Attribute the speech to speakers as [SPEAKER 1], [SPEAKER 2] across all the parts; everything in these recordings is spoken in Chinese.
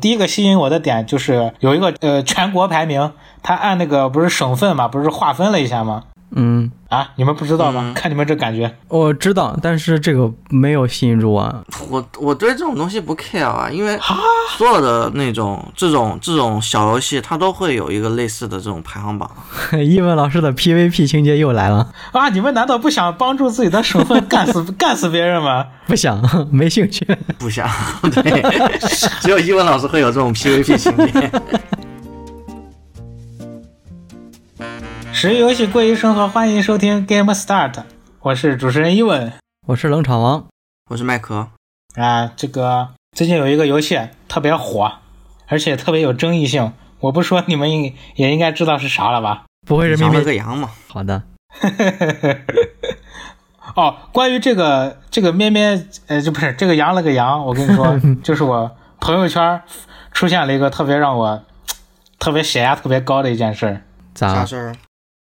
[SPEAKER 1] 第一个吸引我的点就是有一个呃全国排名，他按那个不是省份嘛，不是划分了一下吗？
[SPEAKER 2] 嗯，
[SPEAKER 1] 啊，你们不知道吗？
[SPEAKER 3] 嗯
[SPEAKER 1] 看你们这感觉，
[SPEAKER 2] 我知道，但是这个没有吸引住我。
[SPEAKER 3] 我我对这种东西不 care 啊，因为所有的那种这种这种小游戏，它都会有一个类似的这种排行榜。
[SPEAKER 2] 一文老师的 PVP 情节又来了，
[SPEAKER 1] 啊，你们难道不想帮助自己的省份干死 干死别人吗？
[SPEAKER 2] 不想， 没兴趣。
[SPEAKER 3] 不像，对，只有一文老师会有这种 PVP 情节。
[SPEAKER 1] 十一游戏过于生活，欢迎收听 Game Start，我是主持人伊文
[SPEAKER 2] 我是冷场王，
[SPEAKER 3] 我是麦克，
[SPEAKER 1] 啊。这个最近有一个游戏特别火，而且特别有争议性，我不说你们应也应该知道是啥了吧？
[SPEAKER 2] 不会是秘
[SPEAKER 3] 想了
[SPEAKER 2] 密。
[SPEAKER 3] 个羊嘛？
[SPEAKER 2] 好的，
[SPEAKER 1] 哦，关于这个这个咩咩，呃，就不是这个羊了个羊，我跟你说，就是我朋友圈出现了一个特别让我特别血压特别高的一件事儿，
[SPEAKER 2] 咋？
[SPEAKER 3] 事儿？啊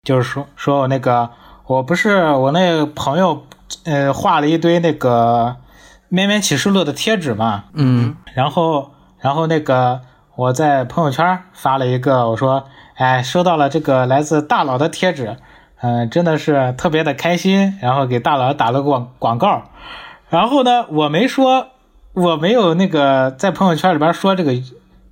[SPEAKER 1] 就是说说我那个我不是我那个朋友，呃，画了一堆那个《咩咩启示录》的贴纸嘛，
[SPEAKER 2] 嗯，
[SPEAKER 1] 然后然后那个我在朋友圈发了一个，我说，哎，收到了这个来自大佬的贴纸，嗯、真的是特别的开心，然后给大佬打了个广广告，然后呢，我没说，我没有那个在朋友圈里边说这个《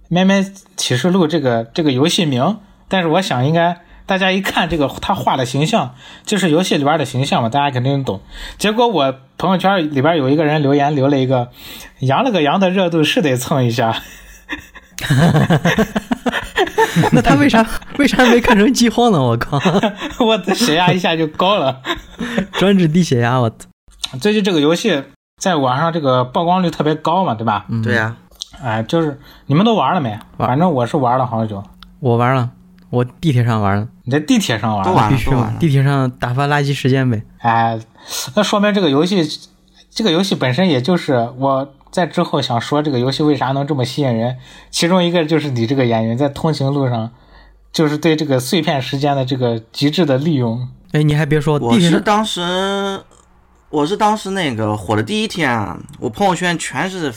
[SPEAKER 1] 咩咩启示录》这个这个游戏名，但是我想应该。大家一看这个他画的形象，就是游戏里边的形象嘛，大家肯定懂。结果我朋友圈里边有一个人留言留了一个“羊了个羊”的热度是得蹭一下，
[SPEAKER 2] 那他为啥 为啥没看成饥荒呢？我靠，
[SPEAKER 1] 我的血压一下就高了。
[SPEAKER 2] 专治低血压，我操。
[SPEAKER 1] 最近这个游戏在网上这个曝光率特别高嘛，对吧？
[SPEAKER 2] 嗯
[SPEAKER 3] 对呀、
[SPEAKER 1] 哎，就是你们都玩了没？
[SPEAKER 2] 玩
[SPEAKER 1] 反正我是玩了好久。
[SPEAKER 2] 我玩了，我地铁上玩了，
[SPEAKER 1] 你在地铁上玩
[SPEAKER 3] 都
[SPEAKER 1] 了？
[SPEAKER 3] 玩
[SPEAKER 2] 必
[SPEAKER 3] 了，
[SPEAKER 2] 须
[SPEAKER 3] 啊都玩
[SPEAKER 2] 玩。
[SPEAKER 3] 了。
[SPEAKER 2] 地铁上打发垃圾时间呗。
[SPEAKER 1] 哎，那说明这个游戏，这个游戏本身也就是我在之后想说这个游戏为啥能这么吸引人，其中一个就是你这个演员在通勤路上，就是对这个碎片时间的这个极致的利用。
[SPEAKER 2] 哎，你还别说，
[SPEAKER 3] 我
[SPEAKER 2] 地铁
[SPEAKER 3] 是
[SPEAKER 2] 上
[SPEAKER 3] 当时，我是当时那个火的第一天啊，我朋友圈全是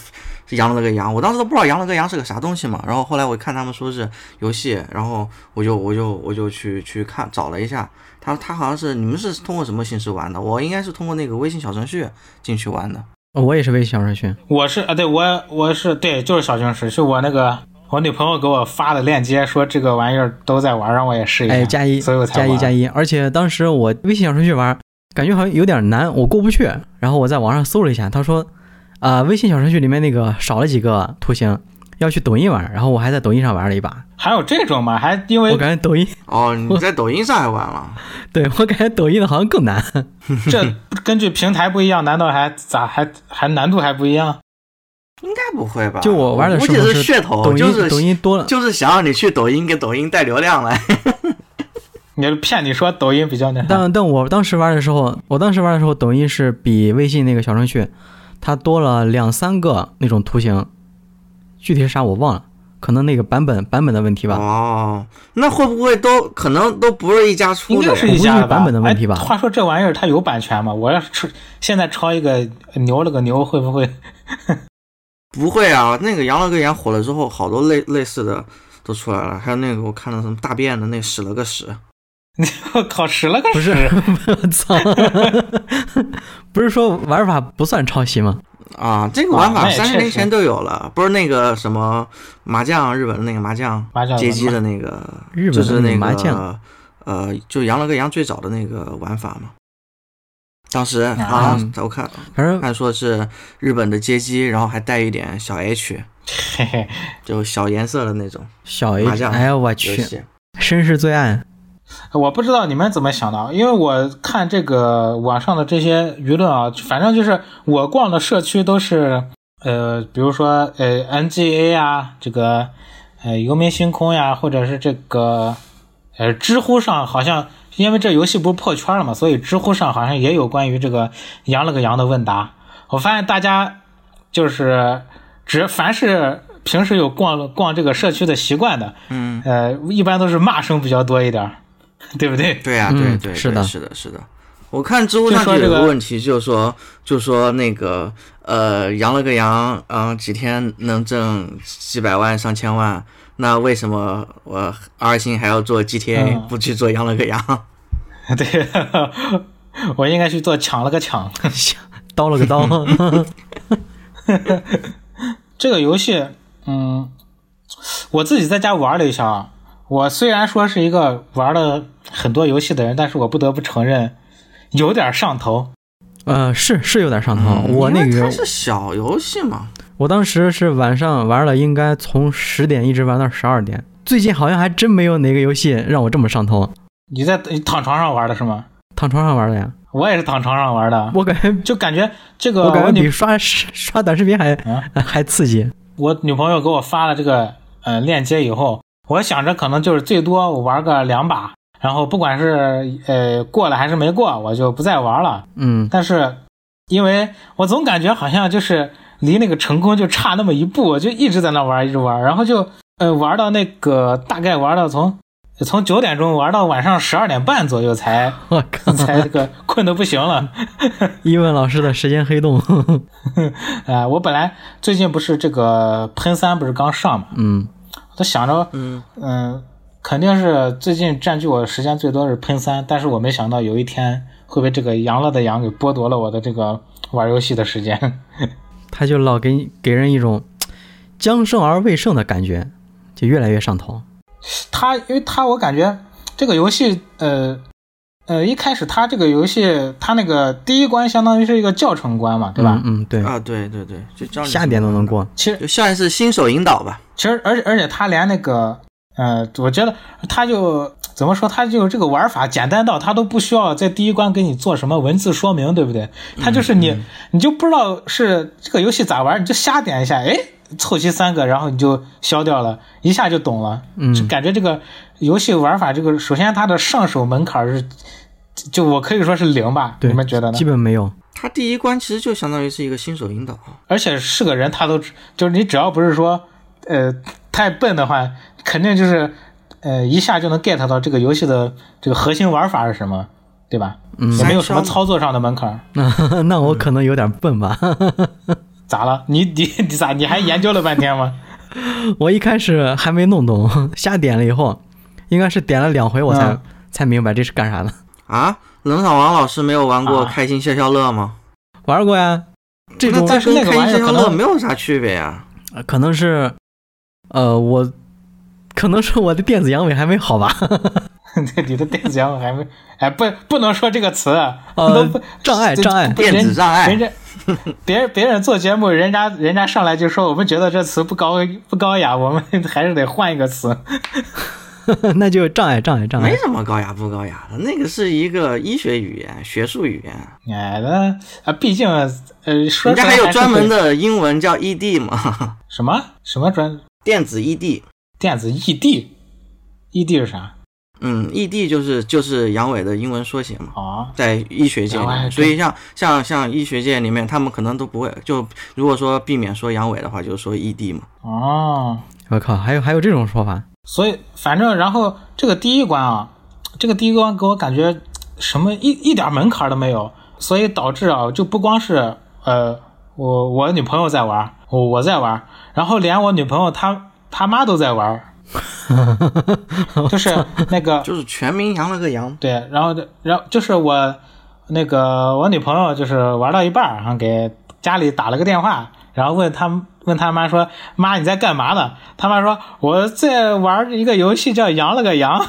[SPEAKER 3] 羊了个羊，我当时都不知道羊了个羊是个啥东西嘛。然后后来我看他们说是游戏，然后我就我就我就去去看找了一下，他他好像是你们是通过什么形式玩的？我应该是通过那个微信小程序进去玩的。
[SPEAKER 2] 我也是微信小程序。
[SPEAKER 1] 我是啊，对我我是对，就是小军师，是我那个我女朋友给我发的链接，说这个玩意儿都在玩，让我也试一下。
[SPEAKER 2] 哎，加一
[SPEAKER 1] 所以我才
[SPEAKER 2] 加一
[SPEAKER 1] 玩
[SPEAKER 2] 加一，而且当时我微信小程序玩，感觉好像有点难，我过不去。然后我在网上搜了一下，他说，啊、微信小程序里面那个少了几个图形，要去抖音玩。然后我还在抖音上玩了一把，
[SPEAKER 1] 还有这种吗？还
[SPEAKER 3] 哎
[SPEAKER 1] 因
[SPEAKER 2] 我
[SPEAKER 1] 为
[SPEAKER 2] 感觉抖音，
[SPEAKER 3] 哦，你在抖音上还玩了？
[SPEAKER 2] 对我感觉抖音的好像更
[SPEAKER 3] 啊
[SPEAKER 2] 难。
[SPEAKER 1] 这根据平台不一样，难道还咋还还难度还不一样？
[SPEAKER 3] 应该不会吧？
[SPEAKER 2] 就我玩的
[SPEAKER 3] 估
[SPEAKER 2] 时
[SPEAKER 3] 计
[SPEAKER 2] 候
[SPEAKER 3] 是噱头，
[SPEAKER 2] 抖音、
[SPEAKER 3] 就是
[SPEAKER 2] 抖音多了，
[SPEAKER 3] 就是想让你去抖音给抖音带流量来。
[SPEAKER 1] 你骗你说抖音比较难，
[SPEAKER 2] 但但我当时玩的时候，我当时玩的时候，抖音是比微信那个小程序，它多了两三个那种图形，具体是啥我忘了，可能那个版本版本的问题吧。
[SPEAKER 3] 哦，那会不会都可能都不是一家
[SPEAKER 1] 应
[SPEAKER 3] 出
[SPEAKER 1] 该
[SPEAKER 3] 的呀？
[SPEAKER 1] 是一家的吧
[SPEAKER 2] 版本的问题吧
[SPEAKER 1] 哎话说这玩意儿它有版权吗？我要是出现在抄一个牛了个牛，会不会？
[SPEAKER 3] 不会啊，那个羊了个羊火了之后，好多类类似的都出来了。还有那个我看到什么大便的那屎了个屎，
[SPEAKER 1] 我靠，使了个
[SPEAKER 2] 不是，我操！ 不是说玩法不算抄袭吗？
[SPEAKER 3] 啊，这个玩
[SPEAKER 1] 啊
[SPEAKER 3] 法
[SPEAKER 1] 那也
[SPEAKER 3] 三十
[SPEAKER 1] 确
[SPEAKER 3] 年
[SPEAKER 1] 实
[SPEAKER 3] 前都有了，不是那个什么麻将，日本的那个麻将
[SPEAKER 1] 麻将
[SPEAKER 3] 街机的那个，
[SPEAKER 2] 日本
[SPEAKER 3] 就
[SPEAKER 2] 的
[SPEAKER 3] 是那个
[SPEAKER 2] 麻将，
[SPEAKER 3] 呃，就羊了个羊最早的那个玩法嘛。当时
[SPEAKER 1] 啊
[SPEAKER 3] 啊，我看
[SPEAKER 2] 反正
[SPEAKER 3] 看说是日本的街机，然后还带一点小 H，
[SPEAKER 1] 嘿嘿，
[SPEAKER 3] 就小颜色的那种
[SPEAKER 2] 小
[SPEAKER 3] 麻
[SPEAKER 2] H，
[SPEAKER 3] 将
[SPEAKER 2] 哎呀我
[SPEAKER 3] 游
[SPEAKER 2] 去，
[SPEAKER 3] 戏。
[SPEAKER 2] 绅士最爱，
[SPEAKER 1] 我不知道你们怎么想的，啊因为我看这个网上的这些舆论啊，反正就是我逛的社区都是，呃，比如说呃 NGA 啊，这个呃游民星空呀，或者是这个呃知乎上好像，因为这游戏不是破圈了嘛，所以知乎上好像也有关于这个“羊了个羊”的问答。我发现大家就是只凡是平时有逛逛这个社区的习惯的，
[SPEAKER 3] 嗯，
[SPEAKER 1] 呃，一般都是骂声比较多一点儿，对不对？
[SPEAKER 3] 对呀、
[SPEAKER 2] 嗯
[SPEAKER 3] 对对对
[SPEAKER 2] 是的
[SPEAKER 3] 是的，是的。我看知乎
[SPEAKER 1] 就
[SPEAKER 3] 上就
[SPEAKER 1] 说
[SPEAKER 3] 有
[SPEAKER 1] 这
[SPEAKER 3] 一
[SPEAKER 1] 个
[SPEAKER 3] 个问题，就是说，就说那个呃，羊了个羊，嗯、几天能挣几百万、上千万，那为什么我二星还要做 GTA，、
[SPEAKER 1] 嗯
[SPEAKER 3] 不去做羊了 个羊？
[SPEAKER 1] 对，我应该去做抢了个抢。
[SPEAKER 2] 刀了个 刀，
[SPEAKER 1] 这个游戏，嗯，我自己在家玩了一下啊。我虽然说是一个玩了很多游戏的人，但是我不得不承认，有点上头。
[SPEAKER 2] 呃，是是有点上头。
[SPEAKER 3] 嗯
[SPEAKER 2] 哦我
[SPEAKER 3] 因
[SPEAKER 2] 那
[SPEAKER 3] 为
[SPEAKER 2] 个
[SPEAKER 3] 它是小游戏嘛，
[SPEAKER 2] 我当时是晚上玩了，应该从十点一直玩到十二点。最近好像还真没有哪个游戏让我这么上头。
[SPEAKER 1] 你在你躺床上玩的是吗？
[SPEAKER 2] 躺床上玩的呀，
[SPEAKER 1] 我也是躺床上玩的，
[SPEAKER 2] 我感觉
[SPEAKER 1] 就感觉这个
[SPEAKER 2] 我感觉
[SPEAKER 1] 女
[SPEAKER 2] 比刷刷短视频还
[SPEAKER 1] 啊
[SPEAKER 2] 还刺激。
[SPEAKER 1] 我女朋友给我发了这个呃链接以后，我想着可能就是最多我玩个两把，然后不管是呃过了还是没过，我就不再玩了。
[SPEAKER 2] 嗯，
[SPEAKER 1] 但是因为我总感觉好像就是离那个成功就差那么一步，我就一直在那玩，一直玩，然后就呃玩到那个大概玩到从从九点钟玩到晚上十二点半左右才，
[SPEAKER 2] 我靠
[SPEAKER 1] 才这个困的不行了。
[SPEAKER 2] 伊问老师的时间黑洞。
[SPEAKER 1] 呃，我本来最近不是这个喷三不是刚上嘛，
[SPEAKER 2] 嗯，
[SPEAKER 1] 我都想着
[SPEAKER 3] 嗯，
[SPEAKER 1] 嗯，肯定是最近占据我时间最多是喷三，但是我没想到有一天会被这个羊了的羊给剥夺了我的这个玩游戏的时间。
[SPEAKER 2] 他就老给你给人一种将胜而未胜的感觉，就越来越上头。
[SPEAKER 1] 它，因为它我感觉这个游戏，呃呃，一开始它这个游戏它那个第一关相当于是一个教程关嘛，对吧？
[SPEAKER 2] 嗯，嗯对，
[SPEAKER 3] 啊，对对对，就教你
[SPEAKER 2] 瞎点都能过。
[SPEAKER 1] 其实
[SPEAKER 3] 就算是新手引导吧。
[SPEAKER 1] 其实而且而且它连那个。呃，我觉得它就怎么说，它就这个玩法简单到它都不需要在第一关给你做什么文字说明，对不对？它就是你，
[SPEAKER 2] 嗯
[SPEAKER 1] 你就不知道是这个游戏咋玩，你就瞎点一下，哎，凑齐三个，然后你就消掉了，一下就懂了。
[SPEAKER 2] 嗯
[SPEAKER 1] 就感觉这个游戏玩法，这个首先它的上手门槛是，就我可以说是零吧，
[SPEAKER 2] 对
[SPEAKER 1] 你们觉得呢
[SPEAKER 2] 基？本没有。
[SPEAKER 3] 它第一关其实就相当于是一个新手引导，啊
[SPEAKER 1] 而且是个人，他都就是你只要不是说呃太笨的话，肯定就是呃一下就能 get 到这个游戏的这个核心玩法是什么，对吧？
[SPEAKER 2] 嗯
[SPEAKER 1] 也没有什么
[SPEAKER 3] 三消
[SPEAKER 1] 操作上的门槛儿。
[SPEAKER 2] 那我可能有点笨吧。
[SPEAKER 1] 咋了？你你你咋？你还研究了半天 吗？
[SPEAKER 2] 我一开始还没弄懂， 瞎点了以后，应该是点了两回哎我才、
[SPEAKER 1] 嗯
[SPEAKER 2] 才明白这是干啥的。
[SPEAKER 3] 啊，冷场王老师没有玩过
[SPEAKER 1] 啊
[SPEAKER 3] 开心消消乐吗？
[SPEAKER 2] 玩过呀，这种
[SPEAKER 3] 那这
[SPEAKER 1] 但是那
[SPEAKER 3] 跟
[SPEAKER 1] 个
[SPEAKER 3] 开心
[SPEAKER 1] 玩意儿
[SPEAKER 3] 消
[SPEAKER 1] 可
[SPEAKER 3] 消 乐
[SPEAKER 1] 能
[SPEAKER 3] 没有啥区别啊。
[SPEAKER 2] 呃可能是，呃，我可能是我的电子阳痿还没好吧。
[SPEAKER 1] 你的电子烟我还没哎不不能说这个词，都
[SPEAKER 2] 呃
[SPEAKER 1] 不，
[SPEAKER 2] 障碍
[SPEAKER 1] 这
[SPEAKER 2] 障碍，
[SPEAKER 1] 不人
[SPEAKER 3] 电子障碍
[SPEAKER 1] 人家 别人别人做节目，人家人家上来就说我们觉得这词不高不高雅，我们还是得换一个词。
[SPEAKER 2] 那就障碍障碍
[SPEAKER 1] 嗯
[SPEAKER 2] 障
[SPEAKER 3] 没
[SPEAKER 1] 哎
[SPEAKER 2] 碍。
[SPEAKER 3] 什么高雅不高雅的，那个是一个医学语言、学术语言，
[SPEAKER 1] 哎，那啊，毕竟呃，说出
[SPEAKER 3] 人家
[SPEAKER 1] 来
[SPEAKER 3] 还有专门
[SPEAKER 1] 是会
[SPEAKER 3] 的英文叫 ED 嘛，
[SPEAKER 1] 什么什么专
[SPEAKER 3] 电子 E ED。
[SPEAKER 1] 电子异地，异地是啥？
[SPEAKER 3] 嗯，ED 就是就是阳痿的英文缩写嘛，
[SPEAKER 1] 哦，
[SPEAKER 3] 在医学界里
[SPEAKER 1] 阳痿
[SPEAKER 3] 面，所以像像像医学界里面，他们可能都不会，就如果说避免说阳痿的话，就是说 ED 嘛。
[SPEAKER 1] 哦，
[SPEAKER 2] 我靠，还有还有这种说法，
[SPEAKER 1] 所以反正然后这个第一关啊，这个第一关给我感觉什么一一点门槛都没有，所以导致啊，就不光是呃我我女朋友在玩，我我在玩，然后连我女朋友她她妈都在玩，就是那个
[SPEAKER 3] 就是全民阳了个阳，
[SPEAKER 1] 对，然后就然后就是我那个我女朋友就是玩到一半儿，然后给家里打了个电话，然后问他问他妈说：“妈，你在干嘛呢？”他妈说：“我在玩一个游戏叫《羊了个羊》。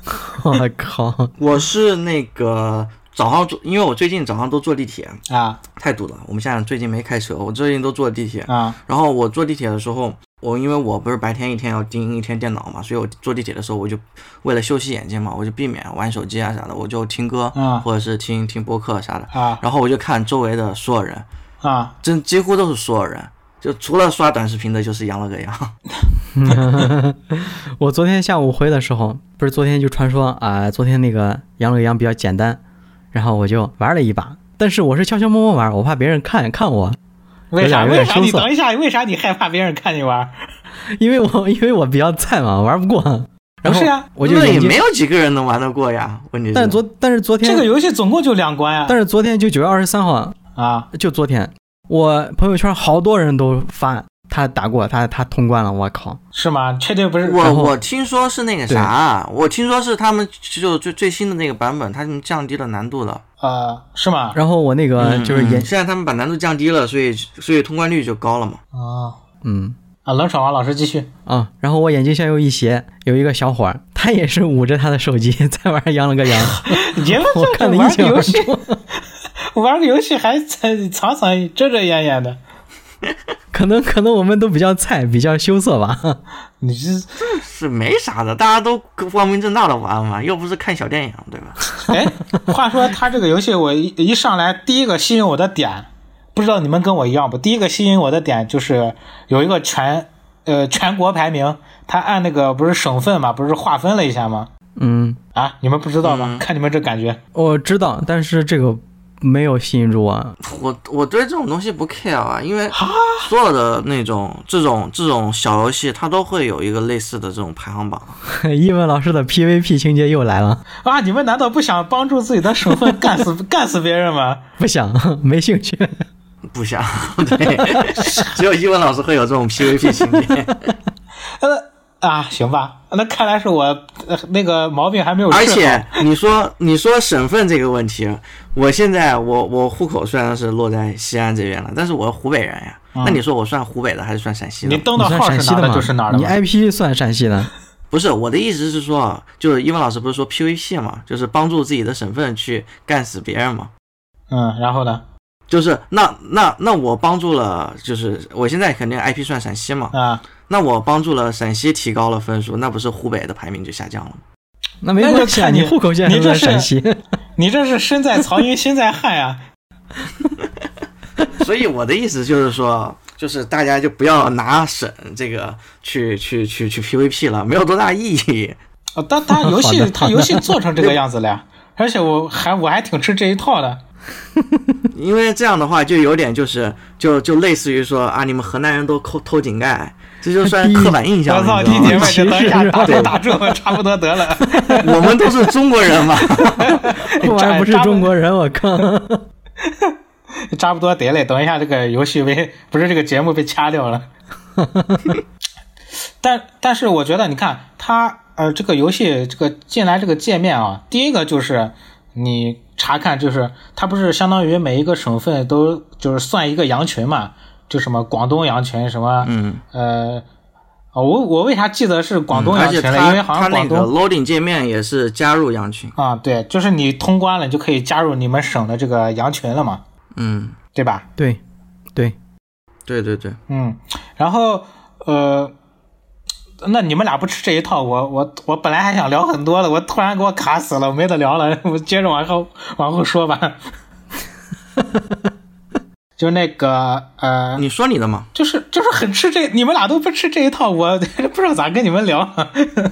[SPEAKER 2] 我靠，
[SPEAKER 3] 我是那个早上坐，因为我最近早上都坐地铁，”
[SPEAKER 1] 啊
[SPEAKER 3] 太堵了。我们现在最近没开车，我最近都坐地铁。
[SPEAKER 1] 啊
[SPEAKER 3] 然后我坐地铁的时候，我因为我不是白天一天要盯一天电脑嘛，所以我坐地铁的时候，我就为了休息眼睛嘛，我就避免玩手机啊啥的，我就听歌，
[SPEAKER 2] 啊
[SPEAKER 1] 嗯
[SPEAKER 3] 或者是听听播客啥的。
[SPEAKER 1] 啊
[SPEAKER 3] 然后我就看周围的所有人，
[SPEAKER 1] 啊！
[SPEAKER 3] 真几乎都是所有人，就除了刷短视频的，就是羊了个羊。
[SPEAKER 2] 我昨天下午回的时候，不是昨天就传说啊、昨天那个羊了个羊比较简单，然后我就玩了一把，但是我是悄悄摸摸玩，我怕别人看看我，
[SPEAKER 1] 为啥
[SPEAKER 2] 有点
[SPEAKER 1] 为
[SPEAKER 2] 有点
[SPEAKER 1] 啥你
[SPEAKER 2] 羞涩
[SPEAKER 1] 等一下？为啥你害怕别人看你玩？
[SPEAKER 2] 因为我因为我比较菜嘛，玩不过。然后
[SPEAKER 1] 不是啊呀
[SPEAKER 2] 我就
[SPEAKER 3] 那也
[SPEAKER 2] 研究
[SPEAKER 3] 没有几个人能玩得过呀。问题是，
[SPEAKER 2] 但昨但是昨天
[SPEAKER 1] 这个游戏总共就两关呀、
[SPEAKER 2] 但是昨天就九月二十三号，
[SPEAKER 1] 啊，
[SPEAKER 2] 就昨天，我朋友圈好多人都发他打过，他他通关了，我靠！
[SPEAKER 1] 是吗？确定不是？
[SPEAKER 3] 我
[SPEAKER 2] 然后
[SPEAKER 3] 我听说是那个啥，啊我听说是他们就最最新的那个版本，他们降低了难度了。
[SPEAKER 1] 呃，是吗？
[SPEAKER 2] 然后我那个呃
[SPEAKER 3] 嗯
[SPEAKER 2] 就是
[SPEAKER 3] 嗯
[SPEAKER 2] 研
[SPEAKER 3] 现在他们把难度降低了，所以所以通关率就高了嘛。
[SPEAKER 1] 啊
[SPEAKER 2] 嗯
[SPEAKER 1] 啊，冷爽王老师继续。
[SPEAKER 2] 啊，然后我眼镜向右一斜，有一个小伙儿，他也是捂着他的手机 在玩《羊了个羊》
[SPEAKER 1] 你们
[SPEAKER 2] 我
[SPEAKER 1] 这
[SPEAKER 2] 看
[SPEAKER 1] 个
[SPEAKER 2] 得一
[SPEAKER 1] 玩个
[SPEAKER 2] 清二
[SPEAKER 1] 游戏，
[SPEAKER 2] 楚。
[SPEAKER 1] 玩个游戏还藏藏藏遮遮掩掩的，
[SPEAKER 2] 可能可能我们都比较菜，比较羞涩吧。
[SPEAKER 1] 你这
[SPEAKER 3] 是没啥的，大家都光明正大的玩嘛，又不是看小电影，对吧？
[SPEAKER 1] 哎，话说他这个游戏，我一一上来第一个吸引我的点，不知道你们跟我一样不？第一个吸引我的点就是有一个全呃全国排名，他按那个不是省份嘛，不是划分了一下吗？
[SPEAKER 2] 嗯，
[SPEAKER 1] 啊，你们不知道吗？
[SPEAKER 3] 嗯
[SPEAKER 1] 看你们这感觉，
[SPEAKER 2] 我知道，但是这个没有吸引住我。
[SPEAKER 3] 我我对这种东西不 care 啊，因为所有的那种这种这种小游戏，它都会有一个类似的这种排行榜。
[SPEAKER 2] 一文老师的 PVP 情节又来了，
[SPEAKER 1] 啊，你们难道不想帮助自己的省 份干死干死别人吗？
[SPEAKER 2] 不想， 没兴趣。
[SPEAKER 3] 不想，对， 只有英文老师会有这种 PVP 情 节，
[SPEAKER 1] 呃啊，行吧，那看来是我、呃那个毛病还没有治好。
[SPEAKER 3] 而且你说你说省份这个问题，我现在我我户口虽然是落在西安这边了，但是我湖北人呀，那你说我算湖北的还是算陕西
[SPEAKER 1] 你
[SPEAKER 3] 的？
[SPEAKER 1] 登
[SPEAKER 2] 你
[SPEAKER 1] 到
[SPEAKER 2] 算
[SPEAKER 1] 号
[SPEAKER 2] 陕
[SPEAKER 1] 是
[SPEAKER 2] 西
[SPEAKER 1] 哪儿
[SPEAKER 2] 的
[SPEAKER 1] 的
[SPEAKER 2] 吗？
[SPEAKER 1] 就是哪儿的
[SPEAKER 2] 你
[SPEAKER 1] 嘛。
[SPEAKER 2] IP 算陕西的，
[SPEAKER 3] 不是我的意思是说，啊就是英文老师不是说 PVP 嘛，就是帮助自己的省份去干死别人嘛。
[SPEAKER 1] 嗯，然后呢？
[SPEAKER 3] 就是那那那我帮助了，就是我现在肯定 IP 算陕西嘛，
[SPEAKER 1] 啊，
[SPEAKER 3] 那我帮助了陕西提高了分数，那不是湖北的排名就下降了吗？
[SPEAKER 2] 那没
[SPEAKER 1] 那就
[SPEAKER 2] 关系啊，
[SPEAKER 1] 看你
[SPEAKER 2] 你户口现在
[SPEAKER 1] 你
[SPEAKER 2] 在
[SPEAKER 1] 这
[SPEAKER 2] 陕西，
[SPEAKER 1] 你这是身在曹营心在汉呀、
[SPEAKER 3] 所以我的意思就是说，就是大家就不要拿省这个去去去去 PVP 了，没有多大意义。
[SPEAKER 1] 啊，但他游
[SPEAKER 2] 好
[SPEAKER 1] 戏
[SPEAKER 2] 的
[SPEAKER 1] 他游戏做成这个样子了呀，而且我还我还挺吃这一套的。
[SPEAKER 3] 因为这样的话，就有点就是就就类似于说啊，你们河南人都偷偷井盖，这 就算刻板印象
[SPEAKER 1] 我操，
[SPEAKER 3] 了。你
[SPEAKER 1] 你
[SPEAKER 3] 知道
[SPEAKER 1] 姐妹这
[SPEAKER 3] 吗
[SPEAKER 1] 等一下打
[SPEAKER 2] 歧
[SPEAKER 3] 视
[SPEAKER 1] 中打中，差不多得了。
[SPEAKER 3] 我们都是中国人嘛，
[SPEAKER 2] 不玩不是中国人，我靠！
[SPEAKER 1] 差不多得嘞。等一下，这个游戏被不是这个节目被掐掉了。 但但是我觉得，你看它呃，这个游戏这个进来这个界面啊，第一个就是你查看，就是它不是相当于每一个省份都就是算一个羊群嘛，就什么广东羊群什么，
[SPEAKER 3] 嗯
[SPEAKER 1] 呃，哦我我为啥记得是广东
[SPEAKER 3] 而
[SPEAKER 1] 羊
[SPEAKER 3] 且
[SPEAKER 1] 群
[SPEAKER 3] 他
[SPEAKER 1] 了？因为好
[SPEAKER 3] 他
[SPEAKER 1] 像
[SPEAKER 3] 那
[SPEAKER 1] 广
[SPEAKER 3] 个
[SPEAKER 1] 东
[SPEAKER 3] loading 界面也是加入羊群，
[SPEAKER 1] 啊、对，就是你通关了，你就可以加入你们省的这个羊群了嘛，
[SPEAKER 3] 嗯，
[SPEAKER 1] 对吧？
[SPEAKER 2] 对，对，
[SPEAKER 3] 对对对，
[SPEAKER 1] 嗯，然后呃，那你们俩不吃这一套，我我我本来还想聊很多的，我突然给我卡死了，我没得聊了， 我接着往后往后说吧。 就那个呃，
[SPEAKER 3] 你说你的嘛，
[SPEAKER 1] 就是就是很吃这，你们俩都不吃这一套，我 不知道咋跟你们聊。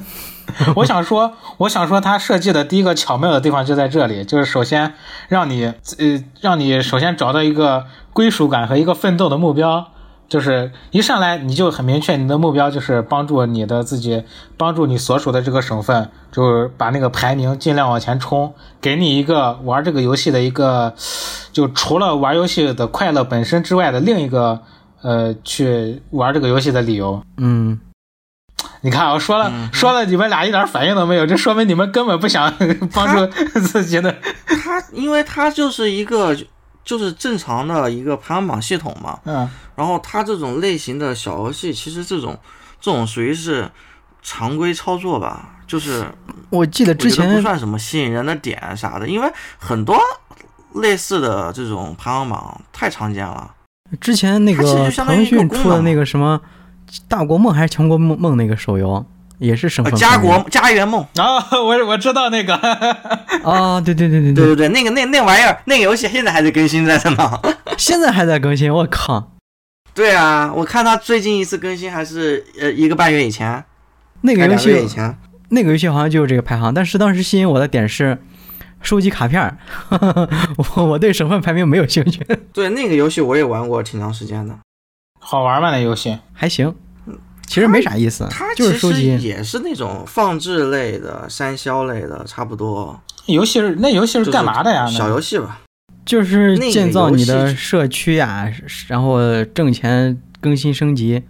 [SPEAKER 1] 我想说，我想说，他设计的第一个巧妙的地方就在这里，就是首先让你呃，让你首先找到一个归属感和一个奋斗的目标，就是一上来你就很明确，你的目标就是帮助你的自己，帮助你所属的这个省份，就是把那个排名尽量往前冲，给你一个玩这个游戏的一个，就除了玩游戏的快乐本身之外的另一个呃，去玩这个游戏的理由。
[SPEAKER 2] 嗯，
[SPEAKER 1] 你看，我说了、
[SPEAKER 3] 嗯
[SPEAKER 1] 说了，你们俩一点反应都没有，这说明你们根本不想 帮 助自己的。
[SPEAKER 3] 他因为他就是一个就是正常的一个排行榜系统嘛，
[SPEAKER 1] 嗯，
[SPEAKER 3] 然后它这种类型的小游戏，其实这种这种属于是常规操作吧，就是
[SPEAKER 2] 我记得
[SPEAKER 3] 我
[SPEAKER 2] 之
[SPEAKER 3] 觉得不
[SPEAKER 2] 前
[SPEAKER 3] 算什么吸引人的点啥的，因为很多类似的这种排行榜太常见了。
[SPEAKER 2] 之前那
[SPEAKER 3] 它其实
[SPEAKER 2] 个
[SPEAKER 3] 就相当于
[SPEAKER 2] 腾
[SPEAKER 3] 一个
[SPEAKER 2] 讯
[SPEAKER 3] 功
[SPEAKER 2] 出的
[SPEAKER 3] 能
[SPEAKER 2] 那个什么《大国梦》还是《强国梦梦》那个手游，也是省
[SPEAKER 3] 呃，
[SPEAKER 2] 份
[SPEAKER 3] 家
[SPEAKER 2] 排名
[SPEAKER 3] 国家园梦，
[SPEAKER 1] 然后我我知道那个，
[SPEAKER 2] 啊，对对对对
[SPEAKER 3] 对，对对，那个那那玩意儿，那个游戏现在还在更新着呢。
[SPEAKER 2] 现在还在更新，我靠！
[SPEAKER 3] 对啊，我看它最近一次更新还是呃一个半月以前，
[SPEAKER 2] 那个
[SPEAKER 3] 还
[SPEAKER 2] 游
[SPEAKER 3] 两个月以
[SPEAKER 2] 戏，
[SPEAKER 3] 前。
[SPEAKER 2] 那个游戏好像就有这个排行，但是当时吸引我的点是收集卡片儿， 我我对省份排名没有兴趣，
[SPEAKER 3] 对那个游戏我也玩过挺长时间的，
[SPEAKER 1] 好玩吗？那游戏？
[SPEAKER 2] 还行，其实没啥意思
[SPEAKER 3] 它，
[SPEAKER 2] 就
[SPEAKER 3] 其
[SPEAKER 2] 是收
[SPEAKER 3] 实
[SPEAKER 2] 集。
[SPEAKER 3] 也是那种放置类的、山魈类的，差不多。
[SPEAKER 1] 游戏是那游戏
[SPEAKER 3] 就是
[SPEAKER 1] 干嘛的呀？
[SPEAKER 3] 小游戏吧，
[SPEAKER 2] 就是
[SPEAKER 3] 那个
[SPEAKER 2] 建造
[SPEAKER 3] 游
[SPEAKER 2] 你
[SPEAKER 3] 戏
[SPEAKER 2] 的
[SPEAKER 3] 是
[SPEAKER 2] 社区呀、然后挣钱、更新、升级、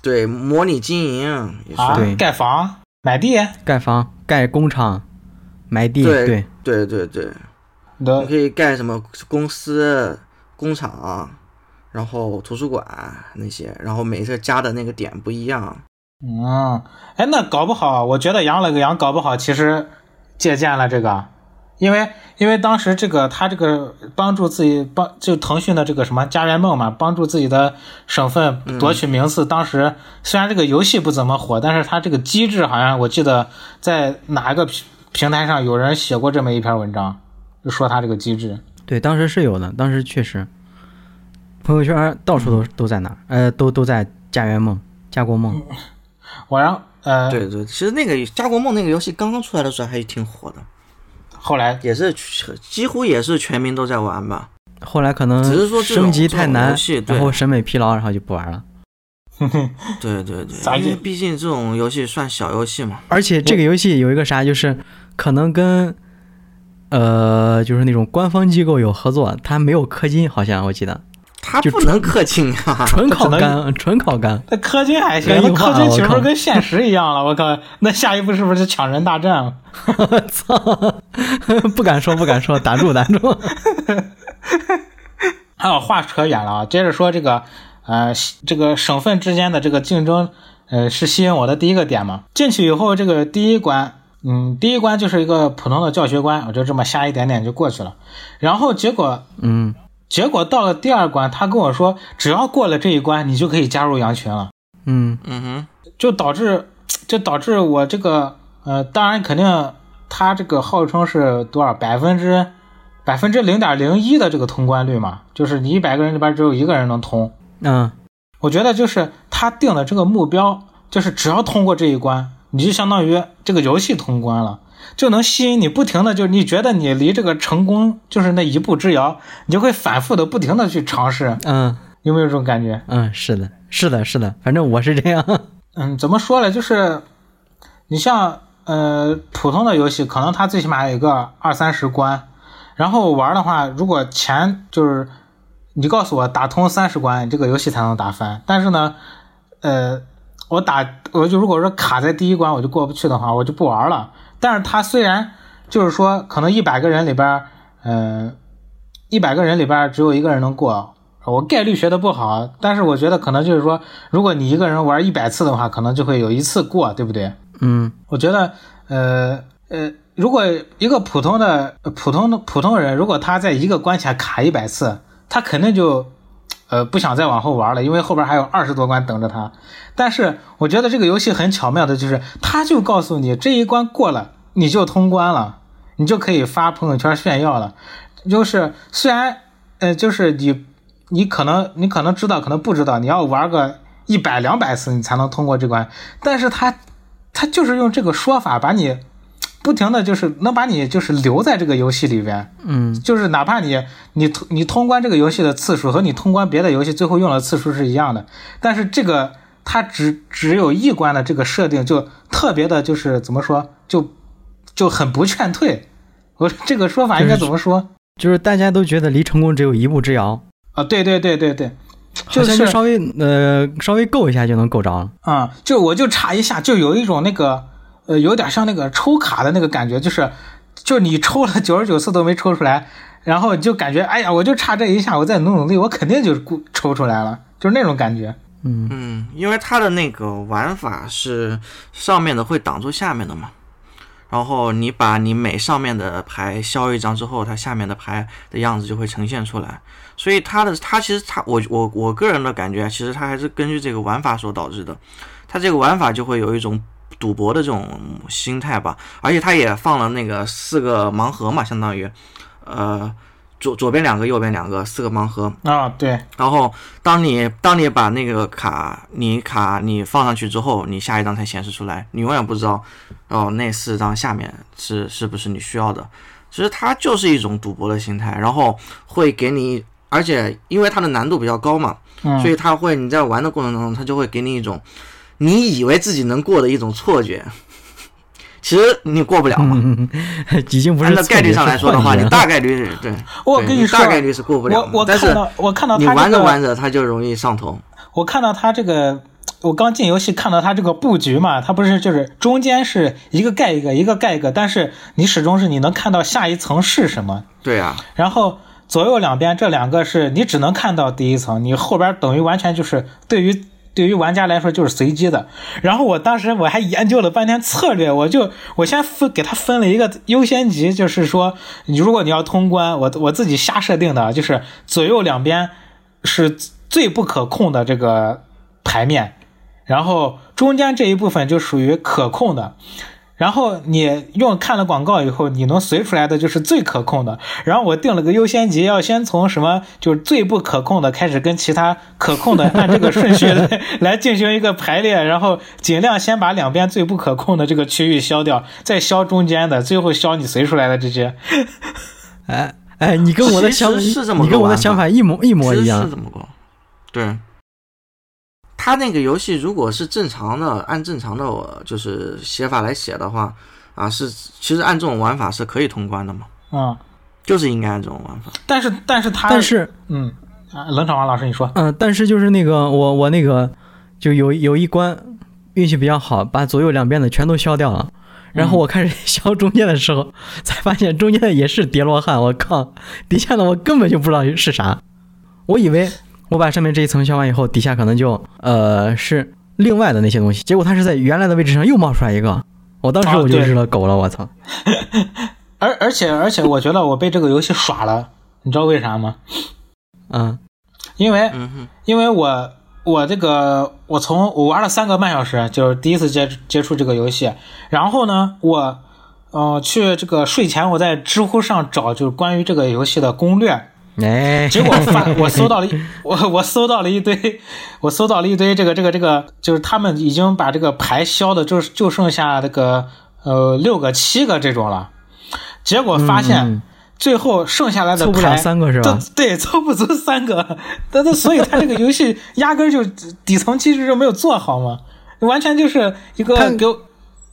[SPEAKER 3] 对，模拟经营也
[SPEAKER 1] 啊
[SPEAKER 3] 是。
[SPEAKER 2] 对，
[SPEAKER 1] 盖房、买地，
[SPEAKER 2] 盖房、盖工厂、埋地，
[SPEAKER 3] 对
[SPEAKER 2] 对，呃
[SPEAKER 3] 对对对，
[SPEAKER 1] 你
[SPEAKER 3] 你
[SPEAKER 1] 都
[SPEAKER 3] 可以盖什么公司、工厂，然后图书馆那些，然后每一个加的那个点不一样。
[SPEAKER 1] 嗯，哎，那搞不好，我觉得养了个羊，搞不好其实借鉴了这个，因为因为当时这个他这个帮助自己帮就腾讯的这个什么家园梦嘛，帮助自己的省份夺取名次。当时虽然这个游戏不怎么火，但是他这个机制好像我记得在哪一个平平台上有人写过这么一篇文章，就说他这个机制。
[SPEAKER 2] 对，当时是有的，当时确实，朋友圈到处
[SPEAKER 3] 嗯
[SPEAKER 2] 都、都在哪儿，呃，都都在家园梦、家国梦，
[SPEAKER 1] 我让呃，
[SPEAKER 3] 对对，其实那个《家国梦》那个游戏刚刚出来的时候还挺火的，
[SPEAKER 1] 后来
[SPEAKER 3] 也是全几乎也是全民都在玩吧。
[SPEAKER 2] 后来可能
[SPEAKER 3] 只是说这种
[SPEAKER 2] 升级太
[SPEAKER 3] 这种
[SPEAKER 2] 难
[SPEAKER 3] 游戏，对
[SPEAKER 2] 然后审美疲劳，然后就不玩了。
[SPEAKER 3] 对对对，
[SPEAKER 1] 咱
[SPEAKER 3] 因为
[SPEAKER 1] 这
[SPEAKER 3] 毕竟这种游戏算小游戏嘛。
[SPEAKER 2] 而且这个游戏有一个啥，就是可能跟呃，就是那种官方机构有合作，它没有氪金，好像我记得，
[SPEAKER 3] 他
[SPEAKER 2] 就
[SPEAKER 3] 不能氪金啊！
[SPEAKER 2] 纯
[SPEAKER 1] 它
[SPEAKER 2] 靠
[SPEAKER 1] 只能
[SPEAKER 2] 肝， 纯靠肝。
[SPEAKER 1] 那氪金还行，
[SPEAKER 2] 跟
[SPEAKER 1] 那
[SPEAKER 2] 硬汉
[SPEAKER 1] 氪金岂不
[SPEAKER 2] 我靠
[SPEAKER 1] 是跟现实一样了？我靠，那下一步是不是抢人大战了？
[SPEAKER 2] 操，不敢说，不敢说，打住，打 住。
[SPEAKER 1] 啊，话扯远了啊，接着说这个，呃，这个省份之间的这个竞争，呃，是吸引我的第一个点嘛。进去以后，这个第一关，嗯，第一关就是一个普通的教学关，我就这么瞎一点点就过去了。然后结果，
[SPEAKER 2] 嗯，
[SPEAKER 1] 结果到了第二关，他跟我说，只要过了这一关，你就可以加入羊群了。
[SPEAKER 2] 嗯，
[SPEAKER 3] 嗯
[SPEAKER 1] 就导致就导致我这个呃，当然肯定他这个号称是多少百分之百分之零点零一的这个通关率嘛，就是你一百个人里边只有一个人能通。
[SPEAKER 2] 嗯，
[SPEAKER 1] 我觉得就是他定的这个目标，就是只要通过这一关，你就相当于这个游戏通关了，就能吸引你不停的，就是你觉得你离这个成功就是那一步之遥，你就会反复的不停的去尝试，
[SPEAKER 2] 嗯，
[SPEAKER 1] 有没有这种感觉？
[SPEAKER 2] 嗯，是的，是的，是的，反正我是这样。
[SPEAKER 1] 嗯，怎么说呢？就是你像呃普通的游戏，可能它最起码有个二三十关，然后玩的话，如果前就是你告诉我打通三十关，这个游戏才能打翻。但是呢，呃，我打我就如果说卡在第一关我就过不去的话，我就不玩了。但是它虽然就是说可能一百个人里边儿，嗯、一百个人里边儿只有一个人能过。我概率学的不好，但是我觉得可能就是说，如果你一个人玩一百次的话，可能就会有一次过，对不对？
[SPEAKER 2] 嗯
[SPEAKER 1] 我觉得，呃呃，如果一个普通的呃普通的普通人，如果他在一个关卡卡一百次，他肯定就呃不想再往后玩了，因为后边还有二十多关等着他。但是我觉得这个游戏很巧妙的就是，他就告诉你这一关过了，你就通关了，你就可以发朋友圈炫耀了。就是虽然呃，就是你你可能你可能知道，可能不知道，你要玩个一百两百次你才能通过这关，但是他他就是用这个说法把你不停的就是能把你就是留在这个游戏里边，
[SPEAKER 2] 嗯
[SPEAKER 1] 就是哪怕你你通你通关这个游戏的次数和你通关别的游戏最后用的次数是一样的，但是这个它只只有一关的这个设定就特别的，就是怎么说，就就很不劝退。我这个说法应该怎么说？
[SPEAKER 2] 就是大家都觉得离成功只有一步之遥，
[SPEAKER 1] 啊，对对对对对，
[SPEAKER 2] 好
[SPEAKER 1] 就
[SPEAKER 2] 像
[SPEAKER 1] 是
[SPEAKER 2] 就稍微呃稍微够一下就能够着了。
[SPEAKER 1] 啊、就我就查一下，就有一种那个呃，有点像那个抽卡的那个感觉，就是就你抽了九十九次都没抽出来，然后你就感觉哎呀，我就差这一下，我再努努力，我肯定就故抽出来了，就是那种感觉。
[SPEAKER 2] 嗯
[SPEAKER 3] 哼，嗯，因为它的那个玩法是上面的会挡住下面的嘛，然后你把你每上面的牌消一张之后，它下面的牌的样子就会呈现出来。所以它的它其实它我我我个人的感觉，啊其实它还是根据这个玩法所导致的。它这个玩法就会有一种赌博的这种心态吧，而且它也放了那个四个盲盒嘛，相当于，呃，左左边两个，右边两个，四个盲盒。
[SPEAKER 1] 啊、对，
[SPEAKER 3] 然后当你当你把那个卡你卡你放上去之后，你下一张才显示出来，你永远不知道哦那四张下面是是不是你需要的。其实它就是一种赌博的心态，然后会给你，而且因为它的难度比较高嘛，
[SPEAKER 1] 嗯，
[SPEAKER 3] 所以它会你在玩的过程当中，它就会给你一种你以为自己能过的一种错觉，其实你过不了嘛。
[SPEAKER 1] 嗯
[SPEAKER 2] 已经不是
[SPEAKER 3] 按照概率上来说的话，你大概率是对，
[SPEAKER 1] 我
[SPEAKER 3] 对
[SPEAKER 1] 跟
[SPEAKER 3] 你
[SPEAKER 1] 说
[SPEAKER 3] 大，概率是过不了
[SPEAKER 1] 我
[SPEAKER 3] 嘛。
[SPEAKER 1] 我
[SPEAKER 3] 但是
[SPEAKER 1] 看到我看到
[SPEAKER 3] 你
[SPEAKER 1] 他
[SPEAKER 3] 玩
[SPEAKER 1] 这
[SPEAKER 3] 着
[SPEAKER 1] 个，
[SPEAKER 3] 玩着，它就容易上头。
[SPEAKER 1] 我看到他这个，我刚进游戏看到他这个布局嘛，他不是就是中间是一个盖一个，一个盖一个，但是你始终是你能看到下一层是什么，
[SPEAKER 3] 对啊，
[SPEAKER 1] 然后左右两边这两个是你只能看到第一层，你后边等于完全就是对于对于玩家来说就是随机的。然后我当时我还研究了半天策略，我就我先分给他分了一个优先级，就是说你如果你要通关，我我自己瞎设定的啊，就是左右两边是最不可控的这个牌面，然后中间这一部分就属于可控的。然后你用看了广告以后，你能随出来的就是最可控的。然后我定了个优先级，要先从什么就是最不可控的开始，跟其他可控的按这个顺序 来来进行一个排列，然后尽量先把两边最不可控的这个区域消掉，再消中间的，最后消你随出来的这些。
[SPEAKER 2] 哎哎，你跟我的想
[SPEAKER 3] 其实是这么个
[SPEAKER 2] 你跟我的
[SPEAKER 3] 玩法
[SPEAKER 2] 想法一模一模一
[SPEAKER 3] 其实
[SPEAKER 2] 样
[SPEAKER 3] 是。这么过。对，他那个游戏如果是正常的，按正常的我就是写法来写的话，啊，是其实按这种玩法是可以通关的嘛，
[SPEAKER 1] 嗯，
[SPEAKER 3] 就是应该按这种玩法。
[SPEAKER 1] 但是但是他
[SPEAKER 2] 但是
[SPEAKER 1] 嗯啊，冷场王老师你说
[SPEAKER 2] 嗯、但是就是那个我我那个就有有一关运气比较好，把左右两边的全都消掉了。然
[SPEAKER 3] 嗯
[SPEAKER 1] 嗯
[SPEAKER 2] 后我开始 消中间的时候，才发现中间的也是叠罗汉，我靠，底下的我根本就不知道是啥，我以为我把上面这一层消完以后，底下可能就呃是另外的那些东西，结果它是在原来的位置上又冒出来一个，我当时
[SPEAKER 1] 啊
[SPEAKER 2] 我就
[SPEAKER 1] 对
[SPEAKER 2] 日了狗了，我操！
[SPEAKER 1] 而而且而且我觉得我被这个游戏耍了，你知道为啥吗？
[SPEAKER 2] 嗯
[SPEAKER 1] 因为
[SPEAKER 3] 嗯哼，
[SPEAKER 1] 因为我我这个我从我玩了三个半小时，就是第一次接接触这个游戏。然后呢，我呃去这个睡前我在知乎上找就是关于这个游戏的攻略，
[SPEAKER 2] 哎，
[SPEAKER 1] 结 果发我搜到了一我我搜到了一堆，我搜到了一堆这个这个这个，就是他们已经把这个牌消的就就剩下这个呃六个七个这种了。结果发现、
[SPEAKER 2] 嗯
[SPEAKER 1] 最后剩下来的
[SPEAKER 2] 凑不了
[SPEAKER 1] 牌
[SPEAKER 2] 三个是吧？
[SPEAKER 1] 对 对，凑不足三个，但是所以他这个游戏压根儿就底层机制就没有做好嘛，完全就是一
[SPEAKER 2] 他
[SPEAKER 1] 个给我，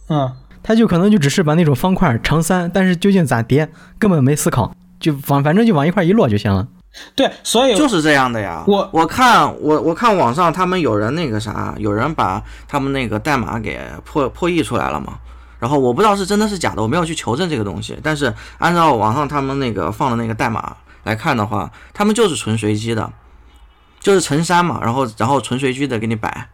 [SPEAKER 1] 嗯，
[SPEAKER 2] 他就可能就只是把那种方块乘三，但是究竟咋叠根本没思考，就往反正就往一块一摞就行了。
[SPEAKER 1] 对，所以
[SPEAKER 3] 就是这样的呀。
[SPEAKER 1] 我
[SPEAKER 3] 我看我我看网上他们有人那个啥，有人把他们那个代码给破破译出来了嘛。然后我不知道是真的是假的，我没有去求证这个东西。但是按照网上他们那个放的那个代码来看的话，他们就是纯随机的，就是乘三嘛，然后然后纯随机的给你摆，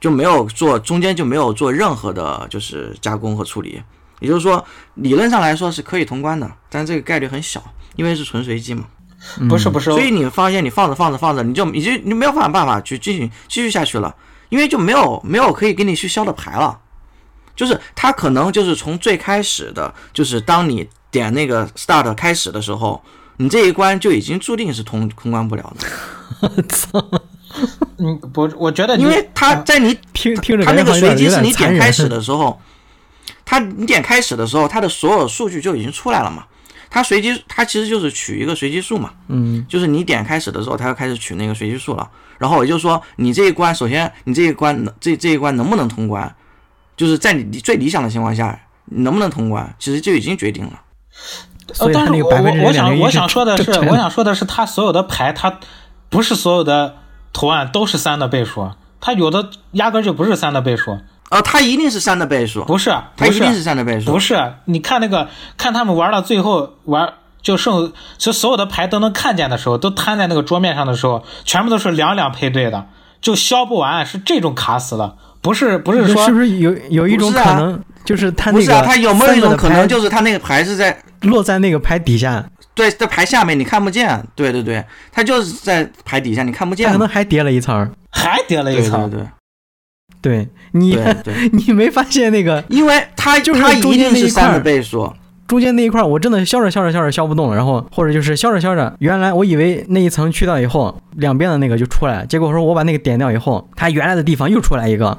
[SPEAKER 3] 就没有做中间就没有做任何的就是加工和处理。也就是说，理论上来说是可以通关的，但是这个概率很小，因为是纯随机嘛。
[SPEAKER 2] 嗯
[SPEAKER 1] 不是不是，
[SPEAKER 3] 所以你发现你放着放着放着，你就你就你没有办法去继续继续下去了，因为就没有没有可以给你去消的牌了。就是它可能就是从最开始的，就是当你点那个 start 开始的时候，你这一关就已经注定是通通关不了的，
[SPEAKER 1] 嗯，不，我觉得你呃
[SPEAKER 3] 因为它在你
[SPEAKER 2] 听听着
[SPEAKER 3] 它
[SPEAKER 2] 感觉
[SPEAKER 3] 那个
[SPEAKER 2] 好像
[SPEAKER 3] 随
[SPEAKER 2] 有点
[SPEAKER 3] 机
[SPEAKER 2] 有
[SPEAKER 3] 是
[SPEAKER 2] 点
[SPEAKER 3] 你
[SPEAKER 2] 残
[SPEAKER 3] 点
[SPEAKER 2] 忍。
[SPEAKER 3] 开始的时候，它你点开始的时候，它的所有数据就已经出来了嘛。它随机，它其实就是取一个随机数嘛。
[SPEAKER 2] 嗯，
[SPEAKER 3] 就是你点开始的时候，它就开始取那个随机数了。然后也就是说，你这一关，首先你这一关能这这一关能不能通关，就是在你最理想的情况下，你能不能通关，其实就已经决定了。
[SPEAKER 1] 呃
[SPEAKER 2] 所，以他
[SPEAKER 1] 但是
[SPEAKER 2] 那个
[SPEAKER 1] 我
[SPEAKER 2] 百分之
[SPEAKER 1] 我我想
[SPEAKER 2] 201
[SPEAKER 1] 我想说的是
[SPEAKER 2] 是，真的
[SPEAKER 1] 我想说的是，它所有的牌，它不是所有的图案都是三的倍数，它有的压根儿就不是三的倍数，
[SPEAKER 3] 呃，它一定是三的倍数，
[SPEAKER 1] 不是，
[SPEAKER 3] 它
[SPEAKER 1] 不
[SPEAKER 3] 一定
[SPEAKER 1] 是
[SPEAKER 3] 是三的倍
[SPEAKER 1] 不
[SPEAKER 3] 数。
[SPEAKER 1] 是，你看那个，看他们玩到最后玩，就剩就所有的牌都能看见的时候，都摊在那个桌面上的时候，全部都是两两配对的，就消不完，是这种卡死了，不是不是说
[SPEAKER 2] 是不是有有一种
[SPEAKER 3] 不是
[SPEAKER 2] 可
[SPEAKER 3] 啊
[SPEAKER 2] 能，就是他
[SPEAKER 3] 不
[SPEAKER 2] 那
[SPEAKER 3] 是啊，
[SPEAKER 2] 个
[SPEAKER 3] 它有没有
[SPEAKER 2] 三个
[SPEAKER 3] 一种
[SPEAKER 2] 的
[SPEAKER 3] 可能，
[SPEAKER 2] 牌
[SPEAKER 3] 就是它那个牌是在
[SPEAKER 2] 落在那个牌底下，
[SPEAKER 3] 对在牌下面，你看不见。对对对，它就是在牌底下，你看不
[SPEAKER 2] 他
[SPEAKER 3] 见
[SPEAKER 2] 可能
[SPEAKER 3] 嘛。
[SPEAKER 2] 还叠了一层儿。
[SPEAKER 1] 还叠了
[SPEAKER 3] 对
[SPEAKER 1] 一
[SPEAKER 3] 对
[SPEAKER 1] 层？
[SPEAKER 3] 对
[SPEAKER 2] 对你
[SPEAKER 3] 对对，
[SPEAKER 2] 你没发现那个
[SPEAKER 3] 因为它
[SPEAKER 2] 就是
[SPEAKER 3] 它一
[SPEAKER 2] 中间
[SPEAKER 3] 定
[SPEAKER 2] 那一
[SPEAKER 3] 是三
[SPEAKER 2] 块
[SPEAKER 3] 的
[SPEAKER 2] 儿
[SPEAKER 3] 倍数。
[SPEAKER 2] 中间那一块儿，我真的削着削着削着削不动了，然后或者就是削着削着，原来我以为那一层去掉以后，两边的那个就出来了，结果说我把那个点掉以后，它原来的地方又出来一个，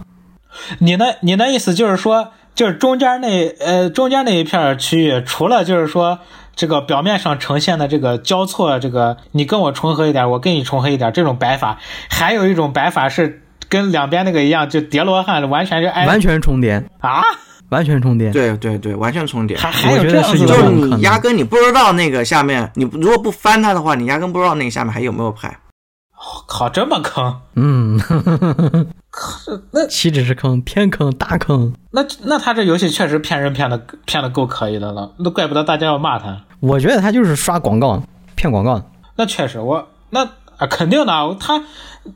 [SPEAKER 1] 你那你那意思就是说，就是中间那呃中间那一片儿区域，除了就是说。这个表面上呈现的这个交错，这个你跟我重合一点，我跟你重合一点，这种摆法，还有一种摆法是跟两边那个一样，就叠罗汉完全是挨
[SPEAKER 2] 完全重叠，
[SPEAKER 1] 啊，
[SPEAKER 2] 完全重叠。
[SPEAKER 3] 对对对，完全重叠。
[SPEAKER 1] 还还有
[SPEAKER 2] 我觉
[SPEAKER 1] 这
[SPEAKER 2] 得
[SPEAKER 1] 样
[SPEAKER 2] 是
[SPEAKER 1] 子
[SPEAKER 2] 有
[SPEAKER 1] 的
[SPEAKER 3] 就
[SPEAKER 2] 这
[SPEAKER 1] 吗
[SPEAKER 3] 是
[SPEAKER 2] 种可
[SPEAKER 3] 你
[SPEAKER 2] 能
[SPEAKER 3] 压根你不知道那个下面，你如果不翻它的话，你压根不知道那个下面还有没有牌。
[SPEAKER 1] 靠，这么 坑？
[SPEAKER 2] 嗯，
[SPEAKER 1] 那
[SPEAKER 2] 岂止是坑，偏坑，大坑。
[SPEAKER 1] 那那他这游戏确实骗人骗的骗的够可以的了，那怪不得大家要骂他。
[SPEAKER 2] 我觉得他就是刷广告，骗广告。
[SPEAKER 1] 那确实我，那啊肯定的啊，他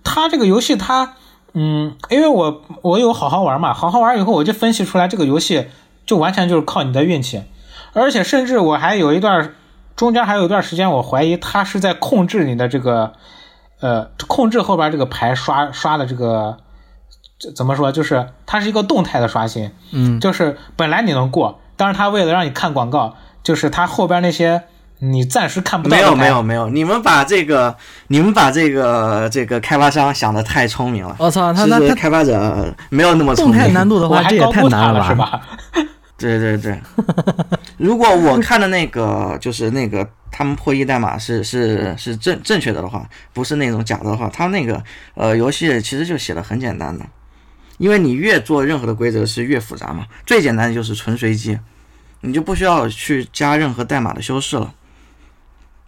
[SPEAKER 1] 他这个游戏他嗯，因为我我有好好玩嘛，好好玩以后我就分析出来这个游戏就完全就是靠你的运气，而且甚至我还有一段中间还有一段时间，我怀疑他是在控制你的这个呃控制后边这个牌刷刷的这个。这怎么说？就是它是一个动态的刷新，
[SPEAKER 2] 嗯，
[SPEAKER 1] 就是本来你能过，但是他为了让你看广告，就是他后边那些你暂时看不到
[SPEAKER 3] 没
[SPEAKER 1] 的
[SPEAKER 3] 有
[SPEAKER 1] 牌
[SPEAKER 3] 没有没有，你们把这个你们把这个这个开发商想的太聪明了。
[SPEAKER 2] 我操，他
[SPEAKER 3] 其
[SPEAKER 2] 哦那
[SPEAKER 3] 实
[SPEAKER 2] 他
[SPEAKER 3] 开发者没有那么
[SPEAKER 2] 动
[SPEAKER 3] 聪
[SPEAKER 2] 态
[SPEAKER 3] 明。
[SPEAKER 2] 难度的
[SPEAKER 1] 我
[SPEAKER 2] 话，
[SPEAKER 1] 还
[SPEAKER 2] 这也
[SPEAKER 1] 高
[SPEAKER 2] 太
[SPEAKER 1] 估他
[SPEAKER 2] 难
[SPEAKER 1] 了
[SPEAKER 2] 吧？
[SPEAKER 1] 是吧？
[SPEAKER 3] 对对对， 如果我看的那个就是那个他们破译代码是是是正正确的的话，不是那种假的的话，他那个呃游戏其实就写的很简单的，因为你越做任何的规则是越复杂嘛，最简单的就是纯随机，你就不需要去加任何代码的修饰了。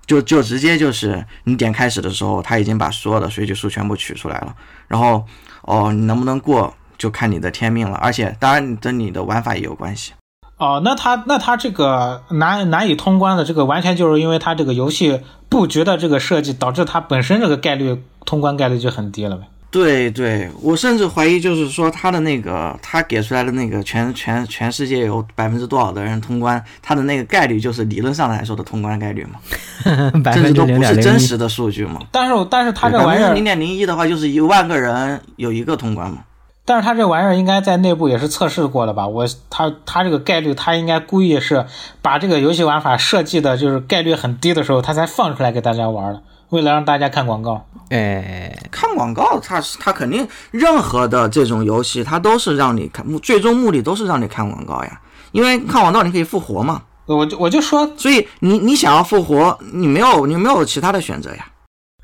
[SPEAKER 3] 就就直接就是你点开始的时候，他已经把所有的随机数全部取出来了，然后哦，你能不能过就看你的天命了，而且当然你跟你的玩法也有关系。
[SPEAKER 1] 哦，那他那他这个难难以通关的这个，完全就是因为他这个游戏布局的这个设计，导致他本身这个概率通关概率就很低了呗。
[SPEAKER 3] 对对，我甚至怀疑，就是说他的那个他给出来的那个全全全世界有百分之多少的人通关，他的那个概率就是理论上来说的通关概率嘛，
[SPEAKER 2] 百
[SPEAKER 3] 甚
[SPEAKER 2] 分
[SPEAKER 3] 至
[SPEAKER 2] 之
[SPEAKER 3] 都
[SPEAKER 2] 零
[SPEAKER 3] 不
[SPEAKER 2] 点
[SPEAKER 3] 是
[SPEAKER 2] 零
[SPEAKER 3] 真
[SPEAKER 2] 一，
[SPEAKER 3] 实的数据嘛。
[SPEAKER 1] 但是但是他这
[SPEAKER 3] 百
[SPEAKER 1] 玩意
[SPEAKER 3] 分之
[SPEAKER 1] 儿
[SPEAKER 3] 零，点零一的话，就是一万个人有一个通关嘛。
[SPEAKER 1] 但是他这玩意儿应该在内部也是测试过的吧？我他他这个概率，他应该故意是把这个游戏玩法设计的就是概率很低的时候，他才放出来给大家玩的，为了让大家看广告。
[SPEAKER 2] 哎，
[SPEAKER 3] 看广告，它是它肯定任何的这种游戏，它都是让你看，目最终目的都是让你看广告呀，因为看广告你可以复活嘛，
[SPEAKER 1] 我就我就说
[SPEAKER 3] 所以你你想要复活，你没有你没有其他的选择呀。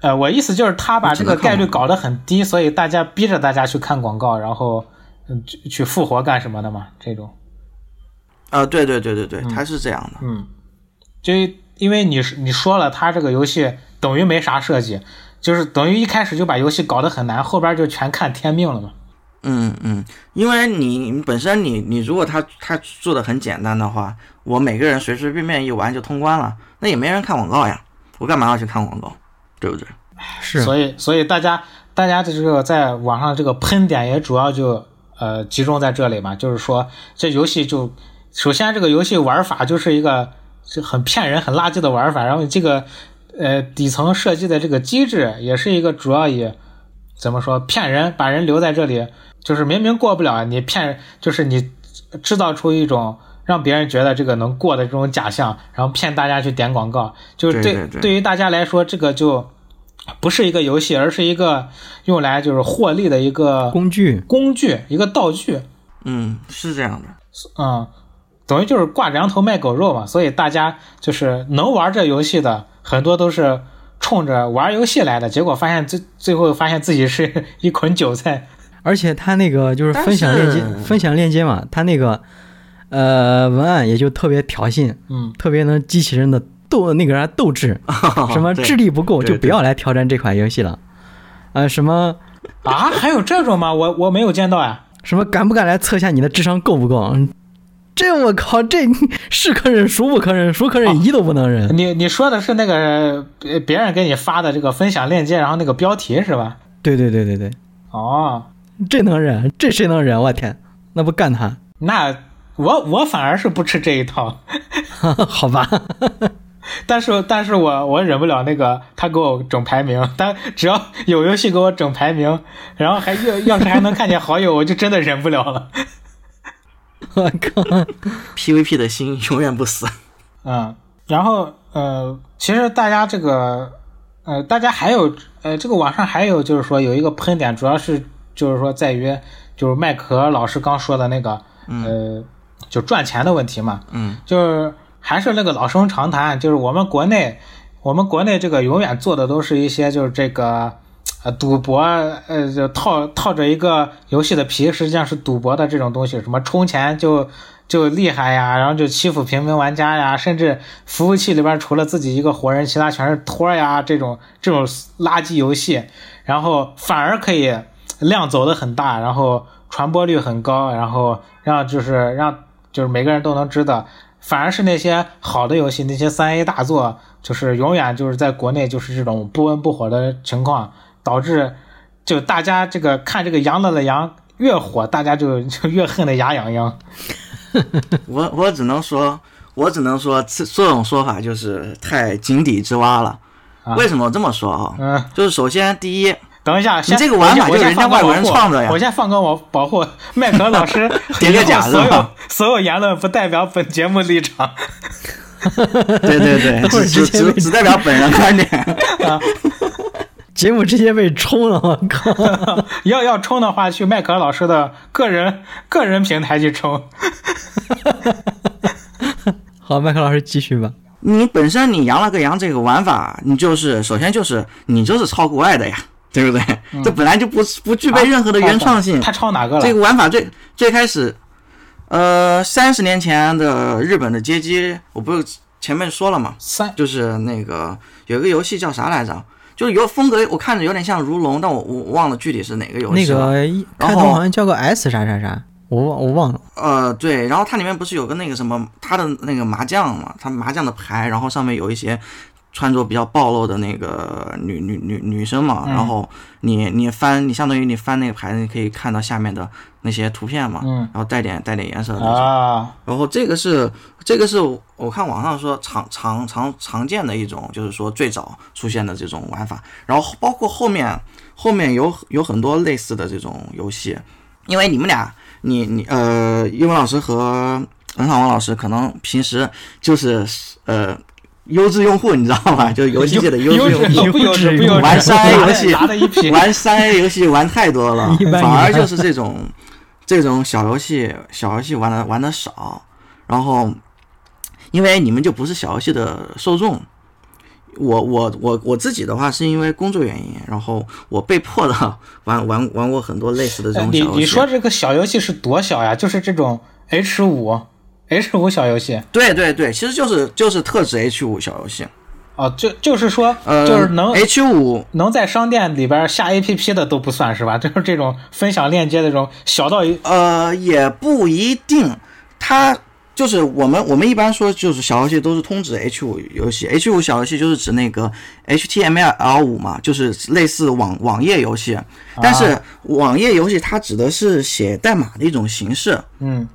[SPEAKER 1] 呃，我意思就是他把这个
[SPEAKER 3] 我只能看
[SPEAKER 1] 概率搞得很低，所以大家逼着大家去看广告，然后嗯去去复活干什么的嘛？这种，
[SPEAKER 3] 呃，对对对对对，它是这样的。
[SPEAKER 1] 嗯，就因为你你说了，他这个游戏等于没啥设计，就是等于一开始就把游戏搞得很难，后边就全看天命了嘛。
[SPEAKER 3] 嗯嗯，因为你你本身你你如果他他做的很简单的话，我每个人随随便便一玩就通关了，那也没人看广告呀，我干嘛要去看广告，对不对？
[SPEAKER 2] 是
[SPEAKER 1] 所以所以大家大家的这个在网上这个喷点也主要就呃集中在这里嘛，就是说这游戏就首先这个游戏玩法就是一个是很骗人、很垃圾的玩法，然后这个呃底层设计的这个机制也是一个主要以怎么说骗人，把人留在这里，就是明明过不了，你骗就是你制造出一种。让别人觉得这个能过的这种假象，然后骗大家去点广告，就是
[SPEAKER 3] 对
[SPEAKER 1] 对
[SPEAKER 3] 对对
[SPEAKER 1] 于大家来说，这个就不是一个游戏，而是一个用来就是获利的一个
[SPEAKER 2] 工具。
[SPEAKER 1] 工具，一个道具，
[SPEAKER 3] 嗯，是这 样的。
[SPEAKER 1] 嗯，等于就是挂羊头卖狗肉嘛。所以大家就是能玩这游戏的，很多都是冲着玩游戏来的，结果发现最最后发现自己是一捆韭菜。
[SPEAKER 2] 而且他那个就是分享链接
[SPEAKER 3] 但是，
[SPEAKER 2] 分享链接嘛，他那个呃文案也就特别挑衅，
[SPEAKER 1] 嗯，
[SPEAKER 2] 特别能激起人的斗那个啥斗志，什么
[SPEAKER 3] 啊对
[SPEAKER 2] 智力不够
[SPEAKER 3] 对
[SPEAKER 2] 就不要来挑战这款游戏了，呃什么
[SPEAKER 1] 啊， 还有这种吗？我我没有见到呀、
[SPEAKER 2] 什么敢不敢来测一下你的智商够不够？这我靠，这是可忍孰不可忍，孰可忍一都不能
[SPEAKER 3] 啊
[SPEAKER 2] 忍。
[SPEAKER 1] 你你说的是那个呃别人给你发的这个分享链接，然后那个标题是吧？
[SPEAKER 2] 对对对对对，
[SPEAKER 1] 哦，
[SPEAKER 2] 这能忍，这谁能忍？我天，那不干他？
[SPEAKER 1] 那我我反而是不吃这一套。
[SPEAKER 2] 好吧，
[SPEAKER 1] 但是，但是我我忍不了那个他给我整排名， 他只要有游戏给我整排名，然后还要要是还能看见好友，我就真的忍不了了。
[SPEAKER 2] 我靠，
[SPEAKER 3] PVP 的心永远不死。
[SPEAKER 1] 嗯，然后呃，其实大家这个呃，大家还有呃，这个网上还有就是说有一个喷点，主要是就是说在于就是麦克老师刚说的那个呃，就赚钱的问题嘛。
[SPEAKER 3] 嗯，
[SPEAKER 1] 就是还是那个老生常谈，就是我们国内，我们国内这个永远做的都是一些就是这个呃赌博呃就套套着一个游戏的皮，实际上是赌博的这种东西，什么充钱就就厉害呀，然后就欺负平民玩家呀，甚至服务器里边除了自己一个活人，其他全是托呀这种这种垃圾游戏，然后反而可以量走的很大，然后传播率很高，然后让就是让就是每个人都能知道。反而是那些好的游戏，那些三 A 大作，就是永远就是在国内就是这种不温不火的情况，导致就大家这个看这个杨乐的羊越火，大家就 就越恨的牙痒痒。
[SPEAKER 3] 我我只能说，我只能说这这种说法就是太井底之蛙了。
[SPEAKER 1] 啊
[SPEAKER 3] 为什么我这么说啊？
[SPEAKER 1] 嗯，
[SPEAKER 3] 就是首先 第一，
[SPEAKER 1] 等一下，先
[SPEAKER 3] 你这个玩法
[SPEAKER 1] 我
[SPEAKER 3] 就是
[SPEAKER 1] 先
[SPEAKER 3] 人家
[SPEAKER 1] 放个
[SPEAKER 3] 外国人
[SPEAKER 1] 保护
[SPEAKER 3] 创的呀
[SPEAKER 1] 我先放个我保护麦克老 师
[SPEAKER 3] 叠个
[SPEAKER 1] 以后
[SPEAKER 3] 甲是
[SPEAKER 1] 所有
[SPEAKER 3] 吧
[SPEAKER 1] 所有言论不代表本节目立场。
[SPEAKER 3] 对对 对，
[SPEAKER 2] 会儿直
[SPEAKER 3] 只只
[SPEAKER 2] 接被
[SPEAKER 3] 只只代表本人观点。
[SPEAKER 2] 节目直接被冲了，我靠！
[SPEAKER 1] 要要冲的话，去麦克老师的个人个人平台去冲。
[SPEAKER 2] 好，麦克老师继续吧。
[SPEAKER 3] 你本身你羊了个羊这个玩法，你就是首先就是你就是抄国外的呀， 对不对？
[SPEAKER 2] 嗯
[SPEAKER 3] 这本来就不不具备任何的原创性。
[SPEAKER 1] 他抄哪个了？
[SPEAKER 3] 这个玩法最最开始，呃，三十年前的日本的街机，我不是前面说了嘛，
[SPEAKER 1] 三
[SPEAKER 3] 就是那个有一个游戏叫啥来着？就是有风格，我看着有点像如龙，但我我忘了具体是哪个游
[SPEAKER 2] 那
[SPEAKER 3] 戏了。
[SPEAKER 2] 个
[SPEAKER 3] 然
[SPEAKER 2] 开
[SPEAKER 3] 后
[SPEAKER 2] 头好像叫个 S 啥啥啥，我忘我忘了。
[SPEAKER 3] 呃，对，然后它里面不是有个那个什么，它的那个麻将嘛，它麻将的牌，然后上面有一些穿着比较暴露的那个女女女女生嘛，
[SPEAKER 1] 嗯
[SPEAKER 3] 然后你你翻，你相当于你翻那个牌，你可以看到下面的那些图片嘛，
[SPEAKER 1] 嗯
[SPEAKER 3] 然后带点带点颜色的那种。
[SPEAKER 1] 啊，
[SPEAKER 3] 然后这个是这个是我看网上说常常常常见的一种，就是说最早出现的这种玩法。然后包括后面后面有有很多类似的这种游戏，因为你们俩，你你呃，英文老师和冷场王老师可能平时就是呃优质用户，你知道吧？就是游戏界的优质用户。
[SPEAKER 1] 优质不优质不优质，
[SPEAKER 3] 完山游戏
[SPEAKER 1] 砸的一 批，
[SPEAKER 3] 玩三 A 游戏玩太 多了
[SPEAKER 2] 一，般
[SPEAKER 3] 反而就是这种这种小游戏，小游戏玩的玩的少，然后因为你们就不是小游戏的受众。我我我我自己的话是因为工作原因，然后我被迫的玩玩玩过很多类似的这
[SPEAKER 1] 哎
[SPEAKER 3] 种小
[SPEAKER 1] 你
[SPEAKER 3] 游戏。
[SPEAKER 1] 你说这个小游戏是多小呀？就是这种 H 五 H 五小游戏
[SPEAKER 3] 对对对，其实就是就是特指 H 五小游戏，
[SPEAKER 1] 哦，就就是说，
[SPEAKER 3] 呃，
[SPEAKER 1] 就是能
[SPEAKER 3] H 五
[SPEAKER 1] 能在商店里边下 APP 的都不算是吧？就是这种分享链接的这种小到一
[SPEAKER 3] 呃，也不一定，它就是我们我们一般说就是小游戏都是通指 H 五游戏，H 五小游戏就是指那个 HTML 五嘛，就是类似网网页游戏，但是网页游戏它指的是写代码的一种形式，
[SPEAKER 1] 嗯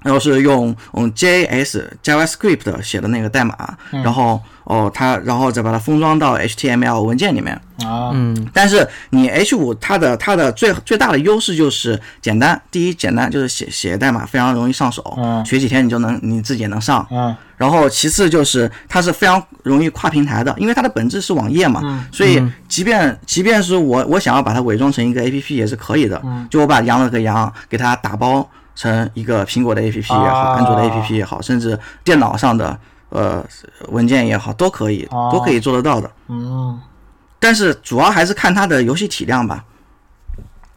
[SPEAKER 3] 然后是用嗯 JS JavaScript 写的那个代码，然后哦它然后再把它封装到 HTML 文件里面，
[SPEAKER 1] 啊
[SPEAKER 2] 嗯，
[SPEAKER 3] 但是你 H 五它的它的最最大的优势就是简单，第一简单就是写写代码非常容易上手，
[SPEAKER 1] 嗯
[SPEAKER 3] 学几天你就能你自己也能上。
[SPEAKER 1] 嗯
[SPEAKER 3] 然后其次就是它是非常容易跨平台的，因为它的本质是网页嘛，
[SPEAKER 1] 嗯
[SPEAKER 3] 所以即便即便是我我想要把它伪装成一个 A P P 也是可以的，
[SPEAKER 1] 嗯
[SPEAKER 3] 就我把羊了个羊给它打包成一个苹果的 A P P 也好，
[SPEAKER 1] 啊
[SPEAKER 3] 安卓的 A P P 也好，甚至电脑上的呃文件也好，都可以、
[SPEAKER 1] 哦
[SPEAKER 3] 都可以做得到的。
[SPEAKER 1] 嗯
[SPEAKER 3] 但是主要还是看它的游戏体量吧。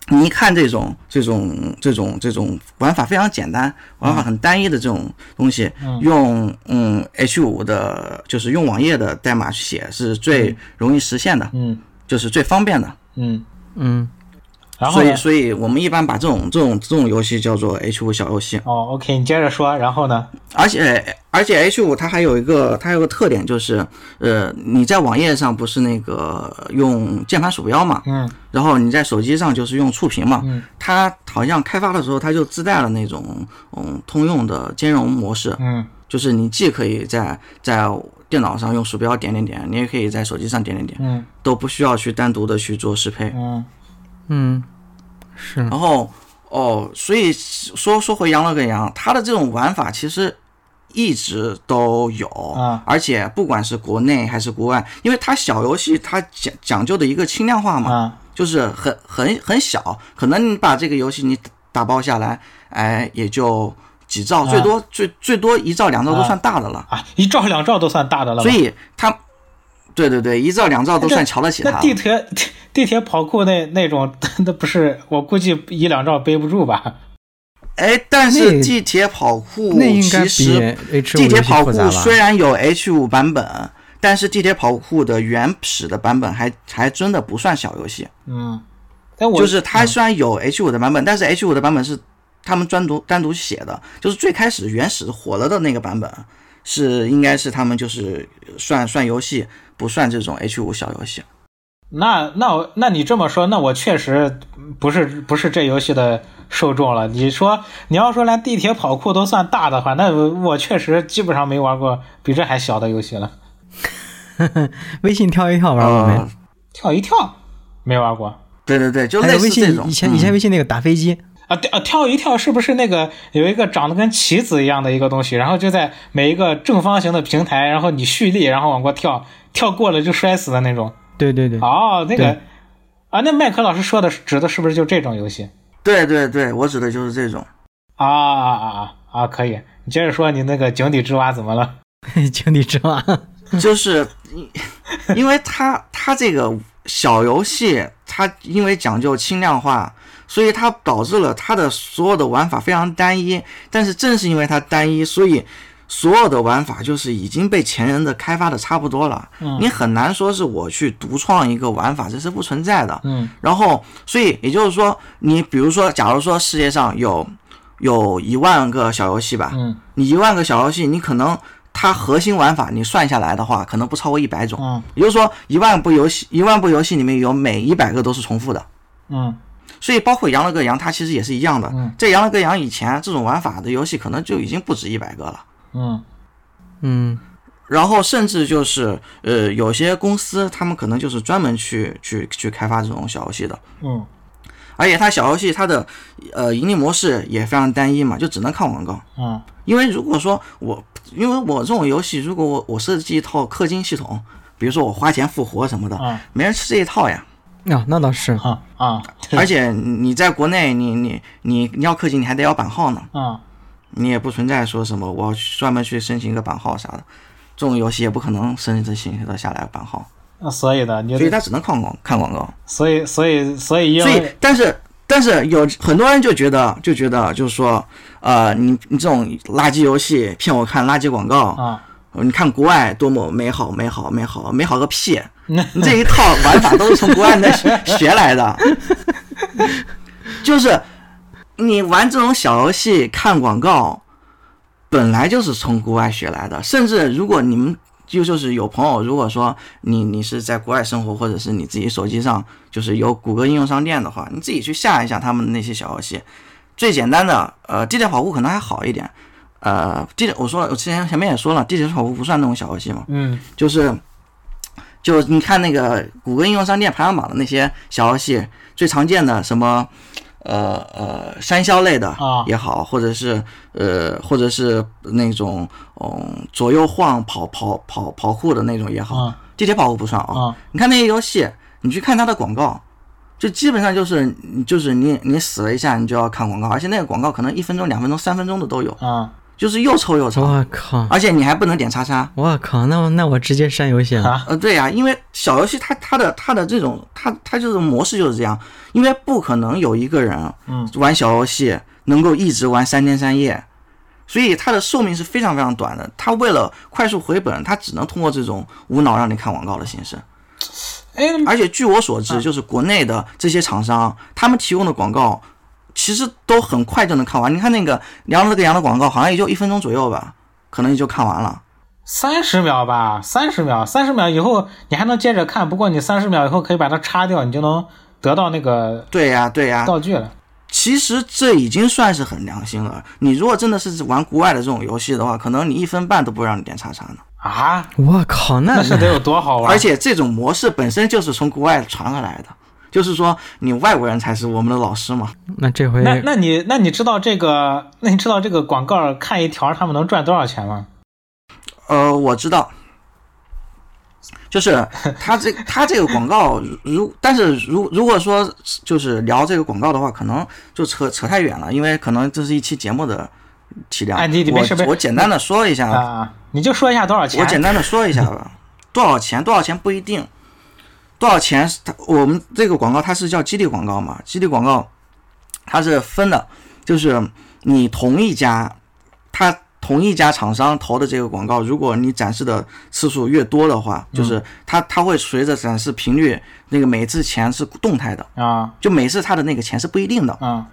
[SPEAKER 3] 你一看这种这种这种这种玩法非常简单，玩法很单一的这种东西，
[SPEAKER 1] 嗯
[SPEAKER 3] 用嗯 H 五的，就是用网页的代码去写是最容易实现的，
[SPEAKER 1] 嗯
[SPEAKER 3] 就是最方便的。
[SPEAKER 1] 嗯，
[SPEAKER 2] 嗯，
[SPEAKER 1] 然后
[SPEAKER 3] 所
[SPEAKER 1] 呢
[SPEAKER 3] 以，？所以我们一般把这种这种这种游戏叫做 H 五小游戏。
[SPEAKER 1] 哦，OK，你接着说，然后呢？
[SPEAKER 3] 而且而且 H 五它还有一个它还有个特点就是，呃，你在网页上不是那个用键盘鼠标嘛，
[SPEAKER 1] 嗯，
[SPEAKER 3] 然后你在手机上就是用触屏嘛，
[SPEAKER 1] 嗯
[SPEAKER 3] 它好像开发的时候它就自带了那种嗯通用的兼容模式，
[SPEAKER 1] 嗯
[SPEAKER 3] 就是你既可以在在电脑上用鼠标点点点，你也可以在手机上点点点，
[SPEAKER 1] 嗯
[SPEAKER 3] 都不需要去单独的去做适配。
[SPEAKER 1] 嗯
[SPEAKER 2] 嗯，是
[SPEAKER 3] 然后哦，所以说说回羊了个羊，它的这种玩法其实一直都有，
[SPEAKER 1] 啊
[SPEAKER 3] 而且不管是国内还是国外，因为它小游戏它讲讲究的一个轻量化嘛，
[SPEAKER 1] 啊
[SPEAKER 3] 就是很很很小，可能你把这个游戏你打包下来，哎，也就几兆，最多最最多一兆两兆都算大的了。
[SPEAKER 1] 啊，一兆两兆都算大的了吧
[SPEAKER 3] 所？以它对对对，一兆两
[SPEAKER 2] 哎
[SPEAKER 3] 兆都
[SPEAKER 1] 这
[SPEAKER 3] 算瞧得起他
[SPEAKER 1] 那
[SPEAKER 3] 了。
[SPEAKER 1] 地铁地地铁跑酷那那种， 那不是我估计一两兆背不住吧？
[SPEAKER 3] 哎，但
[SPEAKER 2] 那
[SPEAKER 3] 是地铁跑酷
[SPEAKER 2] 那应该
[SPEAKER 3] 其
[SPEAKER 2] 比
[SPEAKER 3] 实
[SPEAKER 2] H 五
[SPEAKER 3] 地铁
[SPEAKER 2] 游
[SPEAKER 3] 跑
[SPEAKER 2] 戏复杂
[SPEAKER 3] 酷虽
[SPEAKER 2] 吧？
[SPEAKER 3] 然有 H 五版本，但是地铁跑酷的原始的版本还还真的不算小游戏。
[SPEAKER 1] 嗯，但我啊嗯
[SPEAKER 3] 就是它虽然有 H 五的版本，但是 H 五的版本是他们单独单独写的，就是最开始原始火了的那个版本是应该是他们就是算算游戏，不算这种 H 五小游戏。
[SPEAKER 1] 那那我那你这么说，那我确实不是不是这游戏的受众了。你说你要说连地铁跑酷都算大的话，那我确实基本上没玩过比这还小的游戏了。
[SPEAKER 2] 微信跳一跳玩过没
[SPEAKER 3] 呃？
[SPEAKER 1] 跳一跳没玩过
[SPEAKER 3] 对对对，嗯就
[SPEAKER 2] 还
[SPEAKER 3] 类
[SPEAKER 2] 有微
[SPEAKER 3] 似这种。
[SPEAKER 2] 信以前以前
[SPEAKER 3] 嗯
[SPEAKER 2] 微信那个打飞机，
[SPEAKER 1] 啊？跳啊跳一跳是不是那个有一个长得跟棋子一样的一个东西，然后就在每一个正方形的平台，然后你蓄力，然后往过跳，跳过了就摔死的那种。
[SPEAKER 2] 对对对，
[SPEAKER 1] 哦，那
[SPEAKER 2] 对
[SPEAKER 1] 个啊，那麦克老师说的是指的是不是就这种游戏？
[SPEAKER 3] 对对对，我指的就是这种。
[SPEAKER 1] 啊啊啊啊啊！可以，你接着说你那个井底之蛙怎么了？
[SPEAKER 2] 井底之蛙，
[SPEAKER 3] 就是因因为它它这个小游戏，它因为讲究轻量化，所以它导致了它的所有的玩法非常单一。但是正是因为它单一，所以所有的玩法就是已经被前人的开发的差不多了。你很难说是我去独创一个玩法，这是不存在的。
[SPEAKER 1] 嗯，
[SPEAKER 3] 然后，所以也就是说，你比如说，假如说世界上有有一万个小游戏吧，
[SPEAKER 1] 嗯，
[SPEAKER 3] 你一万个小游戏，你可能它核心玩法你算下来的话，可能不超过一百种。
[SPEAKER 1] 嗯
[SPEAKER 3] 也就是说，一万部游戏，一万部游戏里面有每一百个都是重复的。
[SPEAKER 1] 嗯
[SPEAKER 3] 所以包括羊了个羊，它其实也是一样的。
[SPEAKER 1] 嗯
[SPEAKER 3] 在羊了个羊以前，这种玩法的游戏可能就已经不止一百个了。
[SPEAKER 1] 嗯
[SPEAKER 2] 嗯，
[SPEAKER 3] 然后甚至就是呃，有些公司他们可能就是专门去去去开发这种小游戏的。
[SPEAKER 1] 嗯
[SPEAKER 3] 而且它小游戏它的呃盈利模式也非常单一嘛，就只能看广告。
[SPEAKER 1] 嗯
[SPEAKER 3] 因为如果说我，因为我这种游戏，如果我我设计一套氪金系统，比如说我花钱复活什么的，
[SPEAKER 1] 嗯
[SPEAKER 3] 没人吃这一套呀。
[SPEAKER 2] 啊，那倒是，
[SPEAKER 1] 啊啊！
[SPEAKER 3] 而且你在国内，你你你你要氪金，你还得要版号呢，
[SPEAKER 1] 啊
[SPEAKER 3] 你也不存在说什么我要去专门去申请一个版号啥的，这种游戏也不可能申请得下来版号，
[SPEAKER 1] 那啊所以呢，你
[SPEAKER 3] 所以它只能看广看广告。
[SPEAKER 1] 所以所以所以因
[SPEAKER 3] 所以
[SPEAKER 1] 为，
[SPEAKER 3] 但是但是有很多人就觉得，就觉得就是说，呃，你你这种垃圾游戏骗我看垃圾广告，
[SPEAKER 1] 啊
[SPEAKER 3] 你看国外多么美好，美好，美好，美好个屁！你这一套玩法都是从国外那学学来的，就是你玩这种小游戏看广告，本来就是从国外学来的。甚至如果你们就就是有朋友，如果说你你是在国外生活，或者是你自己手机上就是有谷歌应用商店的话，你自己去下一下他们的那些小游戏。最简单的，呃，地铁跑酷可能还好一点。呃，地铁我说我之前前面也说了，地铁跑酷不算那种小游戏嘛，
[SPEAKER 1] 嗯
[SPEAKER 3] 就是就你看那个谷歌应用商店排行榜的那些小游戏，最常见的什么呃呃山魈类的
[SPEAKER 1] 啊
[SPEAKER 3] 也好，或者是呃或者是那种嗯左右晃跑跑跑跑酷的那种也好，
[SPEAKER 1] 啊
[SPEAKER 3] 地铁跑酷不算啊。
[SPEAKER 1] 啊
[SPEAKER 3] 你看那些游戏，你去看它的广告。就基本上就是就是你你死了一下，你就要看广告，而且那个广告可能一分钟、两分钟、三分钟的都有，
[SPEAKER 1] 啊
[SPEAKER 3] 就是又臭又长。
[SPEAKER 2] 我靠，
[SPEAKER 3] 而且你还不能点叉叉。
[SPEAKER 2] 我靠，那我那我直接删游戏了，
[SPEAKER 1] 啊！
[SPEAKER 3] 呃，对呀、因为小游戏它它的它的这种它它这种模式就是这样，因为不可能有一个人
[SPEAKER 1] 嗯
[SPEAKER 3] 玩小游戏能够一直玩三天三夜，所以它的寿命是非常非常短的。它为了快速回本，它只能通过这种无脑让你看广告的形式。
[SPEAKER 1] 哎，
[SPEAKER 3] 而且据我所知，就是国内的这些厂商，他们提供的广告其实都很快就能看完。你看那个羊了个羊的广告，好像也就一分钟左右吧，可能也就看完了。
[SPEAKER 1] 三十秒吧，三十秒，三十秒以后你还能接着看，不过你三十秒以后可以把它叉掉，你就能得到那个
[SPEAKER 3] 对呀、对呀、
[SPEAKER 1] 道具了。
[SPEAKER 3] 其实这已经算是很良心了。你如果真的是玩国外的这种游戏的话，可能你一分半都不让你点叉叉呢。
[SPEAKER 1] 啊，
[SPEAKER 2] 我靠，那
[SPEAKER 1] 那是得有多好玩？啊
[SPEAKER 3] 而且这种模式本身就是从国外传过来的，就是说你外国人才是我们的老师嘛。
[SPEAKER 2] 那这回
[SPEAKER 1] 那那你那你知道这个？那你知道这个广告看一条他们能赚多少钱吗？
[SPEAKER 3] 呃，我知道，就是他这 他这个广告，如但是如如果说就是聊这个广告的话，可能就扯扯太远了，因为可能这是一期节目的体量。
[SPEAKER 1] 哎你你没事没
[SPEAKER 3] 我
[SPEAKER 1] 事
[SPEAKER 3] 我简单的说一下，
[SPEAKER 1] 啊啊，你就说一下多少钱？
[SPEAKER 3] 我简单的说一下吧，多少钱？多少钱不一定，多少钱是它我们这个广告它是叫激励广告嘛？激励广告它是分的，就是你同一家，它同一家厂商投的这个广告，如果你展示的次数越多的话，就是它它会随着展示频率，那个每次钱是动态的，
[SPEAKER 1] 啊
[SPEAKER 3] 就每次它的那个钱是不一定的。
[SPEAKER 1] 啊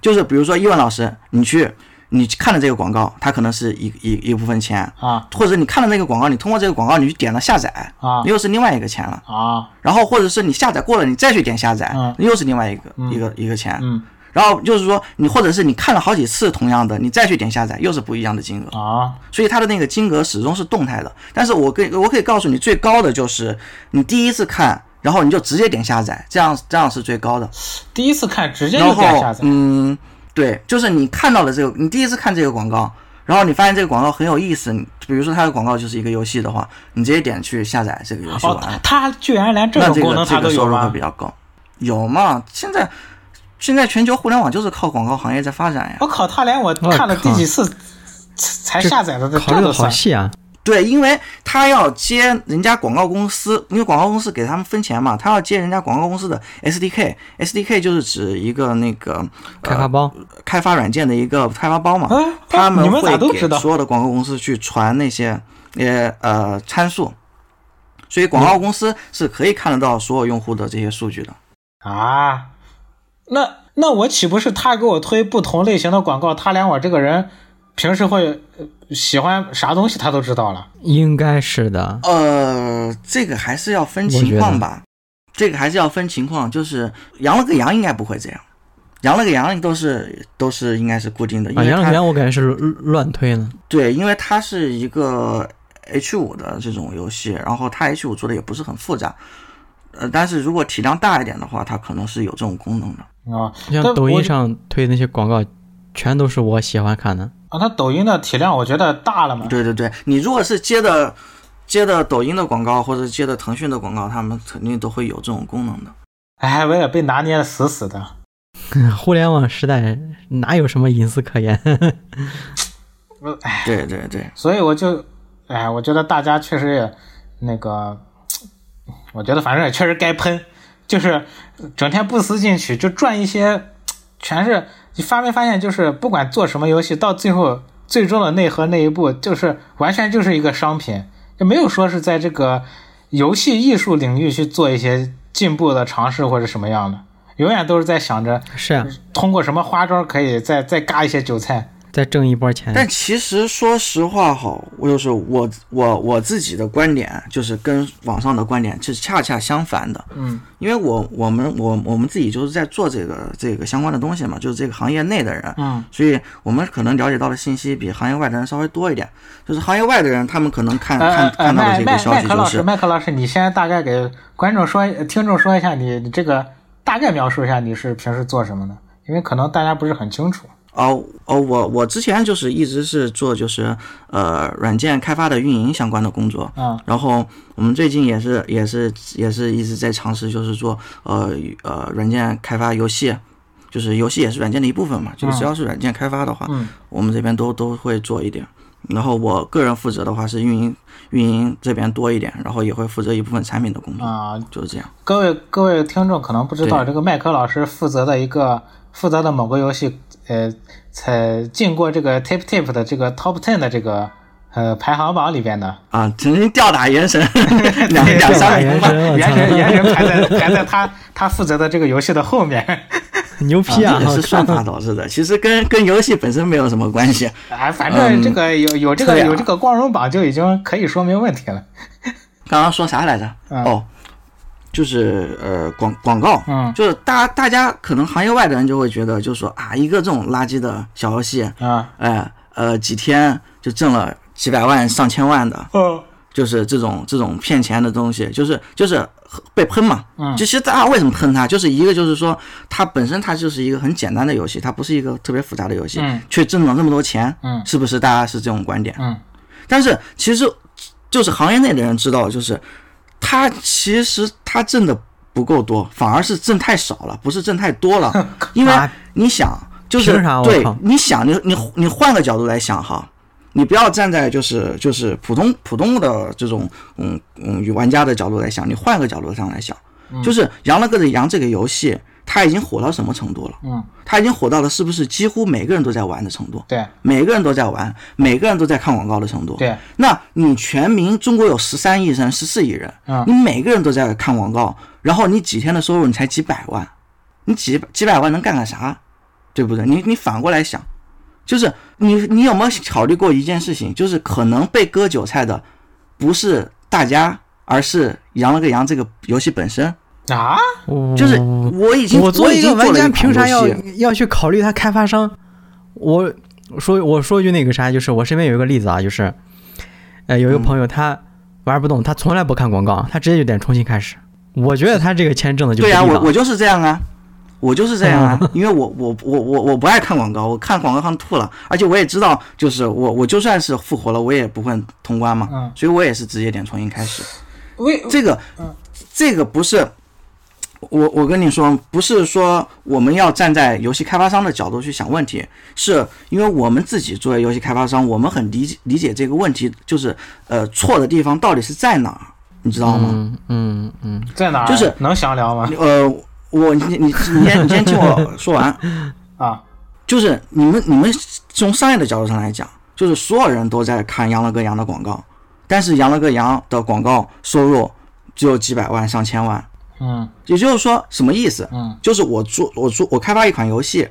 [SPEAKER 3] 就是比如说伊万老师，你去你看了这个广告，它可能是一一一部分钱，
[SPEAKER 1] 啊
[SPEAKER 3] 或者你看了那个广告，你通过这个广告你去点了下载，
[SPEAKER 1] 啊
[SPEAKER 3] 又是另外一个钱了。
[SPEAKER 1] 啊，
[SPEAKER 3] 然后或者是你下载过了，你再去点下载
[SPEAKER 1] 嗯，
[SPEAKER 3] 又是另外一个一个一个钱。
[SPEAKER 1] 嗯
[SPEAKER 3] 然后就是说你或者是你看了好几次同样的，你再去点下载又是不一样的金额。
[SPEAKER 1] 啊
[SPEAKER 3] 所以它的那个金额始终是动态的。但是我跟我可以告诉你，最高的就是你第一次看，然后你就直接点下载，这样这样是最高的。
[SPEAKER 1] 第一次看直接
[SPEAKER 3] 然
[SPEAKER 1] 就
[SPEAKER 3] 后
[SPEAKER 1] 点下载，
[SPEAKER 3] 嗯，对，就是你看到了这个，你第一次看这个广告，然后你发现这个广告很有意思，你比如说它的广告就是一个游戏的话，你直接点嗯去下载这个游戏玩
[SPEAKER 1] 哦，
[SPEAKER 3] 了，
[SPEAKER 1] 它它居然连这
[SPEAKER 3] 那
[SPEAKER 1] 种
[SPEAKER 3] 这
[SPEAKER 1] 功
[SPEAKER 3] 个
[SPEAKER 1] 能
[SPEAKER 3] 这
[SPEAKER 1] 它
[SPEAKER 3] 个
[SPEAKER 1] 都有
[SPEAKER 3] 收入会
[SPEAKER 1] 吗
[SPEAKER 3] 比？较高。有嘛？现在现在全球互联网就是靠广告行业在发展呀。
[SPEAKER 1] 我靠，它连我看了第几次才才下载的
[SPEAKER 2] 考
[SPEAKER 1] 都
[SPEAKER 2] 虑的好
[SPEAKER 1] 算
[SPEAKER 2] 细啊。
[SPEAKER 3] 对，因为他要接人家广告公司，因为广告公司给他们分钱嘛，他要接人家广告公司的 SDK，SDK 就是指一个那个呃
[SPEAKER 2] 开发包，
[SPEAKER 3] 开发软件的一个开发包嘛。
[SPEAKER 1] 哎
[SPEAKER 3] 他
[SPEAKER 1] 你们咋
[SPEAKER 3] 会
[SPEAKER 1] 都
[SPEAKER 3] 给
[SPEAKER 1] 知道
[SPEAKER 3] 所有的广告公司去传那些呃呃参数，所
[SPEAKER 1] 嗯
[SPEAKER 3] 以广告公司是可以看得到所有用户的这些数据的。
[SPEAKER 1] 啊？那那我岂不是他给我推不同类型的广告，他连我这个人平时会呃喜欢啥东西他都知道了？
[SPEAKER 2] 应该是的。
[SPEAKER 3] 呃，这个还是要分情况吧，这个还是要分情况。就是羊了个羊应该不会这样，羊了个羊都是都是应该是固定的，因
[SPEAKER 2] 啊，
[SPEAKER 3] 为
[SPEAKER 2] 杨
[SPEAKER 3] 它、
[SPEAKER 2] 乐园我感觉是乱推呢。
[SPEAKER 3] 对，因为它是一个 H 五的这种游戏，然后它 H 五做的也不是很复杂。呃，但是如果体量大一点的话，它可能是有这种功能的。
[SPEAKER 1] 啊，但
[SPEAKER 2] 像抖
[SPEAKER 1] 我
[SPEAKER 2] 音上推那些广告，全都是我喜欢看的。
[SPEAKER 1] 啊，它抖音的体量我觉得大了嘛，
[SPEAKER 3] 对对对，你如果是接的接的抖音的广告或者接的腾讯的广告，他们肯定都会有这种功能的。
[SPEAKER 1] 哎，我也被拿捏的死死的。
[SPEAKER 2] 互联网时代哪有什么隐私可言？
[SPEAKER 1] 呃哎，
[SPEAKER 3] 对对对，
[SPEAKER 1] 所以我就，哎，我觉得大家确实也那个，我觉得反正也确实该喷，就是整天不思进取，就赚一些，全是你发没发现，就是不管做什么游戏，到最后最终的内核那一步，就是完全就是一个商品，就没有说是在这个游戏艺术领域去做一些进步的尝试或者什么样的，永远都是在想着
[SPEAKER 2] 是啊，
[SPEAKER 3] 嗯
[SPEAKER 1] 通过什么花招可以再再嘎一些韭菜。
[SPEAKER 2] 再挣一波钱。
[SPEAKER 3] 但其实说实话哈，我就是我我我自己的观点，啊就是跟网上的观点是恰恰相反的。
[SPEAKER 1] 嗯
[SPEAKER 3] 因为我我们我我们自己就是在做这个这个相关的东西嘛，就是这个行业内的人，
[SPEAKER 1] 嗯
[SPEAKER 3] 所以我们可能了解到的信息比行业外的人稍微多一点。就是行业外的人，他们可能看嗯看
[SPEAKER 1] 呃呃，
[SPEAKER 3] 看到的
[SPEAKER 1] 麦
[SPEAKER 3] 这
[SPEAKER 1] 麦
[SPEAKER 3] 个消
[SPEAKER 1] 麦
[SPEAKER 3] 息
[SPEAKER 1] 克
[SPEAKER 3] 就
[SPEAKER 1] 老
[SPEAKER 3] 是
[SPEAKER 1] 师，，麦克老师，你先大概给观众说、呃听众说一下你，你这个大概描述一下你是平时做什么的，因为可能大家不是很清楚。
[SPEAKER 3] 哦哦，我我之前就是一直是做就是呃软件开发的运营相关的工作，
[SPEAKER 2] 啊
[SPEAKER 1] 嗯
[SPEAKER 3] 然后我们最近也是也是也是一直在尝试就是做呃呃软件开发游戏，就是游戏也是软件的一部分嘛，
[SPEAKER 2] 啊
[SPEAKER 3] 就是只要是软件开发的话，
[SPEAKER 1] 嗯
[SPEAKER 3] 我们这边都都会做一点。然后我个人负责的话是运营运营这边多一点，然后也会负责一部分产品的工作，
[SPEAKER 1] 啊、
[SPEAKER 3] 就是这样。
[SPEAKER 1] 各位各位听众可能不知道，这个麦克老师负责的一个负责的某个游戏，呃，才进过这个 Tip Tip 的这个 Top Ten 的这个呃排行榜里边的。
[SPEAKER 3] 啊，曾经吊打原神 两 两
[SPEAKER 2] 吊打
[SPEAKER 3] 三
[SPEAKER 2] 原
[SPEAKER 3] 名吧。
[SPEAKER 2] 神，我
[SPEAKER 1] 原神
[SPEAKER 2] 操，
[SPEAKER 1] 原神排在排 在他他负责的这个游戏的后面。
[SPEAKER 2] 牛
[SPEAKER 3] 啊
[SPEAKER 2] 批啊！
[SPEAKER 3] 这也
[SPEAKER 2] 我
[SPEAKER 3] 是
[SPEAKER 2] 靠
[SPEAKER 3] 算法导致的，其实跟跟游戏本身没有什么关系。
[SPEAKER 1] 哎，反正这个有有这个
[SPEAKER 3] 嗯对啊
[SPEAKER 1] 有这个光荣榜就已经可以说明问题了。
[SPEAKER 3] 刚刚说啥来着？
[SPEAKER 1] 嗯
[SPEAKER 3] 哦，就是呃广广告，
[SPEAKER 1] 嗯
[SPEAKER 3] 就是大大家可能行业外的人就会觉得，就是说啊，一个这种垃圾的小游戏，
[SPEAKER 1] 啊，
[SPEAKER 3] 哎呃几天就挣了几百万上千万的，
[SPEAKER 1] 哦，
[SPEAKER 3] 就是这种这种骗钱的东西，就是就是被喷嘛。
[SPEAKER 1] 嗯
[SPEAKER 3] 就其实大家为什么喷它，就是一个就是说它本身它就是一个很简单的游戏，它不是一个特别复杂的游戏，
[SPEAKER 1] 嗯
[SPEAKER 3] 却挣了那么多钱，
[SPEAKER 1] 嗯
[SPEAKER 3] 是不是大家是这种观点？
[SPEAKER 1] 嗯
[SPEAKER 3] 但是其实就是行业内的人知道，就是他其实他挣的不够多，反而是挣太少了，不是挣太 多了，因为
[SPEAKER 2] 啊
[SPEAKER 3] 你想，就是
[SPEAKER 2] 凭啥我
[SPEAKER 3] 对
[SPEAKER 2] 靠，
[SPEAKER 3] 你想，你你你换个角度来想哈，你不要站在就是就是普通普通的这种嗯嗯玩家的角度来想，你换个角度上来想，
[SPEAKER 2] 嗯
[SPEAKER 3] 就是《羊了个的羊》这个游戏，它已经火到什么程度了？
[SPEAKER 1] 嗯，
[SPEAKER 3] 它已经火到了是不是几乎每个人都在玩的程度？
[SPEAKER 1] 对
[SPEAKER 3] 每个人都在玩，每个人都在看广告的程度。
[SPEAKER 1] 对，
[SPEAKER 3] 那你全民中国有十三亿人、十四亿人，
[SPEAKER 1] 嗯
[SPEAKER 3] 你每个人都在看广告，然后你几天的收入你才几百万，你几几百万能干干啥？对不对？你你反过来想，就是你你有没有考虑过一件事情，就是可能被割韭菜的不是大家，而是羊了个羊这个游戏本身。
[SPEAKER 1] 啊，
[SPEAKER 3] 就是我已经
[SPEAKER 2] 嗯我作为
[SPEAKER 3] 已
[SPEAKER 2] 一
[SPEAKER 3] 经
[SPEAKER 2] 个玩
[SPEAKER 3] 做了
[SPEAKER 2] 家，
[SPEAKER 3] 一款
[SPEAKER 2] 凭啥要
[SPEAKER 3] 游戏
[SPEAKER 2] 要去考虑他开发商？我说我说一句那个啥，就是我身边有一个例子啊，就是，呃，
[SPEAKER 3] 嗯
[SPEAKER 2] 有一个朋友他玩不动，他从来不看广告，他直接就点重新开始。我觉得他这个钱挣的就
[SPEAKER 3] 对
[SPEAKER 2] 呀、
[SPEAKER 3] 呀、我我就是这样啊，我就是这样啊，因为我我我我我不爱看广告，我看广告看吐了，而且我也知道，就是我我就算是复活了，我也不会通关嘛，
[SPEAKER 1] 嗯
[SPEAKER 3] 所以我也是直接点重新开始。
[SPEAKER 1] 为
[SPEAKER 3] 这个这个不是。我我跟你说，不是说我们要站在游戏开发商的角度去想问题，是因为我们自己作为游戏开发商，我们很理解理解这个问题，就是呃错的地方到底是在哪儿，你知道吗？
[SPEAKER 2] 嗯嗯嗯，
[SPEAKER 1] 在哪儿？
[SPEAKER 3] 就是
[SPEAKER 1] 能详聊吗？
[SPEAKER 3] 呃，我你你你先你先听我说完，
[SPEAKER 1] 啊，
[SPEAKER 3] 就是你们你们从商业的角度上来讲，就是所有人都在看羊了个羊的广告，但是羊了个羊的广告收入只有几百万上千万，
[SPEAKER 1] 嗯
[SPEAKER 3] 也就是说什么意思？
[SPEAKER 1] 嗯，
[SPEAKER 3] 就是我做我做我开发一款游戏，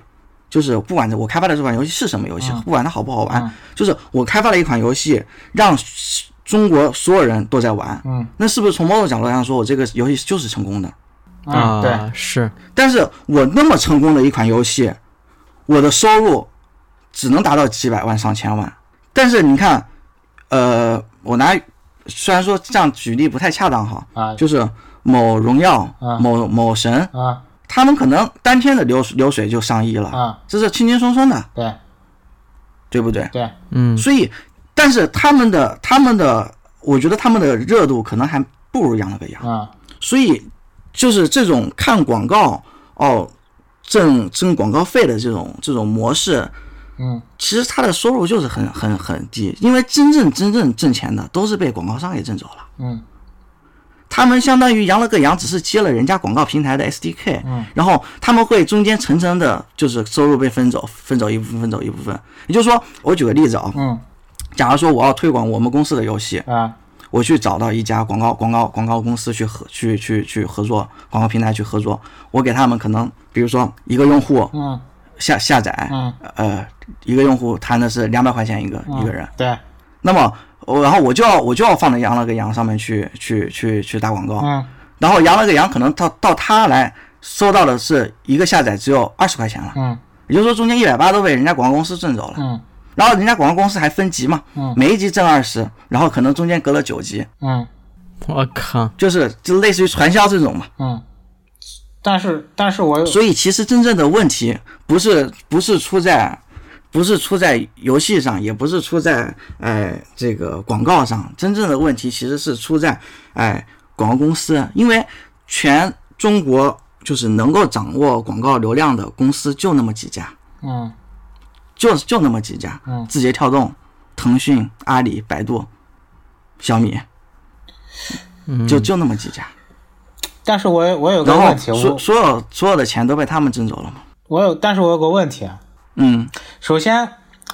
[SPEAKER 3] 就是不管我开发的这款游戏是什么游戏，
[SPEAKER 1] 嗯
[SPEAKER 3] 不管它好不好玩，
[SPEAKER 1] 嗯
[SPEAKER 3] 就是我开发了一款游戏，让中国所有人都在玩，
[SPEAKER 1] 嗯
[SPEAKER 3] 那是不是从某种角度上说，我这个游戏就是成功的？
[SPEAKER 1] 嗯，对，
[SPEAKER 2] 啊，是，
[SPEAKER 3] 但是我那么成功的一款游戏，我的收入只能达到几百万、上千万。但是你看，呃，我拿虽然说这样举例不太恰当哈，
[SPEAKER 1] 啊
[SPEAKER 3] 就是某荣耀、
[SPEAKER 1] 啊
[SPEAKER 3] 某某神，
[SPEAKER 1] 啊
[SPEAKER 3] 他们可能当天的流流水就上亿了，
[SPEAKER 1] 啊，
[SPEAKER 3] 这是轻轻松松的，
[SPEAKER 1] 对
[SPEAKER 3] 对不对？
[SPEAKER 1] 对，
[SPEAKER 2] 嗯
[SPEAKER 3] 所以，但是他们的他们的，我觉得他们的热度可能还不如羊了个羊。
[SPEAKER 1] 嗯
[SPEAKER 3] 所以就是这种看广告哦，挣挣广告费的这种这种模式，
[SPEAKER 1] 嗯
[SPEAKER 3] 其实它的收入就是很很很低，因为真正真正挣钱的都是被广告商给挣走了。
[SPEAKER 1] 嗯
[SPEAKER 3] 他们相当于羊了个羊，只是接了人家广告平台的 SDK，
[SPEAKER 1] 嗯，
[SPEAKER 3] 然后他们会中间层层的，就是收入被分走，分走一部分，分走一部分。也就是说，我举个例子啊，
[SPEAKER 1] 嗯
[SPEAKER 3] 假如说我要推广我们公司的游戏，
[SPEAKER 1] 啊
[SPEAKER 3] 我去找到一家广告广告广告公司去合去去去合作，广告平台去合作，我给他们可能比如说一个用户
[SPEAKER 1] 嗯
[SPEAKER 3] 下下载，
[SPEAKER 1] 嗯
[SPEAKER 3] 呃，一个用户谈的是两百块钱一个、
[SPEAKER 1] 嗯，
[SPEAKER 3] 一个人，
[SPEAKER 1] 对，
[SPEAKER 3] 那么我然后我就要我就要放在羊了个羊上面去去去去打广告，
[SPEAKER 1] 嗯
[SPEAKER 3] 然后羊了个羊可能到到他来收到的是一个下载只有二十块钱了，
[SPEAKER 1] 嗯
[SPEAKER 3] 也就是说中间一百八都被人家广告公司挣走了，
[SPEAKER 1] 嗯
[SPEAKER 3] 然后人家广告公司还分级嘛，
[SPEAKER 1] 嗯
[SPEAKER 3] 每一级挣二十，然后可能中间隔了九级。
[SPEAKER 1] 嗯
[SPEAKER 2] 我靠，
[SPEAKER 3] 就是就类似于传销这种嘛。
[SPEAKER 1] 嗯，但是但是我
[SPEAKER 3] 所以其实真正的问题不是不是出在不是出在游戏上，也不是出在呃这个广告上，真正的问题其实是出在哎、广告公司，因为全中国就是能够掌握广告流量的公司就那么几家，
[SPEAKER 1] 嗯
[SPEAKER 3] 就就那么几家，
[SPEAKER 1] 嗯
[SPEAKER 3] 字节跳动、腾讯、阿里、百度、小米，
[SPEAKER 2] 嗯，
[SPEAKER 3] 就就那么几家。
[SPEAKER 1] 但是我我有个
[SPEAKER 3] 然后
[SPEAKER 1] 问题，
[SPEAKER 3] 所
[SPEAKER 1] 我
[SPEAKER 3] 所有所有的钱都被他们挣走了嘛。
[SPEAKER 1] 我有，但是我有个问题啊，
[SPEAKER 3] 嗯，
[SPEAKER 1] 首先，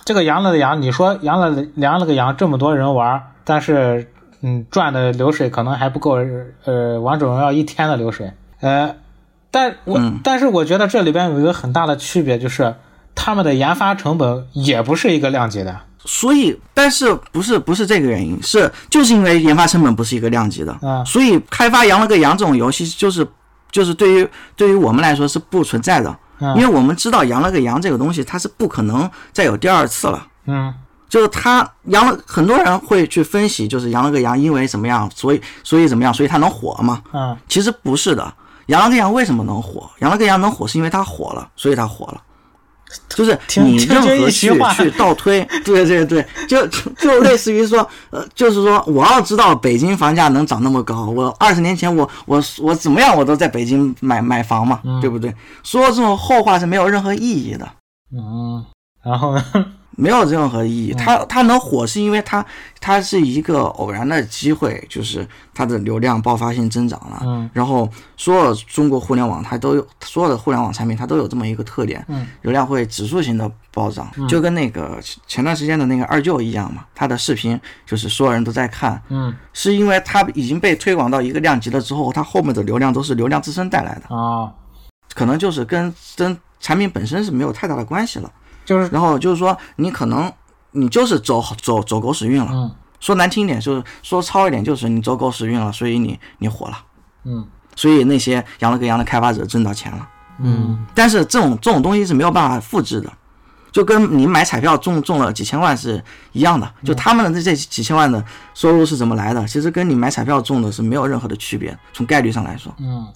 [SPEAKER 1] 这个羊了个羊，你说羊了羊了个羊，这么多人玩，但是嗯，赚的流水可能还不够呃王者荣耀一天的流水。呃，但我、
[SPEAKER 3] 嗯
[SPEAKER 1] 但是我觉得这里边有一个很大的区别，就是他们的研发成本也不是一个量级的。
[SPEAKER 3] 所以，但是不是不是这个原因，是就是因为研发成本不是一个量级的，
[SPEAKER 1] 嗯
[SPEAKER 3] 所以开发《羊了个羊》这种游戏就是就是对于对于我们来说是不存在的，
[SPEAKER 1] 嗯
[SPEAKER 3] 因为我们知道《羊了个羊》这个东西它是不可能再有第二次了。
[SPEAKER 1] 嗯
[SPEAKER 3] 就是它羊了，很多人会去分析，就是羊了个羊，因为怎么样，所以所以怎么样，所以它能火嘛？
[SPEAKER 1] 嗯
[SPEAKER 3] 其实不是的，羊了个羊为什么能火？羊了个羊能火是因为它火了，所以它火了。就是
[SPEAKER 1] 听
[SPEAKER 3] 你
[SPEAKER 1] 听
[SPEAKER 3] 任
[SPEAKER 1] 君
[SPEAKER 3] 何
[SPEAKER 1] 一席
[SPEAKER 3] 去
[SPEAKER 1] 话
[SPEAKER 3] 去倒 推，对对对，就就就类似于说，呃，就是说我要知道北京房价能涨那么高，我二十年前我我我怎么样我都在北京买买房
[SPEAKER 1] 嗯
[SPEAKER 3] 嘛，对不对？说这种后话是没有任何意义的。
[SPEAKER 1] 嗯，然后呢？
[SPEAKER 3] 没有任何意
[SPEAKER 1] 嗯
[SPEAKER 3] 义。它它能火是因为它它是一个偶然的机会，就是它的流量爆发性增长了。
[SPEAKER 1] 嗯，
[SPEAKER 3] 然后所有中国互联网它都有，所有的互联网产品它都有这么一个特点，
[SPEAKER 1] 嗯，
[SPEAKER 3] 流量会指数型的暴涨，就跟那个前段时间的那个二舅一样嘛，他的视频就是所有人都在看，
[SPEAKER 1] 嗯
[SPEAKER 3] 是因为它已经被推广到一个量级了之后，它后面的流量都是流量自身带来的，
[SPEAKER 1] 啊，
[SPEAKER 3] 可能就是跟跟产品本身是没有太大的关系了。
[SPEAKER 1] 就是
[SPEAKER 3] 然后就是说，你可能你就是走走走狗屎运了。
[SPEAKER 1] 嗯
[SPEAKER 3] 说难听一点，就是说糙一点，就是你走狗屎运了，所以你你火了，
[SPEAKER 1] 嗯
[SPEAKER 3] 所以那些羊了个羊的开发者挣到钱了。
[SPEAKER 2] 嗯
[SPEAKER 3] 但是这种这种东西是没有办法复制的，就跟你买彩票中中了几千万是一样的。就他们的这这几千万的收入是怎么来的，其实跟你买彩票中的是没有任何的区别，从概率上来说。
[SPEAKER 1] 嗯，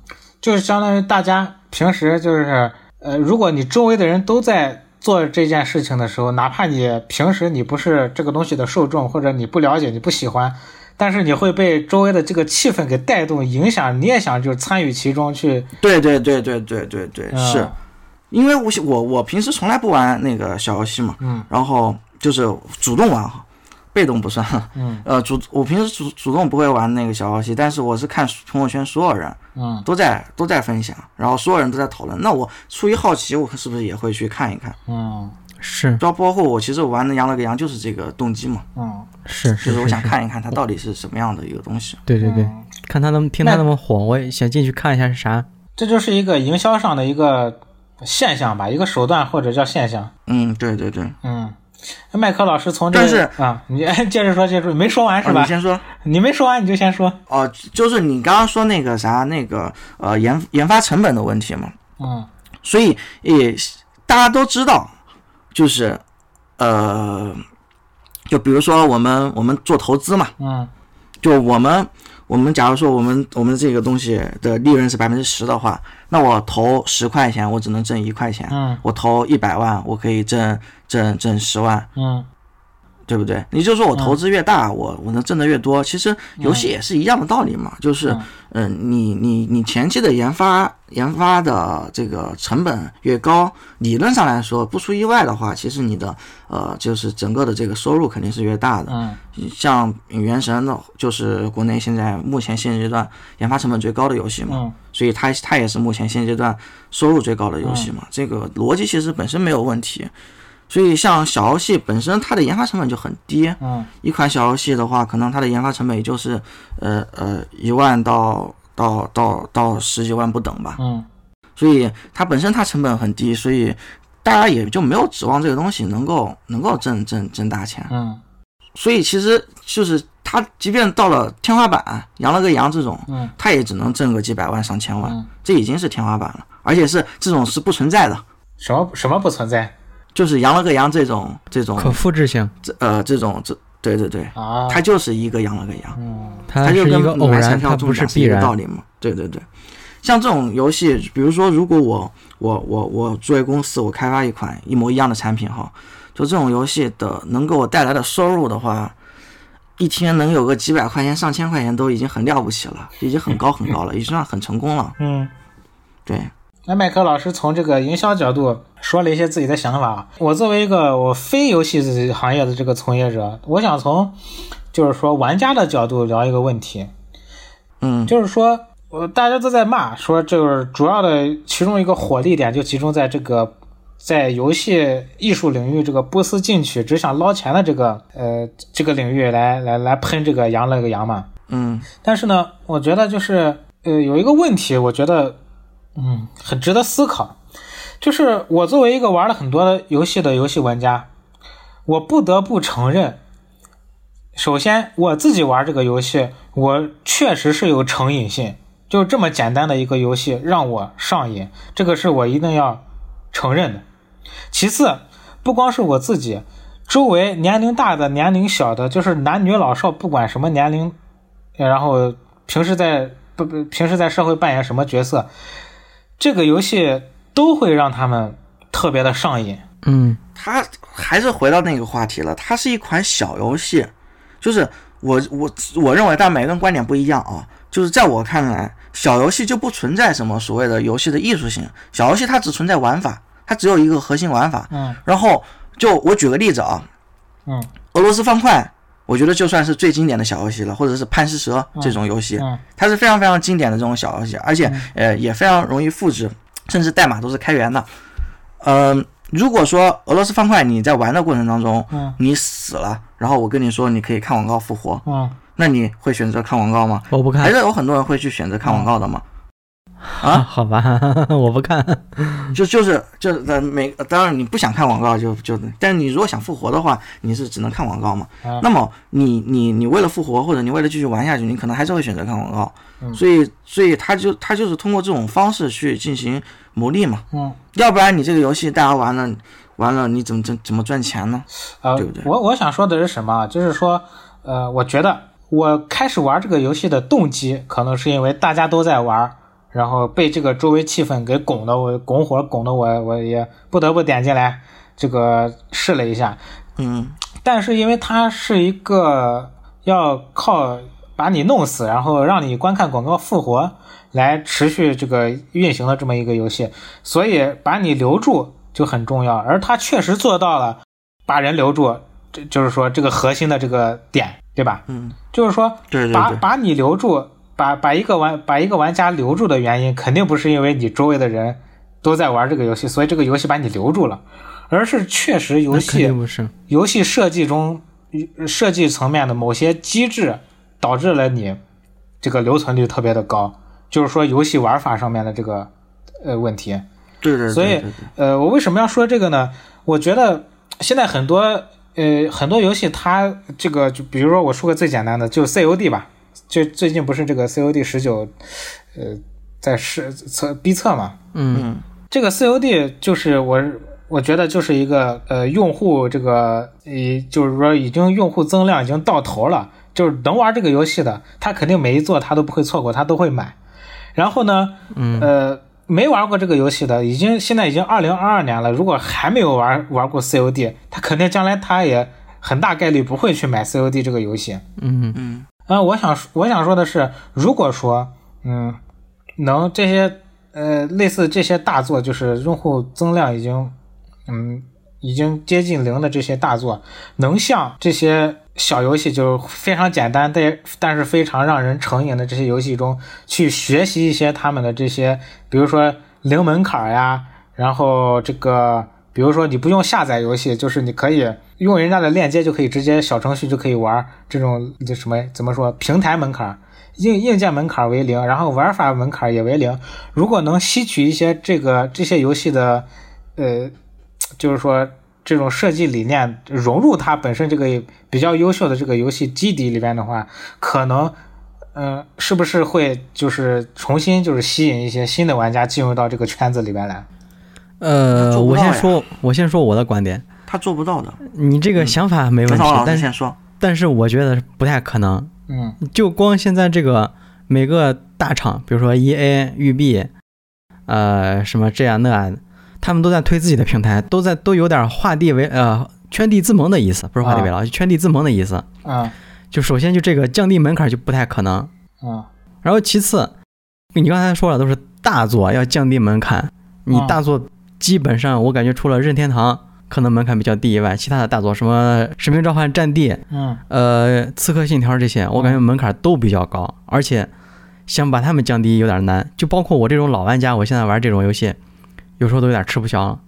[SPEAKER 1] 就是相当于大家平时就是呃，如果你周围的人都在做这件事情的时候，哪怕你平时你不是这个东西的受众，或者你不了解、你不喜欢，但是你会被周围的这个气氛给带动、影响，你也想就是参与其中去。
[SPEAKER 3] 对对对对对对对，
[SPEAKER 1] 嗯
[SPEAKER 3] 是因为我喜我我平时从来不玩那个小游戏嘛，
[SPEAKER 1] 嗯，
[SPEAKER 3] 然后就是主动玩哈，被动不算，
[SPEAKER 1] 嗯，
[SPEAKER 3] 呃，主我平时主主动不会玩那个小游戏，但是我是看朋友圈所有人
[SPEAKER 1] 嗯
[SPEAKER 3] 都在都在分享，然后所有人都在讨论，那我出于好奇，我是不是也会去看一看？
[SPEAKER 1] 嗯
[SPEAKER 2] 是
[SPEAKER 3] 包包括我其实我玩的《羊了个羊》就是这个动机嘛，
[SPEAKER 1] 嗯，
[SPEAKER 2] 是
[SPEAKER 3] 就是是我
[SPEAKER 2] 是
[SPEAKER 3] 想
[SPEAKER 2] 是，
[SPEAKER 3] 看一看它到底是什么样的一个东西。
[SPEAKER 2] 对对对，看他们听
[SPEAKER 1] 那
[SPEAKER 2] 他那么火，我也想进去看一下是啥。
[SPEAKER 1] 这就是一个营销上的一个现象吧，一个手段或者叫现象。
[SPEAKER 3] 嗯，对对对，
[SPEAKER 1] 嗯，麦克老师从这
[SPEAKER 3] 但是
[SPEAKER 1] 啊，你 接着说，接着说，没说完是
[SPEAKER 3] 哦
[SPEAKER 1] 吧？
[SPEAKER 3] 你先说。
[SPEAKER 1] 你没说完你就先说。
[SPEAKER 3] 哦、就是你刚刚说那个啥，那个呃研研发成本的问题嘛，
[SPEAKER 1] 嗯
[SPEAKER 3] 所以也大家都知道，就是呃，就比如说我们我们做投资嘛，
[SPEAKER 1] 嗯
[SPEAKER 3] 就我们我们假如说我们我们这个东西的利润是百分之十的话，那我投十块钱，我只能挣一块钱；
[SPEAKER 1] 嗯
[SPEAKER 3] 我投一百万，我可以挣挣挣十万，
[SPEAKER 1] 嗯
[SPEAKER 3] 对不对？也就是说，我投资越大，我我能挣得越多。其实游戏也是一样的道理嘛，就是，嗯、你你你前期的研发研发的这个成本越高，理论上来说，不出意外的话，其实你的呃，就是整个的这个收入肯定是越大的。
[SPEAKER 1] 嗯
[SPEAKER 3] 像《原神》的，就是国内现在目前现阶段研发成本最高的游戏嘛，
[SPEAKER 1] 嗯
[SPEAKER 3] 所以它它也是目前现阶段收入最高的游戏
[SPEAKER 1] 嗯
[SPEAKER 3] 嘛。这个逻辑其实本身没有问题，所以像小游戏本身它的研发成本就很低，
[SPEAKER 1] 嗯
[SPEAKER 3] 一款小游戏的话，可能它的研发成本也就是呃呃一万到到到到十几万不等吧，
[SPEAKER 1] 嗯
[SPEAKER 3] 所以它本身它成本很低，所以大家也就没有指望这个东西能够能够挣挣挣大钱。
[SPEAKER 1] 嗯
[SPEAKER 3] 所以其实就是他，即便到了天花板，羊了个羊这种，
[SPEAKER 1] 嗯
[SPEAKER 3] 他也只能挣个几百万、上千万，
[SPEAKER 1] 嗯，
[SPEAKER 3] 这已经是天花板了，而且是这种是不存在的，
[SPEAKER 1] 什么什么不存在
[SPEAKER 3] 就是羊了个羊这种这种
[SPEAKER 2] 可复制性，
[SPEAKER 3] 这呃这种这对对对，
[SPEAKER 1] 啊？
[SPEAKER 3] 它就是一个羊了个羊，
[SPEAKER 1] 嗯
[SPEAKER 2] 它
[SPEAKER 3] 就是跟
[SPEAKER 2] 一个
[SPEAKER 3] 你
[SPEAKER 2] 偶
[SPEAKER 3] 买彩
[SPEAKER 2] 然，
[SPEAKER 3] 票
[SPEAKER 2] 它
[SPEAKER 3] 中
[SPEAKER 2] 不
[SPEAKER 3] 奖是
[SPEAKER 2] 必
[SPEAKER 3] 一个
[SPEAKER 2] 然。
[SPEAKER 3] 道理嘛，对对对。像这种游戏，比如说，如果我我我我作为公司，我开发一款一模一样的产品哈，就这种游戏的能给我带来的收入的话，一天能有个几百块钱、上千块钱都已经很了不起了，已经很高很高了，已经算很成功了。
[SPEAKER 1] 嗯。
[SPEAKER 3] 对，
[SPEAKER 1] 那麦克老师从这个营销角度说了一些自己的想法。我作为一个我非游戏行业的这个从业者，我想从就是说玩家的角度聊一个问题，
[SPEAKER 3] 嗯，
[SPEAKER 1] 就是说，呃，大家都在骂说，就是主要的其中一个火力点就集中在这个在游戏艺术领域这个不思进取、只想捞钱的这个呃这个领域来来来喷这个羊了个羊嘛。
[SPEAKER 3] 嗯，
[SPEAKER 1] 但是呢，我觉得就是呃有一个问题，我觉得嗯很值得思考，就是我作为一个玩了很多的游戏的游戏玩家，我不得不承认，首先我自己玩这个游戏，我确实是有成瘾性，就这么简单的一个游戏让我上瘾，这个是我一定要承认的。其次，不光是我自己。周围年龄大的、年龄小的，就是男女老少，不管什么年龄然后平时在不不平时在社会扮演什么角色，这个游戏都会让他们特别的上瘾。
[SPEAKER 2] 嗯，
[SPEAKER 3] 它还是回到那个话题了，它是一款小游戏，就是我我我认为，但每个人观点不一样啊。就是在我看来，小游戏就不存在什么所谓的游戏的艺术性，小游戏它只存在玩法，它只有一个核心玩法。
[SPEAKER 1] 嗯
[SPEAKER 3] 然后就我举个例子啊，
[SPEAKER 1] 嗯，
[SPEAKER 3] 俄罗斯方块，我觉得就算是最经典的小游戏了，或者是贪吃蛇这种游戏，
[SPEAKER 1] 嗯
[SPEAKER 3] 它是非常非常经典的这种小游戏，而且呃也非常容易复制，甚至代码都是开源的。嗯、如果说俄罗斯方块你在玩的过程当中
[SPEAKER 1] 嗯
[SPEAKER 3] 你死了，然后我跟你说你可以看广告复活，
[SPEAKER 1] 嗯，
[SPEAKER 3] 那你会选择看广告吗？
[SPEAKER 2] 我不
[SPEAKER 3] 还
[SPEAKER 2] 看，
[SPEAKER 3] 是有很多人会去选择看广告的嘛？
[SPEAKER 2] 啊，
[SPEAKER 3] 啊，
[SPEAKER 2] 好吧， 我不看。
[SPEAKER 3] 就就是就是呃每当然你不想看广告就就，但是你如果想复活的话，你是只能看广告嘛。
[SPEAKER 1] 嗯
[SPEAKER 3] 那么你你你为了复活或者你为了继续玩下去，你可能还是会选择看广告。
[SPEAKER 1] 嗯
[SPEAKER 3] 所以所以他就他就是通过这种方式去进行牟利嘛，
[SPEAKER 1] 嗯，
[SPEAKER 3] 要不然你这个游戏大家玩了玩了，你怎么怎怎么赚钱呢？
[SPEAKER 1] 呃
[SPEAKER 3] 对不对，
[SPEAKER 1] 我我想说的是什么啊？就是说，呃，我觉得我开始玩这个游戏的动机，可能是因为大家都在玩，然后被这个周围气氛给拱的，我拱火拱的我我也不得不点进来这个试了一下。
[SPEAKER 3] 嗯，
[SPEAKER 1] 但是因为它是一个要靠把你弄死，然后让你观看广告复活来持续这个运行的这么一个游戏，所以把你留住就很重要。而它确实做到了把人留住，这就是说这个核心的这个点，对吧？
[SPEAKER 3] 嗯，
[SPEAKER 1] 就是说
[SPEAKER 3] 对对
[SPEAKER 1] 把
[SPEAKER 3] 对，
[SPEAKER 1] 把你留住，把把一个玩把一个玩家留住的原因，肯定不是因为你周围的人都在玩这个游戏，所以这个游戏把你留住了，而是确实游
[SPEAKER 2] 那
[SPEAKER 1] 戏
[SPEAKER 2] 肯定不是，
[SPEAKER 1] 游戏设计中呃设计层面的某些机制，导致了你这个留存率特别的高，就是说游戏玩法上面的这个呃问题。
[SPEAKER 3] 对对对
[SPEAKER 1] 所以
[SPEAKER 3] 对对，
[SPEAKER 1] 呃，我为什么要说这个呢？我觉得现在很多呃很多游戏它这个就比如说我说个最简单的，就 COD 吧，就最近不是这个 COD 十九呃在试测逼测嘛，
[SPEAKER 2] 嗯，
[SPEAKER 3] 嗯
[SPEAKER 1] 这个 COD 就是我我觉得就是一个呃用户这个呃就是说已经用户增量已经到头了，就是能玩这个游戏的，他肯定每一座他都不会错过，他都会买。然后呢，
[SPEAKER 2] 嗯
[SPEAKER 1] 呃，没玩过这个游戏的，已经现在已经二零二二年了，如果还没有玩玩过 COD，他肯定将来他也很大概率不会去买 COD 这个游戏。
[SPEAKER 2] 嗯
[SPEAKER 3] 嗯
[SPEAKER 1] 呃，我想说我想说的是，如果说，嗯，能这些呃类似这些大作，就是用户增量已经，嗯，已经接近零的这些大作，能像这些小游戏，就是非常简单但但是非常让人成瘾的这些游戏中去学习一些他们的这些，比如说零门槛呀，然后这个。比如说，你不用下载游戏，就是你可以用人家的链接就可以直接小程序就可以玩这种这什么怎么说平台门槛，硬硬件门槛为零，然后玩法门槛也为零。如果能吸取一些这个这些游戏的，呃，就是说这种设计理念融入它本身这个比较优秀的这个游戏基底里边的话，可能，呃，是不是会就是重新就是吸引一些新的玩家进入到这个圈子里边来？
[SPEAKER 2] 呃，
[SPEAKER 3] 做不
[SPEAKER 2] 我
[SPEAKER 3] 到
[SPEAKER 2] 先
[SPEAKER 3] 呀
[SPEAKER 2] 说，我先说我的观点。
[SPEAKER 3] 他做不到的。
[SPEAKER 2] 你这个想法没问
[SPEAKER 3] 陈
[SPEAKER 2] 题，
[SPEAKER 3] 涛嗯老
[SPEAKER 2] 但
[SPEAKER 3] 师
[SPEAKER 2] 是
[SPEAKER 3] 先说，
[SPEAKER 2] 但是我觉得不太可能。
[SPEAKER 1] 嗯
[SPEAKER 2] 就光现在这个每个大厂，比如说 E A、育碧，呃，什么这样那样，他们都在推自己的平台，都在都有点画地为呃圈地自萌的意思，不是画地为牢，就圈地自萌的意思。
[SPEAKER 1] 嗯
[SPEAKER 2] 就首先就这个降低门槛就不太可能，
[SPEAKER 1] 嗯
[SPEAKER 2] 然后其次，你刚才说了都是大作要降低门槛，你
[SPEAKER 1] 嗯
[SPEAKER 2] 大作基本上我感觉除了任天堂可能门槛比较低以外，其他的大作什么《使命召唤》《战地》
[SPEAKER 1] 嗯
[SPEAKER 2] 呃，《刺客信条》这些，我感觉门槛都比较高，而且想把他们降低有点难。就包括我这种老玩家，我现在玩这种游戏，有时候都有点吃不消了。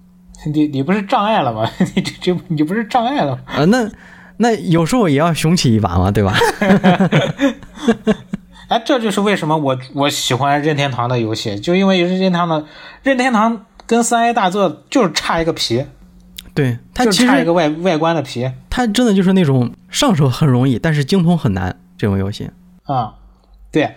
[SPEAKER 1] 你你不是障碍了吗？你这这你不是障碍了吗？
[SPEAKER 2] 呃，那那有时候也要雄起一把嘛，对吧？
[SPEAKER 1] 哎，这就是为什么我我喜欢任天堂的游戏，就因为任天堂的任天堂跟三 A 大作就是差一个皮，
[SPEAKER 2] 对，它
[SPEAKER 1] 就
[SPEAKER 2] 其
[SPEAKER 1] 是差一
[SPEAKER 2] 实
[SPEAKER 1] 个外外观的皮啊、
[SPEAKER 2] 它真的就是那种上手很容易，但是精通很难这种游戏。
[SPEAKER 1] 啊对，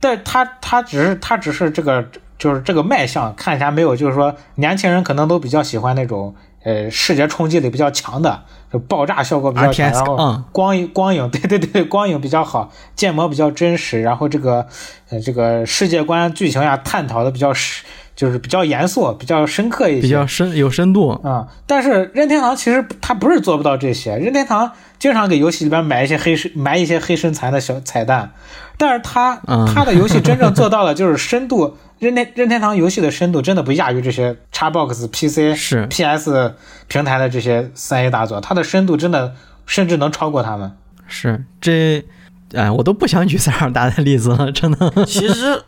[SPEAKER 1] 但是它它只是它只是这个就是这个卖相看起来没有，就是说年轻人可能都比较喜欢那种呃视觉冲击力比较强的，就爆炸效果比较强，
[SPEAKER 2] RTS
[SPEAKER 1] 然后
[SPEAKER 2] 嗯
[SPEAKER 1] 光影光影对对对光影比较好，建模比较真实，然后这个呃这个世界观剧情呀探讨的比较实就是比较严肃、比较深刻一些，
[SPEAKER 2] 比较深有深度，
[SPEAKER 1] 啊、但是任天堂其实它不是做不到这些，任天堂经常给游戏里边埋一些黑深埋一些黑深残的小彩蛋，但是它
[SPEAKER 2] 嗯
[SPEAKER 1] 它的游戏真正做到了就是深度，任天任天堂游戏的深度真的不亚于这些 Xbox、PC、
[SPEAKER 2] 是
[SPEAKER 1] PS 平台的这些三 A 大作，它的深度真的甚至能超过他们。
[SPEAKER 2] 是这，哎，我都不想举塞尔达的例子了，真的。
[SPEAKER 3] 其实，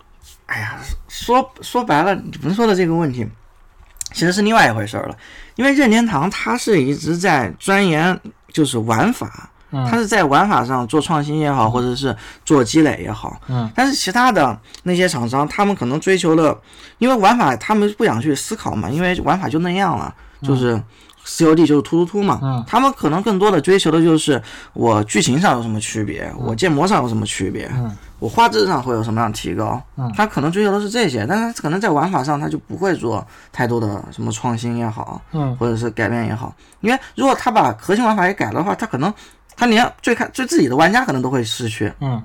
[SPEAKER 3] 哎呀，说说白了，你们说的这个问题，其实是另外一回事儿了。因为任天堂它是一直在钻研就是玩法，
[SPEAKER 1] 嗯
[SPEAKER 3] 它是在玩法上做创新也好，或者是做积累也好。
[SPEAKER 1] 嗯，
[SPEAKER 3] 但是其他的那些厂商，他们可能追求了，因为玩法他们不想去思考嘛，因为玩法就那样了，就是。COD 就是突突突嘛，
[SPEAKER 1] 嗯
[SPEAKER 3] 他们可能更多的追求的就是我剧情上有什么区别，
[SPEAKER 1] 嗯
[SPEAKER 3] 我建模上有什么区别，我画质上会有什么样的提高？
[SPEAKER 1] 嗯
[SPEAKER 3] 他可能追求的是这些，但是他可能在玩法上他就不会做太多的什么创新也好，
[SPEAKER 1] 嗯
[SPEAKER 3] 或者是改变也好，因为如果他把核心玩法给改了的话，他可能他连最开最自己的玩家可能都会失去。
[SPEAKER 1] 嗯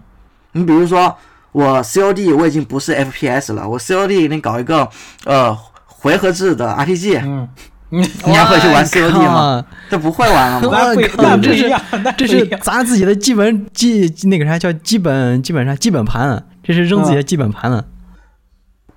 [SPEAKER 3] 你比如说我 COD 我已经不是 FPS 了，我 COD 你搞一个呃回合制的 RPG，
[SPEAKER 1] 嗯，
[SPEAKER 3] 你还会去玩 COD 吗？
[SPEAKER 2] 哇
[SPEAKER 3] 他不会玩了吗？
[SPEAKER 1] 那不
[SPEAKER 2] 我靠
[SPEAKER 1] 那不
[SPEAKER 2] 这
[SPEAKER 1] 一
[SPEAKER 2] 是
[SPEAKER 1] 样，那不
[SPEAKER 2] 这
[SPEAKER 1] 一
[SPEAKER 2] 是
[SPEAKER 1] 样。
[SPEAKER 2] 砸自己的基本基那个啥叫基本基本啥基本盘，啊这是扔自己的基本盘了。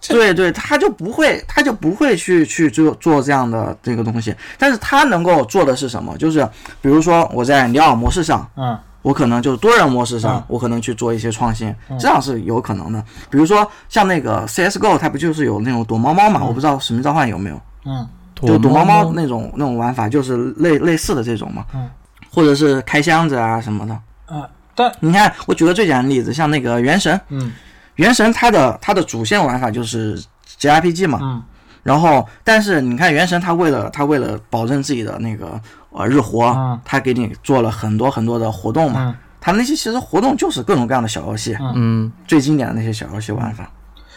[SPEAKER 3] 对对，他就不会，他就不会去去做做这样的这个东西。但是他能够做的是什么？就是比如说我在联网模式上，
[SPEAKER 1] 嗯
[SPEAKER 3] 我可能就是多人模式上，
[SPEAKER 1] 嗯
[SPEAKER 3] 我可能去做一些创新，这样是有可能的。比如说像那个 CS:GO，它不就是有那种躲猫猫嘛？我不知道《使命召唤》有没有，
[SPEAKER 1] 嗯
[SPEAKER 3] 就躲猫
[SPEAKER 2] 猫
[SPEAKER 3] 猫那种那种玩法，就是类类似的这种嘛。
[SPEAKER 1] 嗯
[SPEAKER 3] 或者是开箱子啊什么的。
[SPEAKER 1] 啊，但
[SPEAKER 3] 你看，我举个最简单的例子，像那个《原神》，《
[SPEAKER 1] 嗯
[SPEAKER 3] 原神》它的它的主线玩法就是 JRPG 嘛，
[SPEAKER 1] 嗯
[SPEAKER 3] 然后，但是你看《原神》，它为了它为了保证自己的那个呃日活
[SPEAKER 1] 嗯，
[SPEAKER 3] 它给你做了很多很多的活动嘛。
[SPEAKER 1] 嗯，
[SPEAKER 3] 它那些其实活动就是各种各样的小游戏，
[SPEAKER 2] 嗯，
[SPEAKER 3] 最经典的那些小游戏玩法。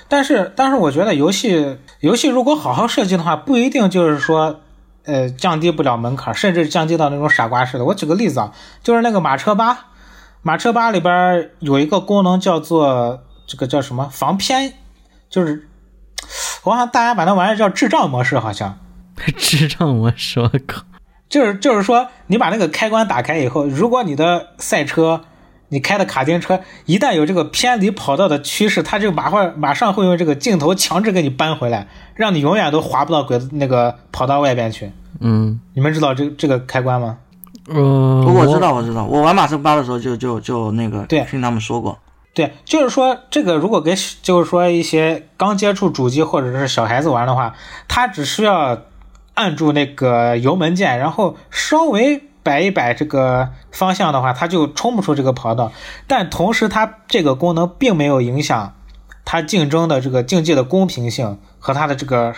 [SPEAKER 1] 但是，但是我觉得游戏游戏如果好好设计的话，不一定就是说，呃，降低不了门槛，甚至降低到那种傻瓜式的。我举个例子啊，就是那个马车吧，马车吧里边有一个功能叫做这个叫什么防偏，就是我好像大家把那玩意儿叫智障模式，好像。
[SPEAKER 2] 智障我说靠，
[SPEAKER 1] 就是就是说，你把那个开关打开以后，如果你的赛车，你开的卡丁车，一旦有这个偏离跑道的趋势，它就马会马上会用这个镜头强制给你扳回来，让你永远都滑不到轨那个跑道外边去。
[SPEAKER 2] 嗯，
[SPEAKER 1] 你们知道这这个开关吗？
[SPEAKER 2] 呃，
[SPEAKER 3] 不过
[SPEAKER 2] 我
[SPEAKER 3] 我知，道，我知道，我玩马车八的时候就就就那个
[SPEAKER 1] 嗯对
[SPEAKER 3] 听他们说过，
[SPEAKER 1] 对，就是说这个如果给就是说一些刚接触主机或者是小孩子玩的话，他只需要按住那个油门键，然后稍微摆一摆这个方向的话，他就冲不出这个跑道。但同时，它这个功能并没有影响它竞争的这个竞技的公平性和它的这个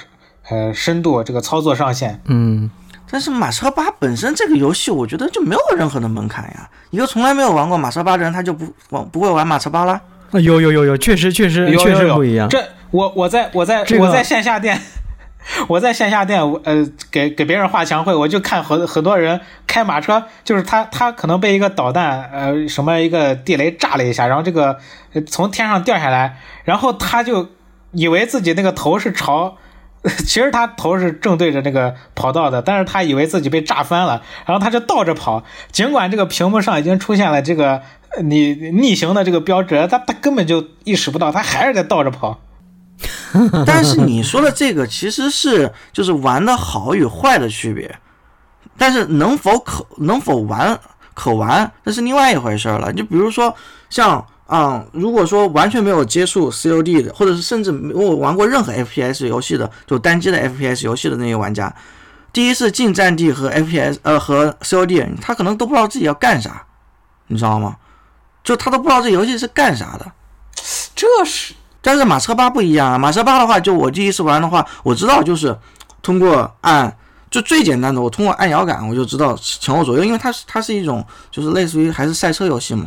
[SPEAKER 1] 呃深度、这个操作上限。
[SPEAKER 2] 嗯，
[SPEAKER 3] 但是马车八本身这个游戏，我觉得就没有任何的门槛呀。一个从来没有玩过马车八的人，他就不玩不会玩马车八啦。
[SPEAKER 2] 啊有有有有，确实确实
[SPEAKER 1] 有
[SPEAKER 2] 确
[SPEAKER 1] 有
[SPEAKER 2] 实
[SPEAKER 1] 有
[SPEAKER 2] 不一样。
[SPEAKER 1] 这我我在我在、
[SPEAKER 2] 这个
[SPEAKER 1] 我在线下店， 我在线下店，我呃给给别人画墙绘，我就看很很多人开马车，就是他他可能被一个导弹呃什么一个地雷炸了一下，然后这个呃从天上掉下来，然后他就以为自己那个头是朝。 其实他头是正对着那个跑道的，但是他以为自己被炸翻了，然后他就倒着跑。尽管这个屏幕上已经出现了这个呃你逆行的这个标志，他他根本就意识不到，他还是在倒着跑。
[SPEAKER 3] 但是你说的这个其实是就是玩的好与坏的区别，但是能否可能否玩可玩，那是另外一回事儿了。就比如说像嗯，如果说完全没有接触 COD 的，或者是甚至没有玩过任何 FPS 游戏的，就单机的 FPS 游戏的那些玩家，第一次进战地和 FPS 呃和 COD，他可能都不知道自己要干啥，你知道吗？就他都不知道这游戏是干啥的。
[SPEAKER 1] 这是
[SPEAKER 3] 但是马车八不一样啊，马车八的话，就我第一次玩的话，我知道就是通过按就最简单的，我通过按摇杆我就知道前后左右，因为它是它是一种就是类似于还是赛车游戏嘛，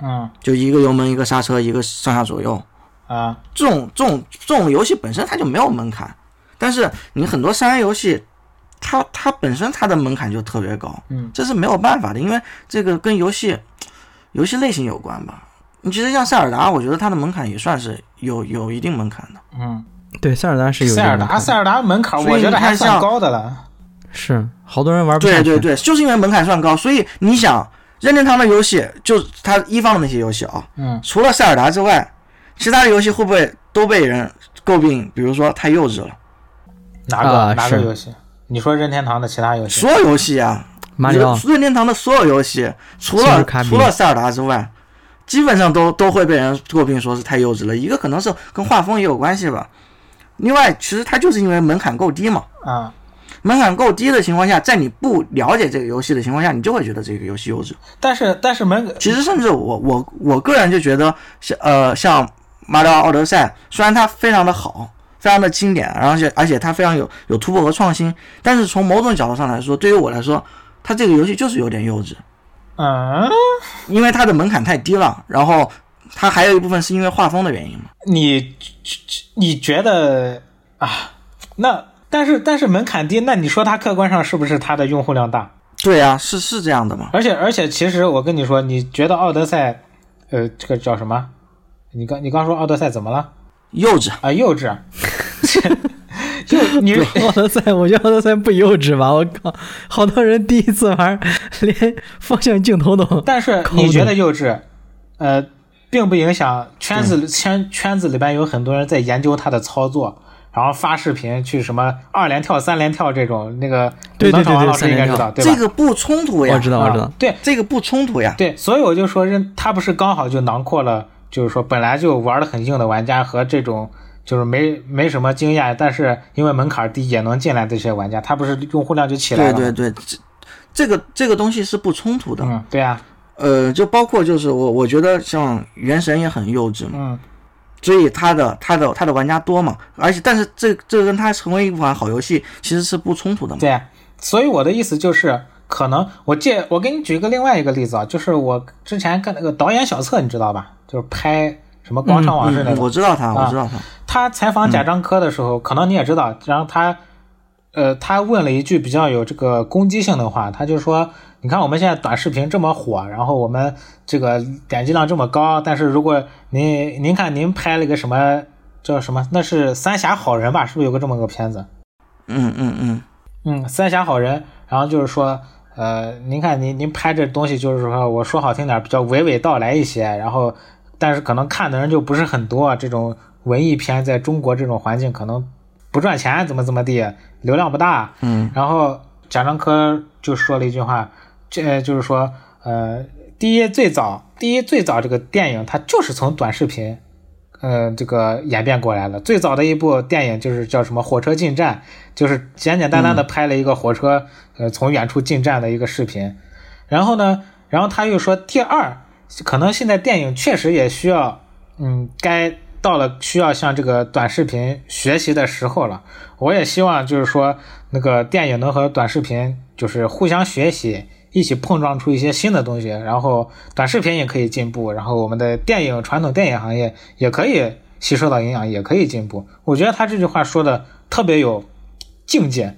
[SPEAKER 1] 嗯
[SPEAKER 3] 就一个油门一个刹车一个上下左右，
[SPEAKER 1] 啊，
[SPEAKER 3] 这种这种这种游戏本身它就没有门槛，但是你很多三 A 游戏，它它本身它的门槛就特别高，
[SPEAKER 1] 嗯，
[SPEAKER 3] 这是没有办法的，因为这个跟游戏游戏类型有关吧。你其实像塞尔达，我觉得它的门槛也算是有有一定门槛的。
[SPEAKER 1] 嗯，
[SPEAKER 2] 对，塞尔达是有一
[SPEAKER 1] 塞
[SPEAKER 2] 定
[SPEAKER 1] 尔
[SPEAKER 2] 门
[SPEAKER 1] 达，
[SPEAKER 2] 槛啊
[SPEAKER 1] 塞尔达门槛
[SPEAKER 3] 所以
[SPEAKER 1] 我觉
[SPEAKER 3] 你
[SPEAKER 1] 得还
[SPEAKER 3] 看
[SPEAKER 1] 算
[SPEAKER 3] 像
[SPEAKER 1] 高的了。
[SPEAKER 2] 是好多人玩不下
[SPEAKER 3] 对
[SPEAKER 2] 去。
[SPEAKER 3] 对对，就是因为门槛算高，所以你想任天堂的游戏，就他一方的那些游戏啊，
[SPEAKER 1] 嗯，
[SPEAKER 3] 除了塞尔达之外，其他的游戏会不会都被人诟病？比如说太幼稚了，
[SPEAKER 1] 哪个、
[SPEAKER 2] 啊
[SPEAKER 1] 哪个
[SPEAKER 2] 是
[SPEAKER 1] 游戏？你说任天堂的其他游戏？
[SPEAKER 3] 所有游戏啊，
[SPEAKER 2] 马里奥
[SPEAKER 3] 任任天堂的所有游戏，除
[SPEAKER 2] 进入
[SPEAKER 3] 了
[SPEAKER 2] 卡比
[SPEAKER 3] 除了塞尔达之外，基本上都都会被人诟病说是太幼稚了。一个可能是跟画风也有关系吧，另外其实它就是因为门槛够低嘛。
[SPEAKER 1] 啊，
[SPEAKER 3] 门槛够低的情况下，在你不了解这个游戏的情况下，你就会觉得这个游戏幼稚。
[SPEAKER 1] 但是但是门
[SPEAKER 3] 其实甚至我我我个人就觉得，像呃像《马里奥奥德赛》，虽然它非常的好，非常的经典，而且而且它非常有有突破和创新，但是从某种角度上来说，对于我来说，它这个游戏就是有点幼稚。
[SPEAKER 1] 嗯，
[SPEAKER 3] 因为它的门槛太低了，然后它还有一部分是因为画风的原因嘛。
[SPEAKER 1] 你你觉得啊？那但是但是门槛低，那你说它客观上是不是它的用户量大？
[SPEAKER 3] 对啊，是是这样的嘛。
[SPEAKER 1] 而且而且，其实我跟你说，你觉得奥德赛，呃，这个叫什么？你刚你刚说奥德赛怎么了？
[SPEAKER 3] 幼稚，
[SPEAKER 1] 啊， 幼 稚。就你
[SPEAKER 2] 奥德赛，我觉得奥德赛不幼稚吧？我靠，好多人第一次玩，连方向镜头都
[SPEAKER 1] 但是
[SPEAKER 2] 抠
[SPEAKER 1] 你
[SPEAKER 2] 的
[SPEAKER 1] 觉得幼稚，呃，并不影响圈子里圈圈子里边有很多人在研究它的操作，然后发视频去什么二连跳、三连跳这种，那个
[SPEAKER 2] 对
[SPEAKER 1] 能
[SPEAKER 2] 对对
[SPEAKER 1] 考王
[SPEAKER 2] 对
[SPEAKER 1] 老师
[SPEAKER 2] 三
[SPEAKER 1] 应该
[SPEAKER 2] 连
[SPEAKER 1] 知
[SPEAKER 2] 跳
[SPEAKER 1] 道，对吧？
[SPEAKER 3] 这个不冲突呀。
[SPEAKER 2] 我知道，我知道
[SPEAKER 1] 啊。对
[SPEAKER 3] 这个不冲突呀。
[SPEAKER 1] 对，所以我就说，任他不是刚好就囊括了，就是说本来就玩的很硬的玩家和这种就是没没什么经验，但是因为门槛低也能进来这些玩家，他不是用户量就起来
[SPEAKER 3] 对
[SPEAKER 1] 了？
[SPEAKER 3] 对对，这这个这个东西是不冲突的。
[SPEAKER 1] 嗯，对啊，
[SPEAKER 3] 呃，就包括就是我我觉得像《原神》也很幼稚嘛，
[SPEAKER 1] 嗯，
[SPEAKER 3] 所以它的它的它的玩家多嘛，而且但是这这跟它成为一款好游戏其实是不冲突的嘛。
[SPEAKER 1] 对啊，所以我的意思就是，可能我借我给你举个另外一个例子啊，就是我之前看那个导演小策，你知道吧？就是拍什么广场往事
[SPEAKER 3] 嗯
[SPEAKER 1] 那
[SPEAKER 3] 嗯，
[SPEAKER 1] 个，
[SPEAKER 3] 我知道它，
[SPEAKER 1] 啊
[SPEAKER 3] 我知道它。
[SPEAKER 1] 他采访贾樟柯的时候，可能你也知道，然后他，呃，他问了一句比较有这个攻击性的话，他就说：“你看我们现在短视频这么火，然后我们这个点击量这么高，但是如果您您看您拍了个什么叫什么，那是《三峡好人》吧？是不是有个这么个片子？
[SPEAKER 3] 嗯嗯嗯，
[SPEAKER 1] 嗯，《三峡好人》，然后就是说。”呃，您看您您拍这东西，就是说我说好听点，比较娓娓道来一些，然后但是可能看的人就不是很多。啊这种文艺片在中国这种环境可能不赚钱，怎么怎么地，流量不大。
[SPEAKER 3] 嗯，
[SPEAKER 1] 然后贾樟柯就说了一句话，这呃就是说，呃，第一最早，第一最早这个电影它就是从短视频。呃，这个演变过来了。最早的一部电影就是叫什么《火车进站》，就是简简单单的拍了一个火车，呃，从远处进站的一个视频。然后呢，然后他又说，第二，可能现在电影确实也需要，嗯，该到了需要向这个短视频学习的时候了。我也希望就是说，那个电影能和短视频就是互相学习，一起碰撞出一些新的东西，然后短视频也可以进步，然后我们的电影传统电影行业也可以吸收到营养，也可以进步。我觉得他这句话说的特别有境 界。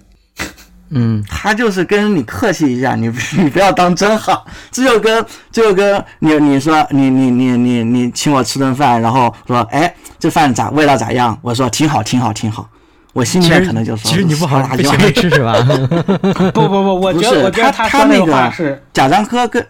[SPEAKER 2] 嗯，
[SPEAKER 3] 他就是跟你客气一下，你你不要当真哈。这就跟这就跟你你说你你你你你请我吃顿饭，然后说哎这饭咋味道咋样？我说挺好挺好挺好。我心里
[SPEAKER 2] 其实
[SPEAKER 3] 面可能就说
[SPEAKER 2] 其实你不好，
[SPEAKER 3] 垃
[SPEAKER 2] 不
[SPEAKER 3] 圾
[SPEAKER 2] 行
[SPEAKER 3] 话
[SPEAKER 2] 没吃是吧？
[SPEAKER 1] 不不不，我
[SPEAKER 3] 不
[SPEAKER 1] 觉得
[SPEAKER 3] 是
[SPEAKER 1] 我觉得
[SPEAKER 3] 他
[SPEAKER 1] 说
[SPEAKER 3] 他
[SPEAKER 1] 那
[SPEAKER 3] 那
[SPEAKER 1] 个
[SPEAKER 3] 个
[SPEAKER 1] 话是
[SPEAKER 3] 贾樟柯跟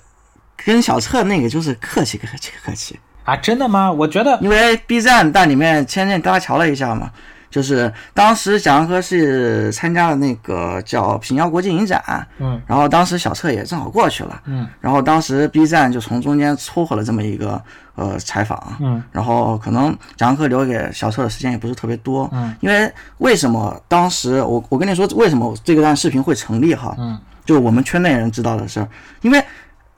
[SPEAKER 3] 跟小策那个就是客气客气客气，
[SPEAKER 1] 啊，真的吗？我觉得
[SPEAKER 3] 因为 B 站在里面前阵搭桥了一下嘛。就是当时贾樟柯是参加了那个叫平遥国际影展，
[SPEAKER 1] 嗯
[SPEAKER 3] 然后当时小策也正好过去了，
[SPEAKER 1] 嗯
[SPEAKER 3] 然后当时 B 站就从中间撮合了这么一个呃采访，
[SPEAKER 1] 嗯
[SPEAKER 3] 然后可能贾樟柯留给小策的时间也不是特别多，
[SPEAKER 1] 嗯，
[SPEAKER 3] 因为为什么当时我我跟你说为什么这个段视频会成立哈，
[SPEAKER 1] 嗯，
[SPEAKER 3] 就是我们圈内人知道的事儿，因为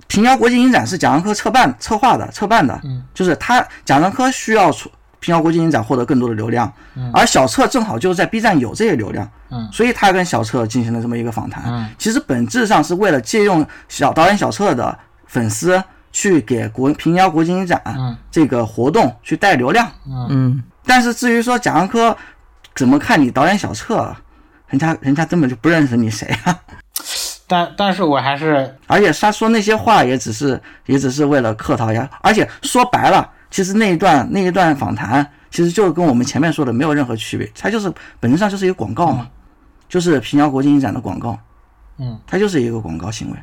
[SPEAKER 3] 平遥国际影展是贾樟柯策办策划的策办的，
[SPEAKER 1] 嗯，
[SPEAKER 3] 就是他贾樟柯需要出平遥国际影展获得更多的流量，
[SPEAKER 1] 嗯
[SPEAKER 3] 而小策正好就是在 B 站有这些流量，
[SPEAKER 1] 嗯
[SPEAKER 3] 所以他跟小策进行了这么一个访谈，
[SPEAKER 1] 嗯
[SPEAKER 3] 其实本质上是为了借用小导演小策的粉丝去给国平遥国际影展
[SPEAKER 1] 嗯
[SPEAKER 3] 这个活动去带流量，
[SPEAKER 2] 嗯，
[SPEAKER 3] 但是至于说贾樟柯怎么看你导演小策，人家人家根本就不认识你谁啊。
[SPEAKER 1] 但但是我还是
[SPEAKER 3] 而且他说那些话也只是也只是为了客套呀。而且说白了，其实那一段那一段访谈，其实就跟我们前面说的没有任何区别，它就是本质上就是一个广告嘛，就是平遥国际影展的广告，
[SPEAKER 1] 嗯，
[SPEAKER 3] 它就是一个广告行为，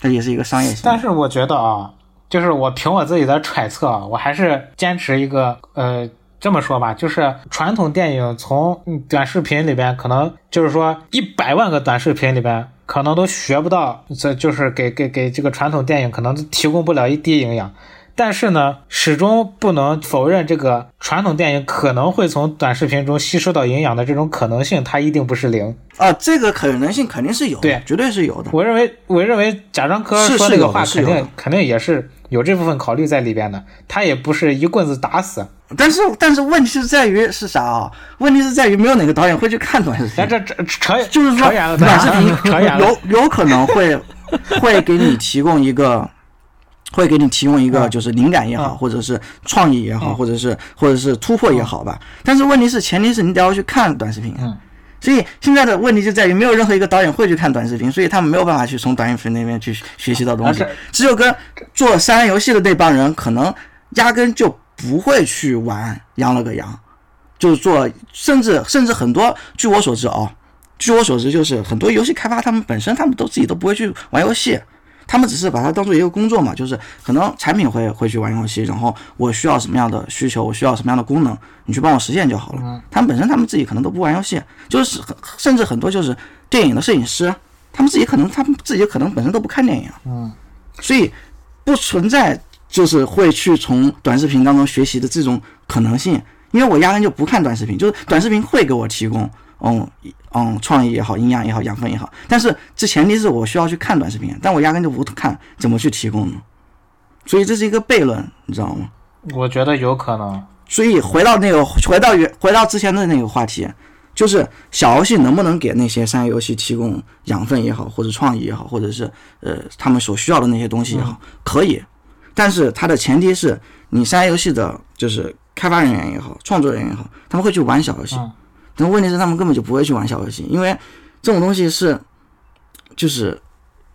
[SPEAKER 3] 它也是一个商业行为。
[SPEAKER 1] 但是我觉得啊，就是我凭我自己的揣测啊，我还是坚持一个呃这么说吧，就是传统电影从嗯短视频里边，可能就是说一百万个短视频里边，可能都学不到，这就是给给给这个传统电影可能提供不了一滴营养。但是呢，始终不能否认这个传统电影可能会从短视频中吸收到营养的这种可能性，它一定不是零。
[SPEAKER 3] 啊，这个可能性肯定是有的，
[SPEAKER 1] 对
[SPEAKER 3] 绝对是有的。
[SPEAKER 1] 我认为，我认为贾樟柯
[SPEAKER 3] 是
[SPEAKER 1] 说
[SPEAKER 3] 是
[SPEAKER 1] 那个
[SPEAKER 3] 有的
[SPEAKER 1] 话，
[SPEAKER 3] 是
[SPEAKER 1] 肯
[SPEAKER 3] 有的
[SPEAKER 1] 定肯定也是有这部分考虑在里边的。他也不是一棍子打死，
[SPEAKER 3] 但是但是问题是在于是啥啊？问题是在于没有哪个导演会去看短视频
[SPEAKER 1] 咱。这扯扯
[SPEAKER 3] 就是说
[SPEAKER 1] 扯远了，
[SPEAKER 3] 短视
[SPEAKER 1] 咱
[SPEAKER 3] 频
[SPEAKER 1] 扯远了。
[SPEAKER 3] 有有可能 会会给你提供一个。会给你提供一个就是灵感也好，
[SPEAKER 1] 嗯
[SPEAKER 3] 或者是创意也好，
[SPEAKER 1] 嗯
[SPEAKER 3] 或者是或者是突破也好吧。但是问题是，前提是你得要去看短视频啊
[SPEAKER 1] 嗯。
[SPEAKER 3] 所以现在的问题就在于，没有任何一个导演会去看短视频，所以他们没有办法去从短视频那边去学习到东西
[SPEAKER 1] 啊这。
[SPEAKER 3] 只有跟做三人游戏的那帮人，可能压根就不会去玩羊了个羊，就是做，甚至甚至很多，据我所知啊、据我所知，就是很多游戏开发，他们本身他们都自己都不会去玩游戏，他们只是把它当做一个工作嘛，就是可能产品会会去玩游戏，然后我需要什么样的需求，我需要什么样的功能，你去帮我实现就好了。他们本身他们自己可能都不玩游戏，就是很甚至很多就是电影的摄影师，啊他们自己可能他们自己可能本身都不看电影，嗯，所以不存在就是会去从短视频当中学习的这种可能性，因为我压根就不看短视频，就是短视频会给我提供。嗯嗯，创意也好，营养也好，养分也好，但是这前提是我需要去看短视频，但我压根就不看，怎么去提供呢？所以这是一个悖论，你知道吗？
[SPEAKER 1] 我觉得有可能，
[SPEAKER 3] 所以回到那个，回到原，回到之前的那个话题，就是小游戏能不能给那些商业游戏提供养分也好，或者创意也好，或者是呃他们所需要的那些东西也好，可以，但是它的前提是你商业游戏的，就是开发人员也好，创作人员也好，他们会去玩小游戏，
[SPEAKER 1] 嗯
[SPEAKER 3] 但问题是他们根本就不会去玩小游戏，因为这种东西是就是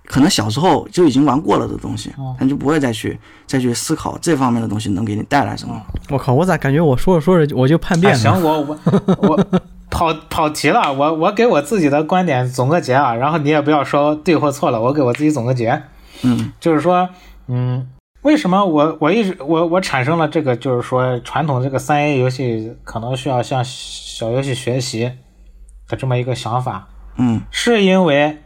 [SPEAKER 3] 可能小时候就已经玩过了的东西，他就不会再去再去思考这方面的东西能给你带来什么。
[SPEAKER 2] 我靠，我咋感觉我说着说着我就叛
[SPEAKER 1] 啊、
[SPEAKER 2] 变了？
[SPEAKER 1] 行，我我 我跑跑题了，我我给我自己的观点总个结啊，然后你也不要说对或错了，我给我自己总个结，
[SPEAKER 3] 嗯
[SPEAKER 1] 就是说，嗯，为什么我我一直我我产生了这个，就是说传统这个三 A 游戏可能需要向小游戏学习的这么一个想法，
[SPEAKER 3] 嗯
[SPEAKER 1] 是因为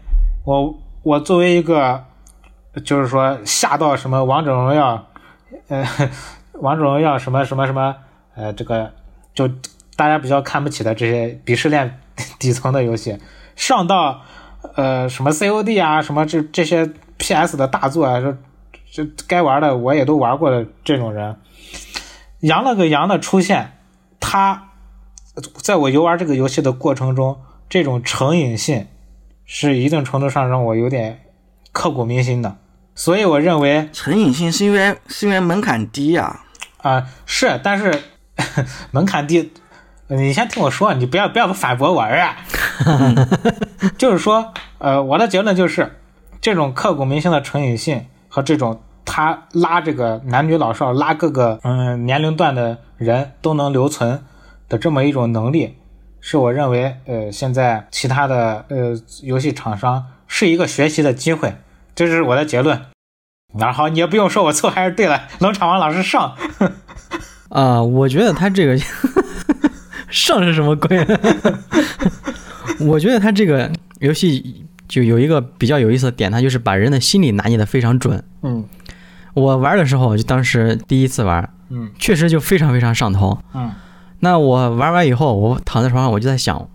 [SPEAKER 1] 我我作为一个，就是说下到什么王者荣耀，呃， 王者荣耀什么什么什么，呃，这个就大家比较看不起的这些鄙视链 底层的游戏，上到呃什么 COD 啊，什么这这些 PS 的大作啊，这这该玩的我也都玩过的这种人，羊了个羊的出现，他在我游玩这个游戏的过程中，这种成瘾性是一定程度上让我有点刻骨铭心的。所以我认为
[SPEAKER 3] 成瘾性是因为是因为门槛低啊，
[SPEAKER 1] 啊、是，但是门槛低，你先听我说，你不要不要反驳我啊。 就是说，呃，我的结论就是，这种刻骨铭心的成瘾性和这种他拉这个男女老少拉各个嗯、年龄段的人都能留存的这么一种能力，是我认为呃现在其他的呃游戏厂商是一个学习的机会，这是我的结论。然后你也不用说我错还是对了，冷场王老师上。
[SPEAKER 2] 啊、我觉得他这个 上是什么鬼？ 我觉得他这个游戏就有一个比较有意思的点，它就是把人的心理拿捏的非常准。
[SPEAKER 1] 嗯
[SPEAKER 2] 我玩的时候，就当时第一次玩，
[SPEAKER 1] 嗯
[SPEAKER 2] 确实就非常非常上头。
[SPEAKER 1] 嗯
[SPEAKER 2] 那我玩完以后，我躺在床上，我就在想，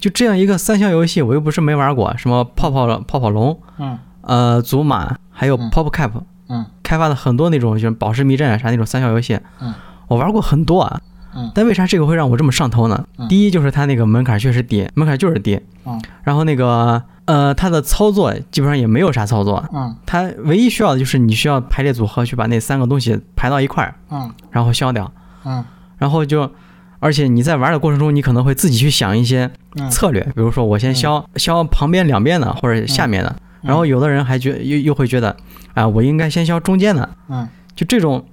[SPEAKER 2] 就这样一个三消游戏，我又不是没玩过，什么泡泡泡泡龙，
[SPEAKER 1] 嗯
[SPEAKER 2] 呃，祖玛，还有
[SPEAKER 1] 嗯
[SPEAKER 2] Pop Cap，
[SPEAKER 1] 嗯，
[SPEAKER 2] 开发了很多那种就是宝石迷阵啊啥那种三消游戏，
[SPEAKER 1] 嗯，
[SPEAKER 2] 我玩过很多啊，
[SPEAKER 1] 嗯
[SPEAKER 2] 但为啥这个会让我这么上头呢？
[SPEAKER 1] 嗯
[SPEAKER 2] 第一就是它那个门槛确实低，门槛就是低，
[SPEAKER 1] 嗯，
[SPEAKER 2] 然后那个呃，它的操作基本上也没有啥操作，
[SPEAKER 1] 嗯
[SPEAKER 2] 它唯一需要的就是你需要排列组合去把那三个东西排到一块儿，
[SPEAKER 1] 嗯
[SPEAKER 2] 然后消掉，
[SPEAKER 1] 嗯
[SPEAKER 2] 然后就。而且你在玩的过程中，你可能会自己去想一些
[SPEAKER 1] 嗯，
[SPEAKER 2] 策略，比如说我先消、消旁边两边的或者下面的，
[SPEAKER 1] 嗯
[SPEAKER 2] 然后有的人还觉又又会觉得啊、我应该先消中间的，
[SPEAKER 1] 嗯
[SPEAKER 2] 就这种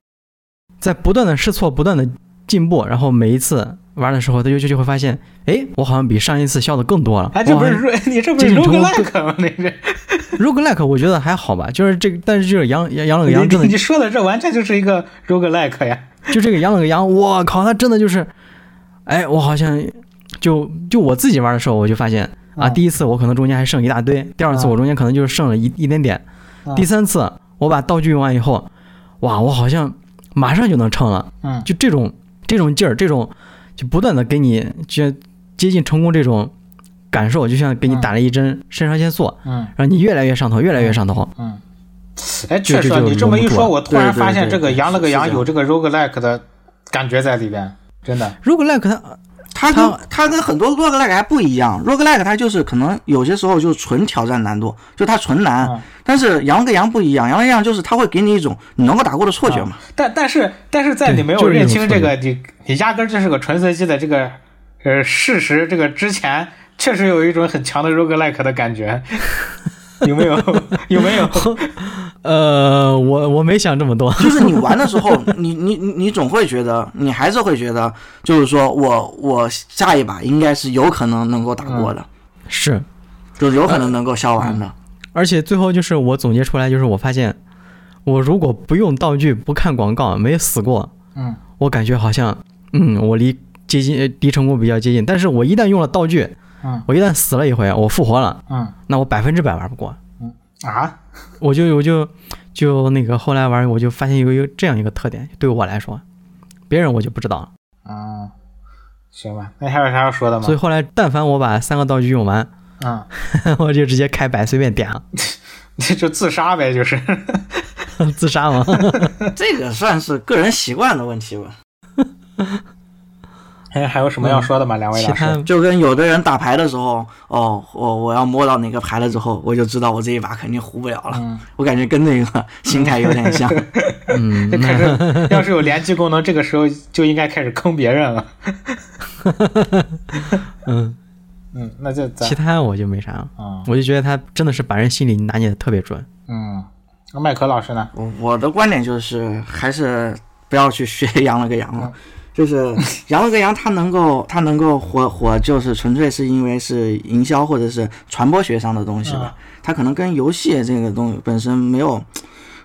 [SPEAKER 2] 在不断的试错、不断的进步，然后每一次玩的时候，他就就就会发现，哎，我好像比上一次笑的更多了。
[SPEAKER 1] 哎，这不是 ro- 你这不是
[SPEAKER 2] 这种
[SPEAKER 1] roguelike 吗？你这
[SPEAKER 2] roguelike，我觉觉得还好吧，就是这个，但是就是养养养了个羊，真
[SPEAKER 1] 你
[SPEAKER 2] 的
[SPEAKER 1] 你说的这完全就是一个 roguelike 呀。
[SPEAKER 2] 就这个养了个羊，我靠，他真的就是，哎，我好像就就我自己玩的时候，我就发现啊，
[SPEAKER 1] 嗯
[SPEAKER 2] 第一次我可能中间还剩一大堆，第二次
[SPEAKER 1] 嗯
[SPEAKER 2] 我中间可能就是剩了一一点点，
[SPEAKER 1] 嗯
[SPEAKER 2] 第三次我把道具用完以后，哇，我好像马上就能称了，
[SPEAKER 1] 嗯
[SPEAKER 2] 就这种这种劲儿，这种就不断的给你接接近成功这种感受，就像给你
[SPEAKER 1] 嗯
[SPEAKER 2] 打了一针肾上腺素，
[SPEAKER 1] 嗯
[SPEAKER 2] 让你越来越上头，越来越上头。
[SPEAKER 1] 嗯。哎，
[SPEAKER 2] 就
[SPEAKER 1] 确实啊，
[SPEAKER 2] 就就
[SPEAKER 1] 你这么一
[SPEAKER 2] 融不
[SPEAKER 1] 说，
[SPEAKER 2] 住
[SPEAKER 1] 我突然
[SPEAKER 4] 对对
[SPEAKER 1] 发现
[SPEAKER 4] 对
[SPEAKER 1] 这个
[SPEAKER 4] 对
[SPEAKER 1] 羊了个
[SPEAKER 4] 是
[SPEAKER 1] 羊
[SPEAKER 4] 这
[SPEAKER 1] 有
[SPEAKER 4] 样
[SPEAKER 1] 这个 roguelike 的感觉在里边，真的。
[SPEAKER 2] 如果 like 它
[SPEAKER 3] 它跟它跟很多 roguelike 还不一样，roguelike 它就是可能有些时候就是纯挑战难度，就它纯难。
[SPEAKER 1] 嗯
[SPEAKER 3] 但是羊跟羊不一样，羊跟羊就是它会给你一种你能够打过的错觉嘛。
[SPEAKER 1] 但但是但是在
[SPEAKER 2] 对
[SPEAKER 1] 你没有
[SPEAKER 2] 就是一
[SPEAKER 1] 认
[SPEAKER 2] 种
[SPEAKER 1] 清
[SPEAKER 2] 错
[SPEAKER 1] 这个，你你压根儿就是个纯随机的这个呃事实这个之前，确实有一种很强的 roguelike 的感觉， 有没有？ 有没有？
[SPEAKER 2] 呃，我我没想这么多，
[SPEAKER 3] 就是你玩的时候，你你你你总会觉得，你还是会觉得，就是说我我下一把应该是有可能能够打过的，
[SPEAKER 2] 是，
[SPEAKER 3] 就是有可能能够消完的。
[SPEAKER 2] 而且最后就是我总结出来，就是我发现，我如果不用道具、不看广告、没死过，
[SPEAKER 1] 嗯，
[SPEAKER 2] 我感觉好像，嗯，我离接近呃离成功比较接近。但是我一旦用了道具，
[SPEAKER 1] 嗯
[SPEAKER 2] 我一旦死了一回，我复活了，
[SPEAKER 1] 嗯
[SPEAKER 2] 那我百分之百玩不过。
[SPEAKER 1] 啊，
[SPEAKER 2] 我就我就就那个后来玩，我就发现有一个这样一个特点，对我来说，别人我就不知道了。
[SPEAKER 1] 嗯，行吧，那还有啥要说的吗
[SPEAKER 2] 所以？后来，但凡我把三个道具用完，
[SPEAKER 1] 嗯，
[SPEAKER 2] 我就直接开摆随便点了，
[SPEAKER 1] 这就自杀呗，就是。
[SPEAKER 2] 自杀 嘛。
[SPEAKER 3] 这个算是个人习惯的问题吧。
[SPEAKER 1] 还还有什么要说的吗？两位
[SPEAKER 2] 其
[SPEAKER 1] 老师？
[SPEAKER 2] 他
[SPEAKER 3] 就跟有的人打牌的时候，哦，我我要摸到哪个牌了之后，我就知道我这一把肯定胡不了了。
[SPEAKER 1] 嗯
[SPEAKER 3] 我感觉跟那个心态有点像。
[SPEAKER 2] 嗯，
[SPEAKER 1] 这开始要是有联机功能，这个时候就应该开始坑别人了。
[SPEAKER 2] 嗯，
[SPEAKER 1] 嗯，那就咱
[SPEAKER 2] 其他我就没啥了，
[SPEAKER 1] 嗯
[SPEAKER 2] 我就觉得他真的是把人心里拿捏的特别准。
[SPEAKER 1] 嗯，那麦克老师呢？
[SPEAKER 3] 我我的观点就是，还是不要去学羊了个羊了。就是羊了个羊，它能够它能够火火，就是纯粹是因为是营销或者是传播学上的东西吧。它可能跟游戏这个东西本身没有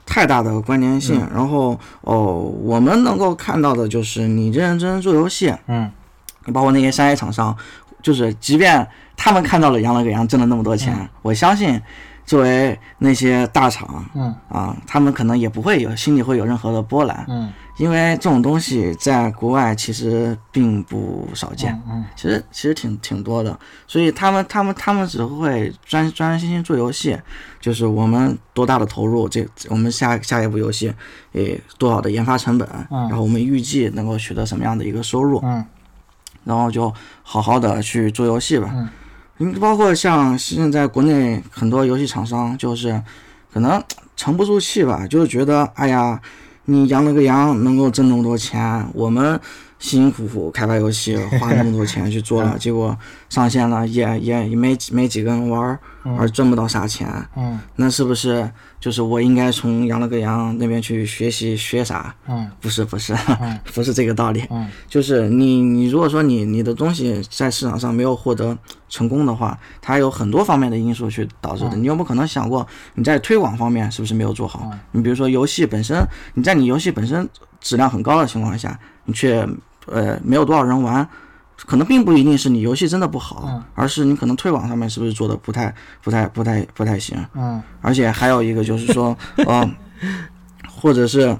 [SPEAKER 3] 太大的关联性。然后哦，我们能够看到的就是你认真做游戏，
[SPEAKER 1] 嗯
[SPEAKER 3] 你包括那些商业厂商，就是即便他们看到了羊了个羊挣了那么多钱，我相信作为那些大厂，
[SPEAKER 1] 嗯
[SPEAKER 3] 啊，他们可能也不会有心里会有任何的波澜，
[SPEAKER 1] 嗯
[SPEAKER 3] 因为这种东西在国外其实并不少见，
[SPEAKER 1] 嗯
[SPEAKER 3] 其实其实挺挺多的，所以他们他们他们只会专专专心心做游戏，就是我们多大的投入，这我们下下一步游戏，诶多少的研发成本，
[SPEAKER 1] 嗯
[SPEAKER 3] 然后我们预计能够取得什么样的一个收入，
[SPEAKER 1] 嗯
[SPEAKER 3] 然后就好好的去做游戏吧。
[SPEAKER 1] 嗯
[SPEAKER 3] 嗯，包括像现在国内很多游戏厂商，就是可能沉不住气吧，就是觉得哎呀，你养了个羊能够挣那么多钱，我们辛辛苦苦开发游戏花那么多钱去做了，结果上线了也也也没没几个人玩儿，而赚不到啥钱，
[SPEAKER 1] 嗯
[SPEAKER 3] 那是不是就是我应该从养了个羊那边去学习学啥？
[SPEAKER 1] 嗯
[SPEAKER 3] 不是不是
[SPEAKER 1] 嗯，
[SPEAKER 3] 不是这个道理。
[SPEAKER 1] 嗯
[SPEAKER 3] 就是你你如果说你你的东西在市场上没有获得成功的话，它有很多方面的因素去导致的。你有没有可能想过你在推广方面是不是没有做好
[SPEAKER 1] 嗯？
[SPEAKER 3] 你比如说游戏本身，你在你游戏本身质量很高的情况下，你却呃没有多少人玩。可能并不一定是你游戏真的不好
[SPEAKER 1] 嗯，
[SPEAKER 3] 而是你可能推广上面是不是做的不太、不太、不太、不太行。
[SPEAKER 1] 嗯
[SPEAKER 3] 而且还有一个就 是说，呃，或者是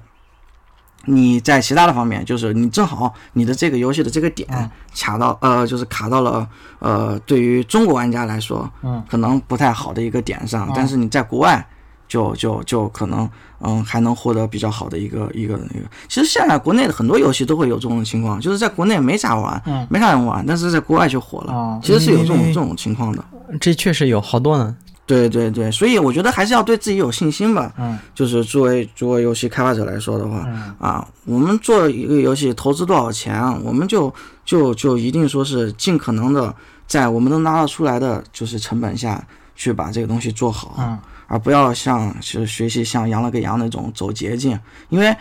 [SPEAKER 3] 你在其他的方面，就是你正好你的这个游戏的这个点
[SPEAKER 1] 嗯
[SPEAKER 3] 卡到，呃，就是卡到了，呃，对于中国玩家来说
[SPEAKER 1] 嗯
[SPEAKER 3] 可能不太好的一个点上
[SPEAKER 1] 嗯，
[SPEAKER 3] 但是你在国外。就就就可能，嗯，还能获得比较好的一个一个那个。其实现在国内的很多游戏都会有这种情况，就是在国内没啥玩，
[SPEAKER 1] 嗯
[SPEAKER 3] 没啥人玩，但是在国外就火
[SPEAKER 1] 哦
[SPEAKER 3] 了。其实是有这种
[SPEAKER 2] 因为
[SPEAKER 3] 这种情况的。
[SPEAKER 2] 这确实有好多呢。
[SPEAKER 3] 对对对，所以我觉得还是要对自己有信心吧。
[SPEAKER 1] 嗯
[SPEAKER 3] 就是作为作为游戏开发者来说的话，
[SPEAKER 1] 嗯
[SPEAKER 3] 啊，我们做一个游戏投资多少钱，啊我们就就就一定说是尽可能的在我们能拿得出来的就是成本下去把这个东西做好，
[SPEAKER 1] 嗯
[SPEAKER 3] 而不要像是学习像羊了个羊那种走捷径，因为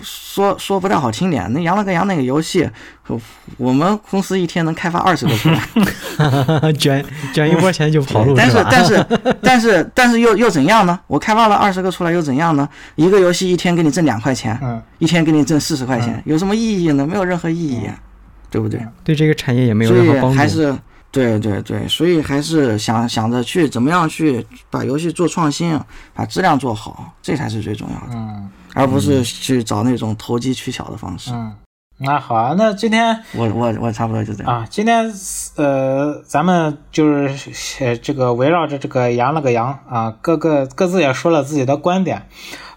[SPEAKER 3] 说说不太好听点，那羊了个羊那个游戏，我们公司一天能开发二 十个出来，
[SPEAKER 2] 卷卷一波钱就跑路，
[SPEAKER 3] 但
[SPEAKER 2] 是
[SPEAKER 3] 是但是 但是但是又又怎样呢？我开发了二十个出来又怎样呢？一个游戏一天给你挣两块钱，
[SPEAKER 1] 嗯，
[SPEAKER 3] 一天给你挣四十块钱，有什么意义呢？没有任何意义
[SPEAKER 1] 嗯
[SPEAKER 3] 啊，对不对？
[SPEAKER 2] 对这个产业也没有
[SPEAKER 3] 所
[SPEAKER 2] 任何
[SPEAKER 3] 以
[SPEAKER 2] 帮
[SPEAKER 3] 还
[SPEAKER 2] 助。
[SPEAKER 3] 是对对对，所以还是想想着去怎么样去把游戏做创新，把质量做好，这才是最重要的，
[SPEAKER 1] 嗯
[SPEAKER 3] 而不是去找那种投机取巧的方式。
[SPEAKER 1] 嗯，那好啊，那今天
[SPEAKER 3] 我我我差不多就这样。
[SPEAKER 1] 啊，今天呃，咱们就是呃这个围绕着这个羊了个羊啊，各个各自也说了自己的观点。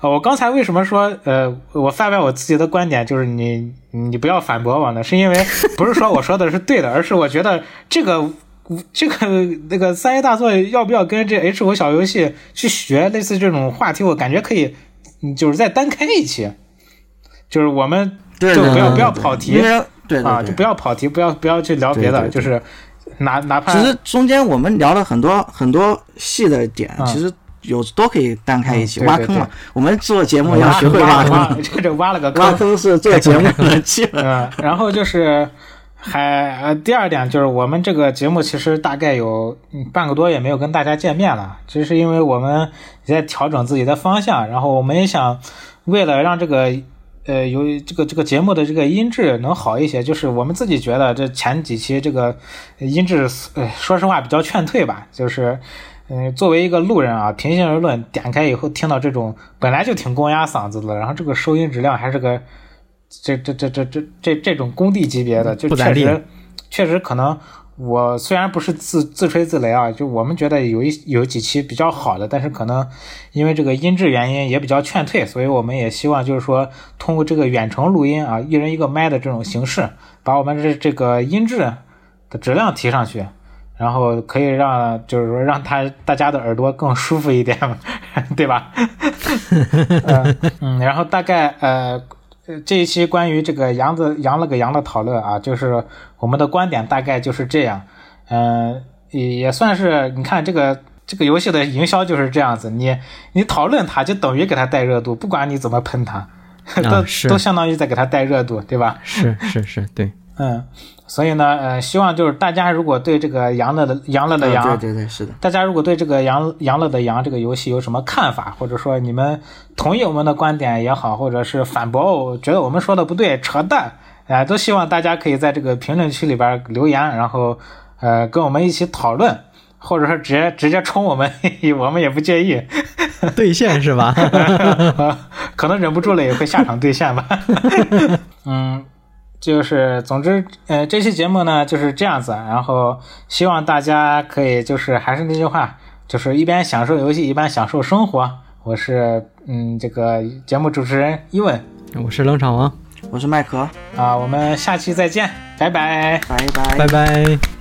[SPEAKER 1] 呃，我刚才为什么说呃，我发表我自己的观点，就是你你不要反驳我呢？是因为不是说我说的是对的，而是我觉得这个。这个那个三 A 大作要不要跟这 H 五小游戏去学类似这种话题？我感觉可以，嗯就是再单开一期，就是我们
[SPEAKER 3] 对
[SPEAKER 1] 就
[SPEAKER 3] 对
[SPEAKER 1] 不要
[SPEAKER 3] 对
[SPEAKER 1] 不要
[SPEAKER 3] 对
[SPEAKER 1] 跑题
[SPEAKER 3] 因为对
[SPEAKER 1] 啊，
[SPEAKER 3] 对
[SPEAKER 1] 就
[SPEAKER 3] 对，
[SPEAKER 1] 不要跑题，不要不要去聊别的，
[SPEAKER 3] 对对对
[SPEAKER 1] 就是哪哪怕
[SPEAKER 3] 其实中间我们聊了很多很多细的点，
[SPEAKER 1] 啊
[SPEAKER 3] 其实有都可以单开一
[SPEAKER 1] 嗯
[SPEAKER 3] 起
[SPEAKER 1] 对
[SPEAKER 3] 挖
[SPEAKER 1] 对
[SPEAKER 3] 坑嘛
[SPEAKER 1] 对。
[SPEAKER 3] 我们做节目要
[SPEAKER 1] 挖
[SPEAKER 3] 学会挖
[SPEAKER 1] 挖
[SPEAKER 3] 坑，
[SPEAKER 1] 挖 这这挖了个
[SPEAKER 3] 挖
[SPEAKER 1] 坑，
[SPEAKER 3] 坑是做节目的技 能。
[SPEAKER 1] 嗯，然后就是还呃第二点就是我们这个节目其实大概有嗯半个多月没有跟大家见面了，这是因为我们也在调整自己的方向，然后我们也想为了让这个。呃，由于这个这个节目的这个音质能好一些，就是我们自己觉得这前几期这个音质，呃，说实话比较劝退吧。就是，嗯、作为一个路人啊，平心而论，点开以后听到这种本来就挺公鸭嗓子的，然后这个收音质量还是个这这这这这这这种工地级别的，就
[SPEAKER 2] 不咋
[SPEAKER 1] 确
[SPEAKER 2] 地
[SPEAKER 1] 实确实可能。我虽然不是自自吹自擂啊，就我们觉得有一有几期比较好的，但是可能因为这个音质原因也比较劝退，所以我们也希望就是说通过这个远程录音啊，一人一个麦的这种形式，把我们这这个音质的质量提上去，然后可以让就是说让他大家的耳朵更舒服一点， 对吧？呃嗯，然后大概呃。呃这一期关于这个羊子羊了个羊的讨论啊，就是我们的观点大概就是这样，嗯、也也算是你看这个这个游戏的营销就是这样子，你你讨论它就等于给它带热度，不管你怎么喷它， 都、
[SPEAKER 2] 是
[SPEAKER 1] 都相当于在给它带热度，对吧？
[SPEAKER 2] 是是是，对，
[SPEAKER 1] 嗯，所以呢，呃，希望就是大家如果对这个羊乐的羊乐的羊、
[SPEAKER 3] 啊对对对，是的，
[SPEAKER 1] 大家如果对这个羊羊乐的羊这个游戏有什么看法，或者说你们同意我们的观点也好，或者是反驳我觉得我们说的不对，扯淡，哎、都希望大家可以在这个评论区里边留言，然后呃跟我们一起讨论，或者说直接直接冲我们， 嘿嘿我们也不介意，
[SPEAKER 2] 兑现是吧？
[SPEAKER 1] 可能忍不住了也会下场兑现吧。 嗯，就是总之，呃，这期节目呢就是这样子，啊然后希望大家可以就是还是那句话，就是一边享受游戏，一边享受生活。我是嗯，这个节目主持人伊文
[SPEAKER 2] 我是冷场王，
[SPEAKER 3] 我是麦克，
[SPEAKER 1] 啊，我们下期再见，拜拜。
[SPEAKER 3] 拜拜
[SPEAKER 2] 拜拜。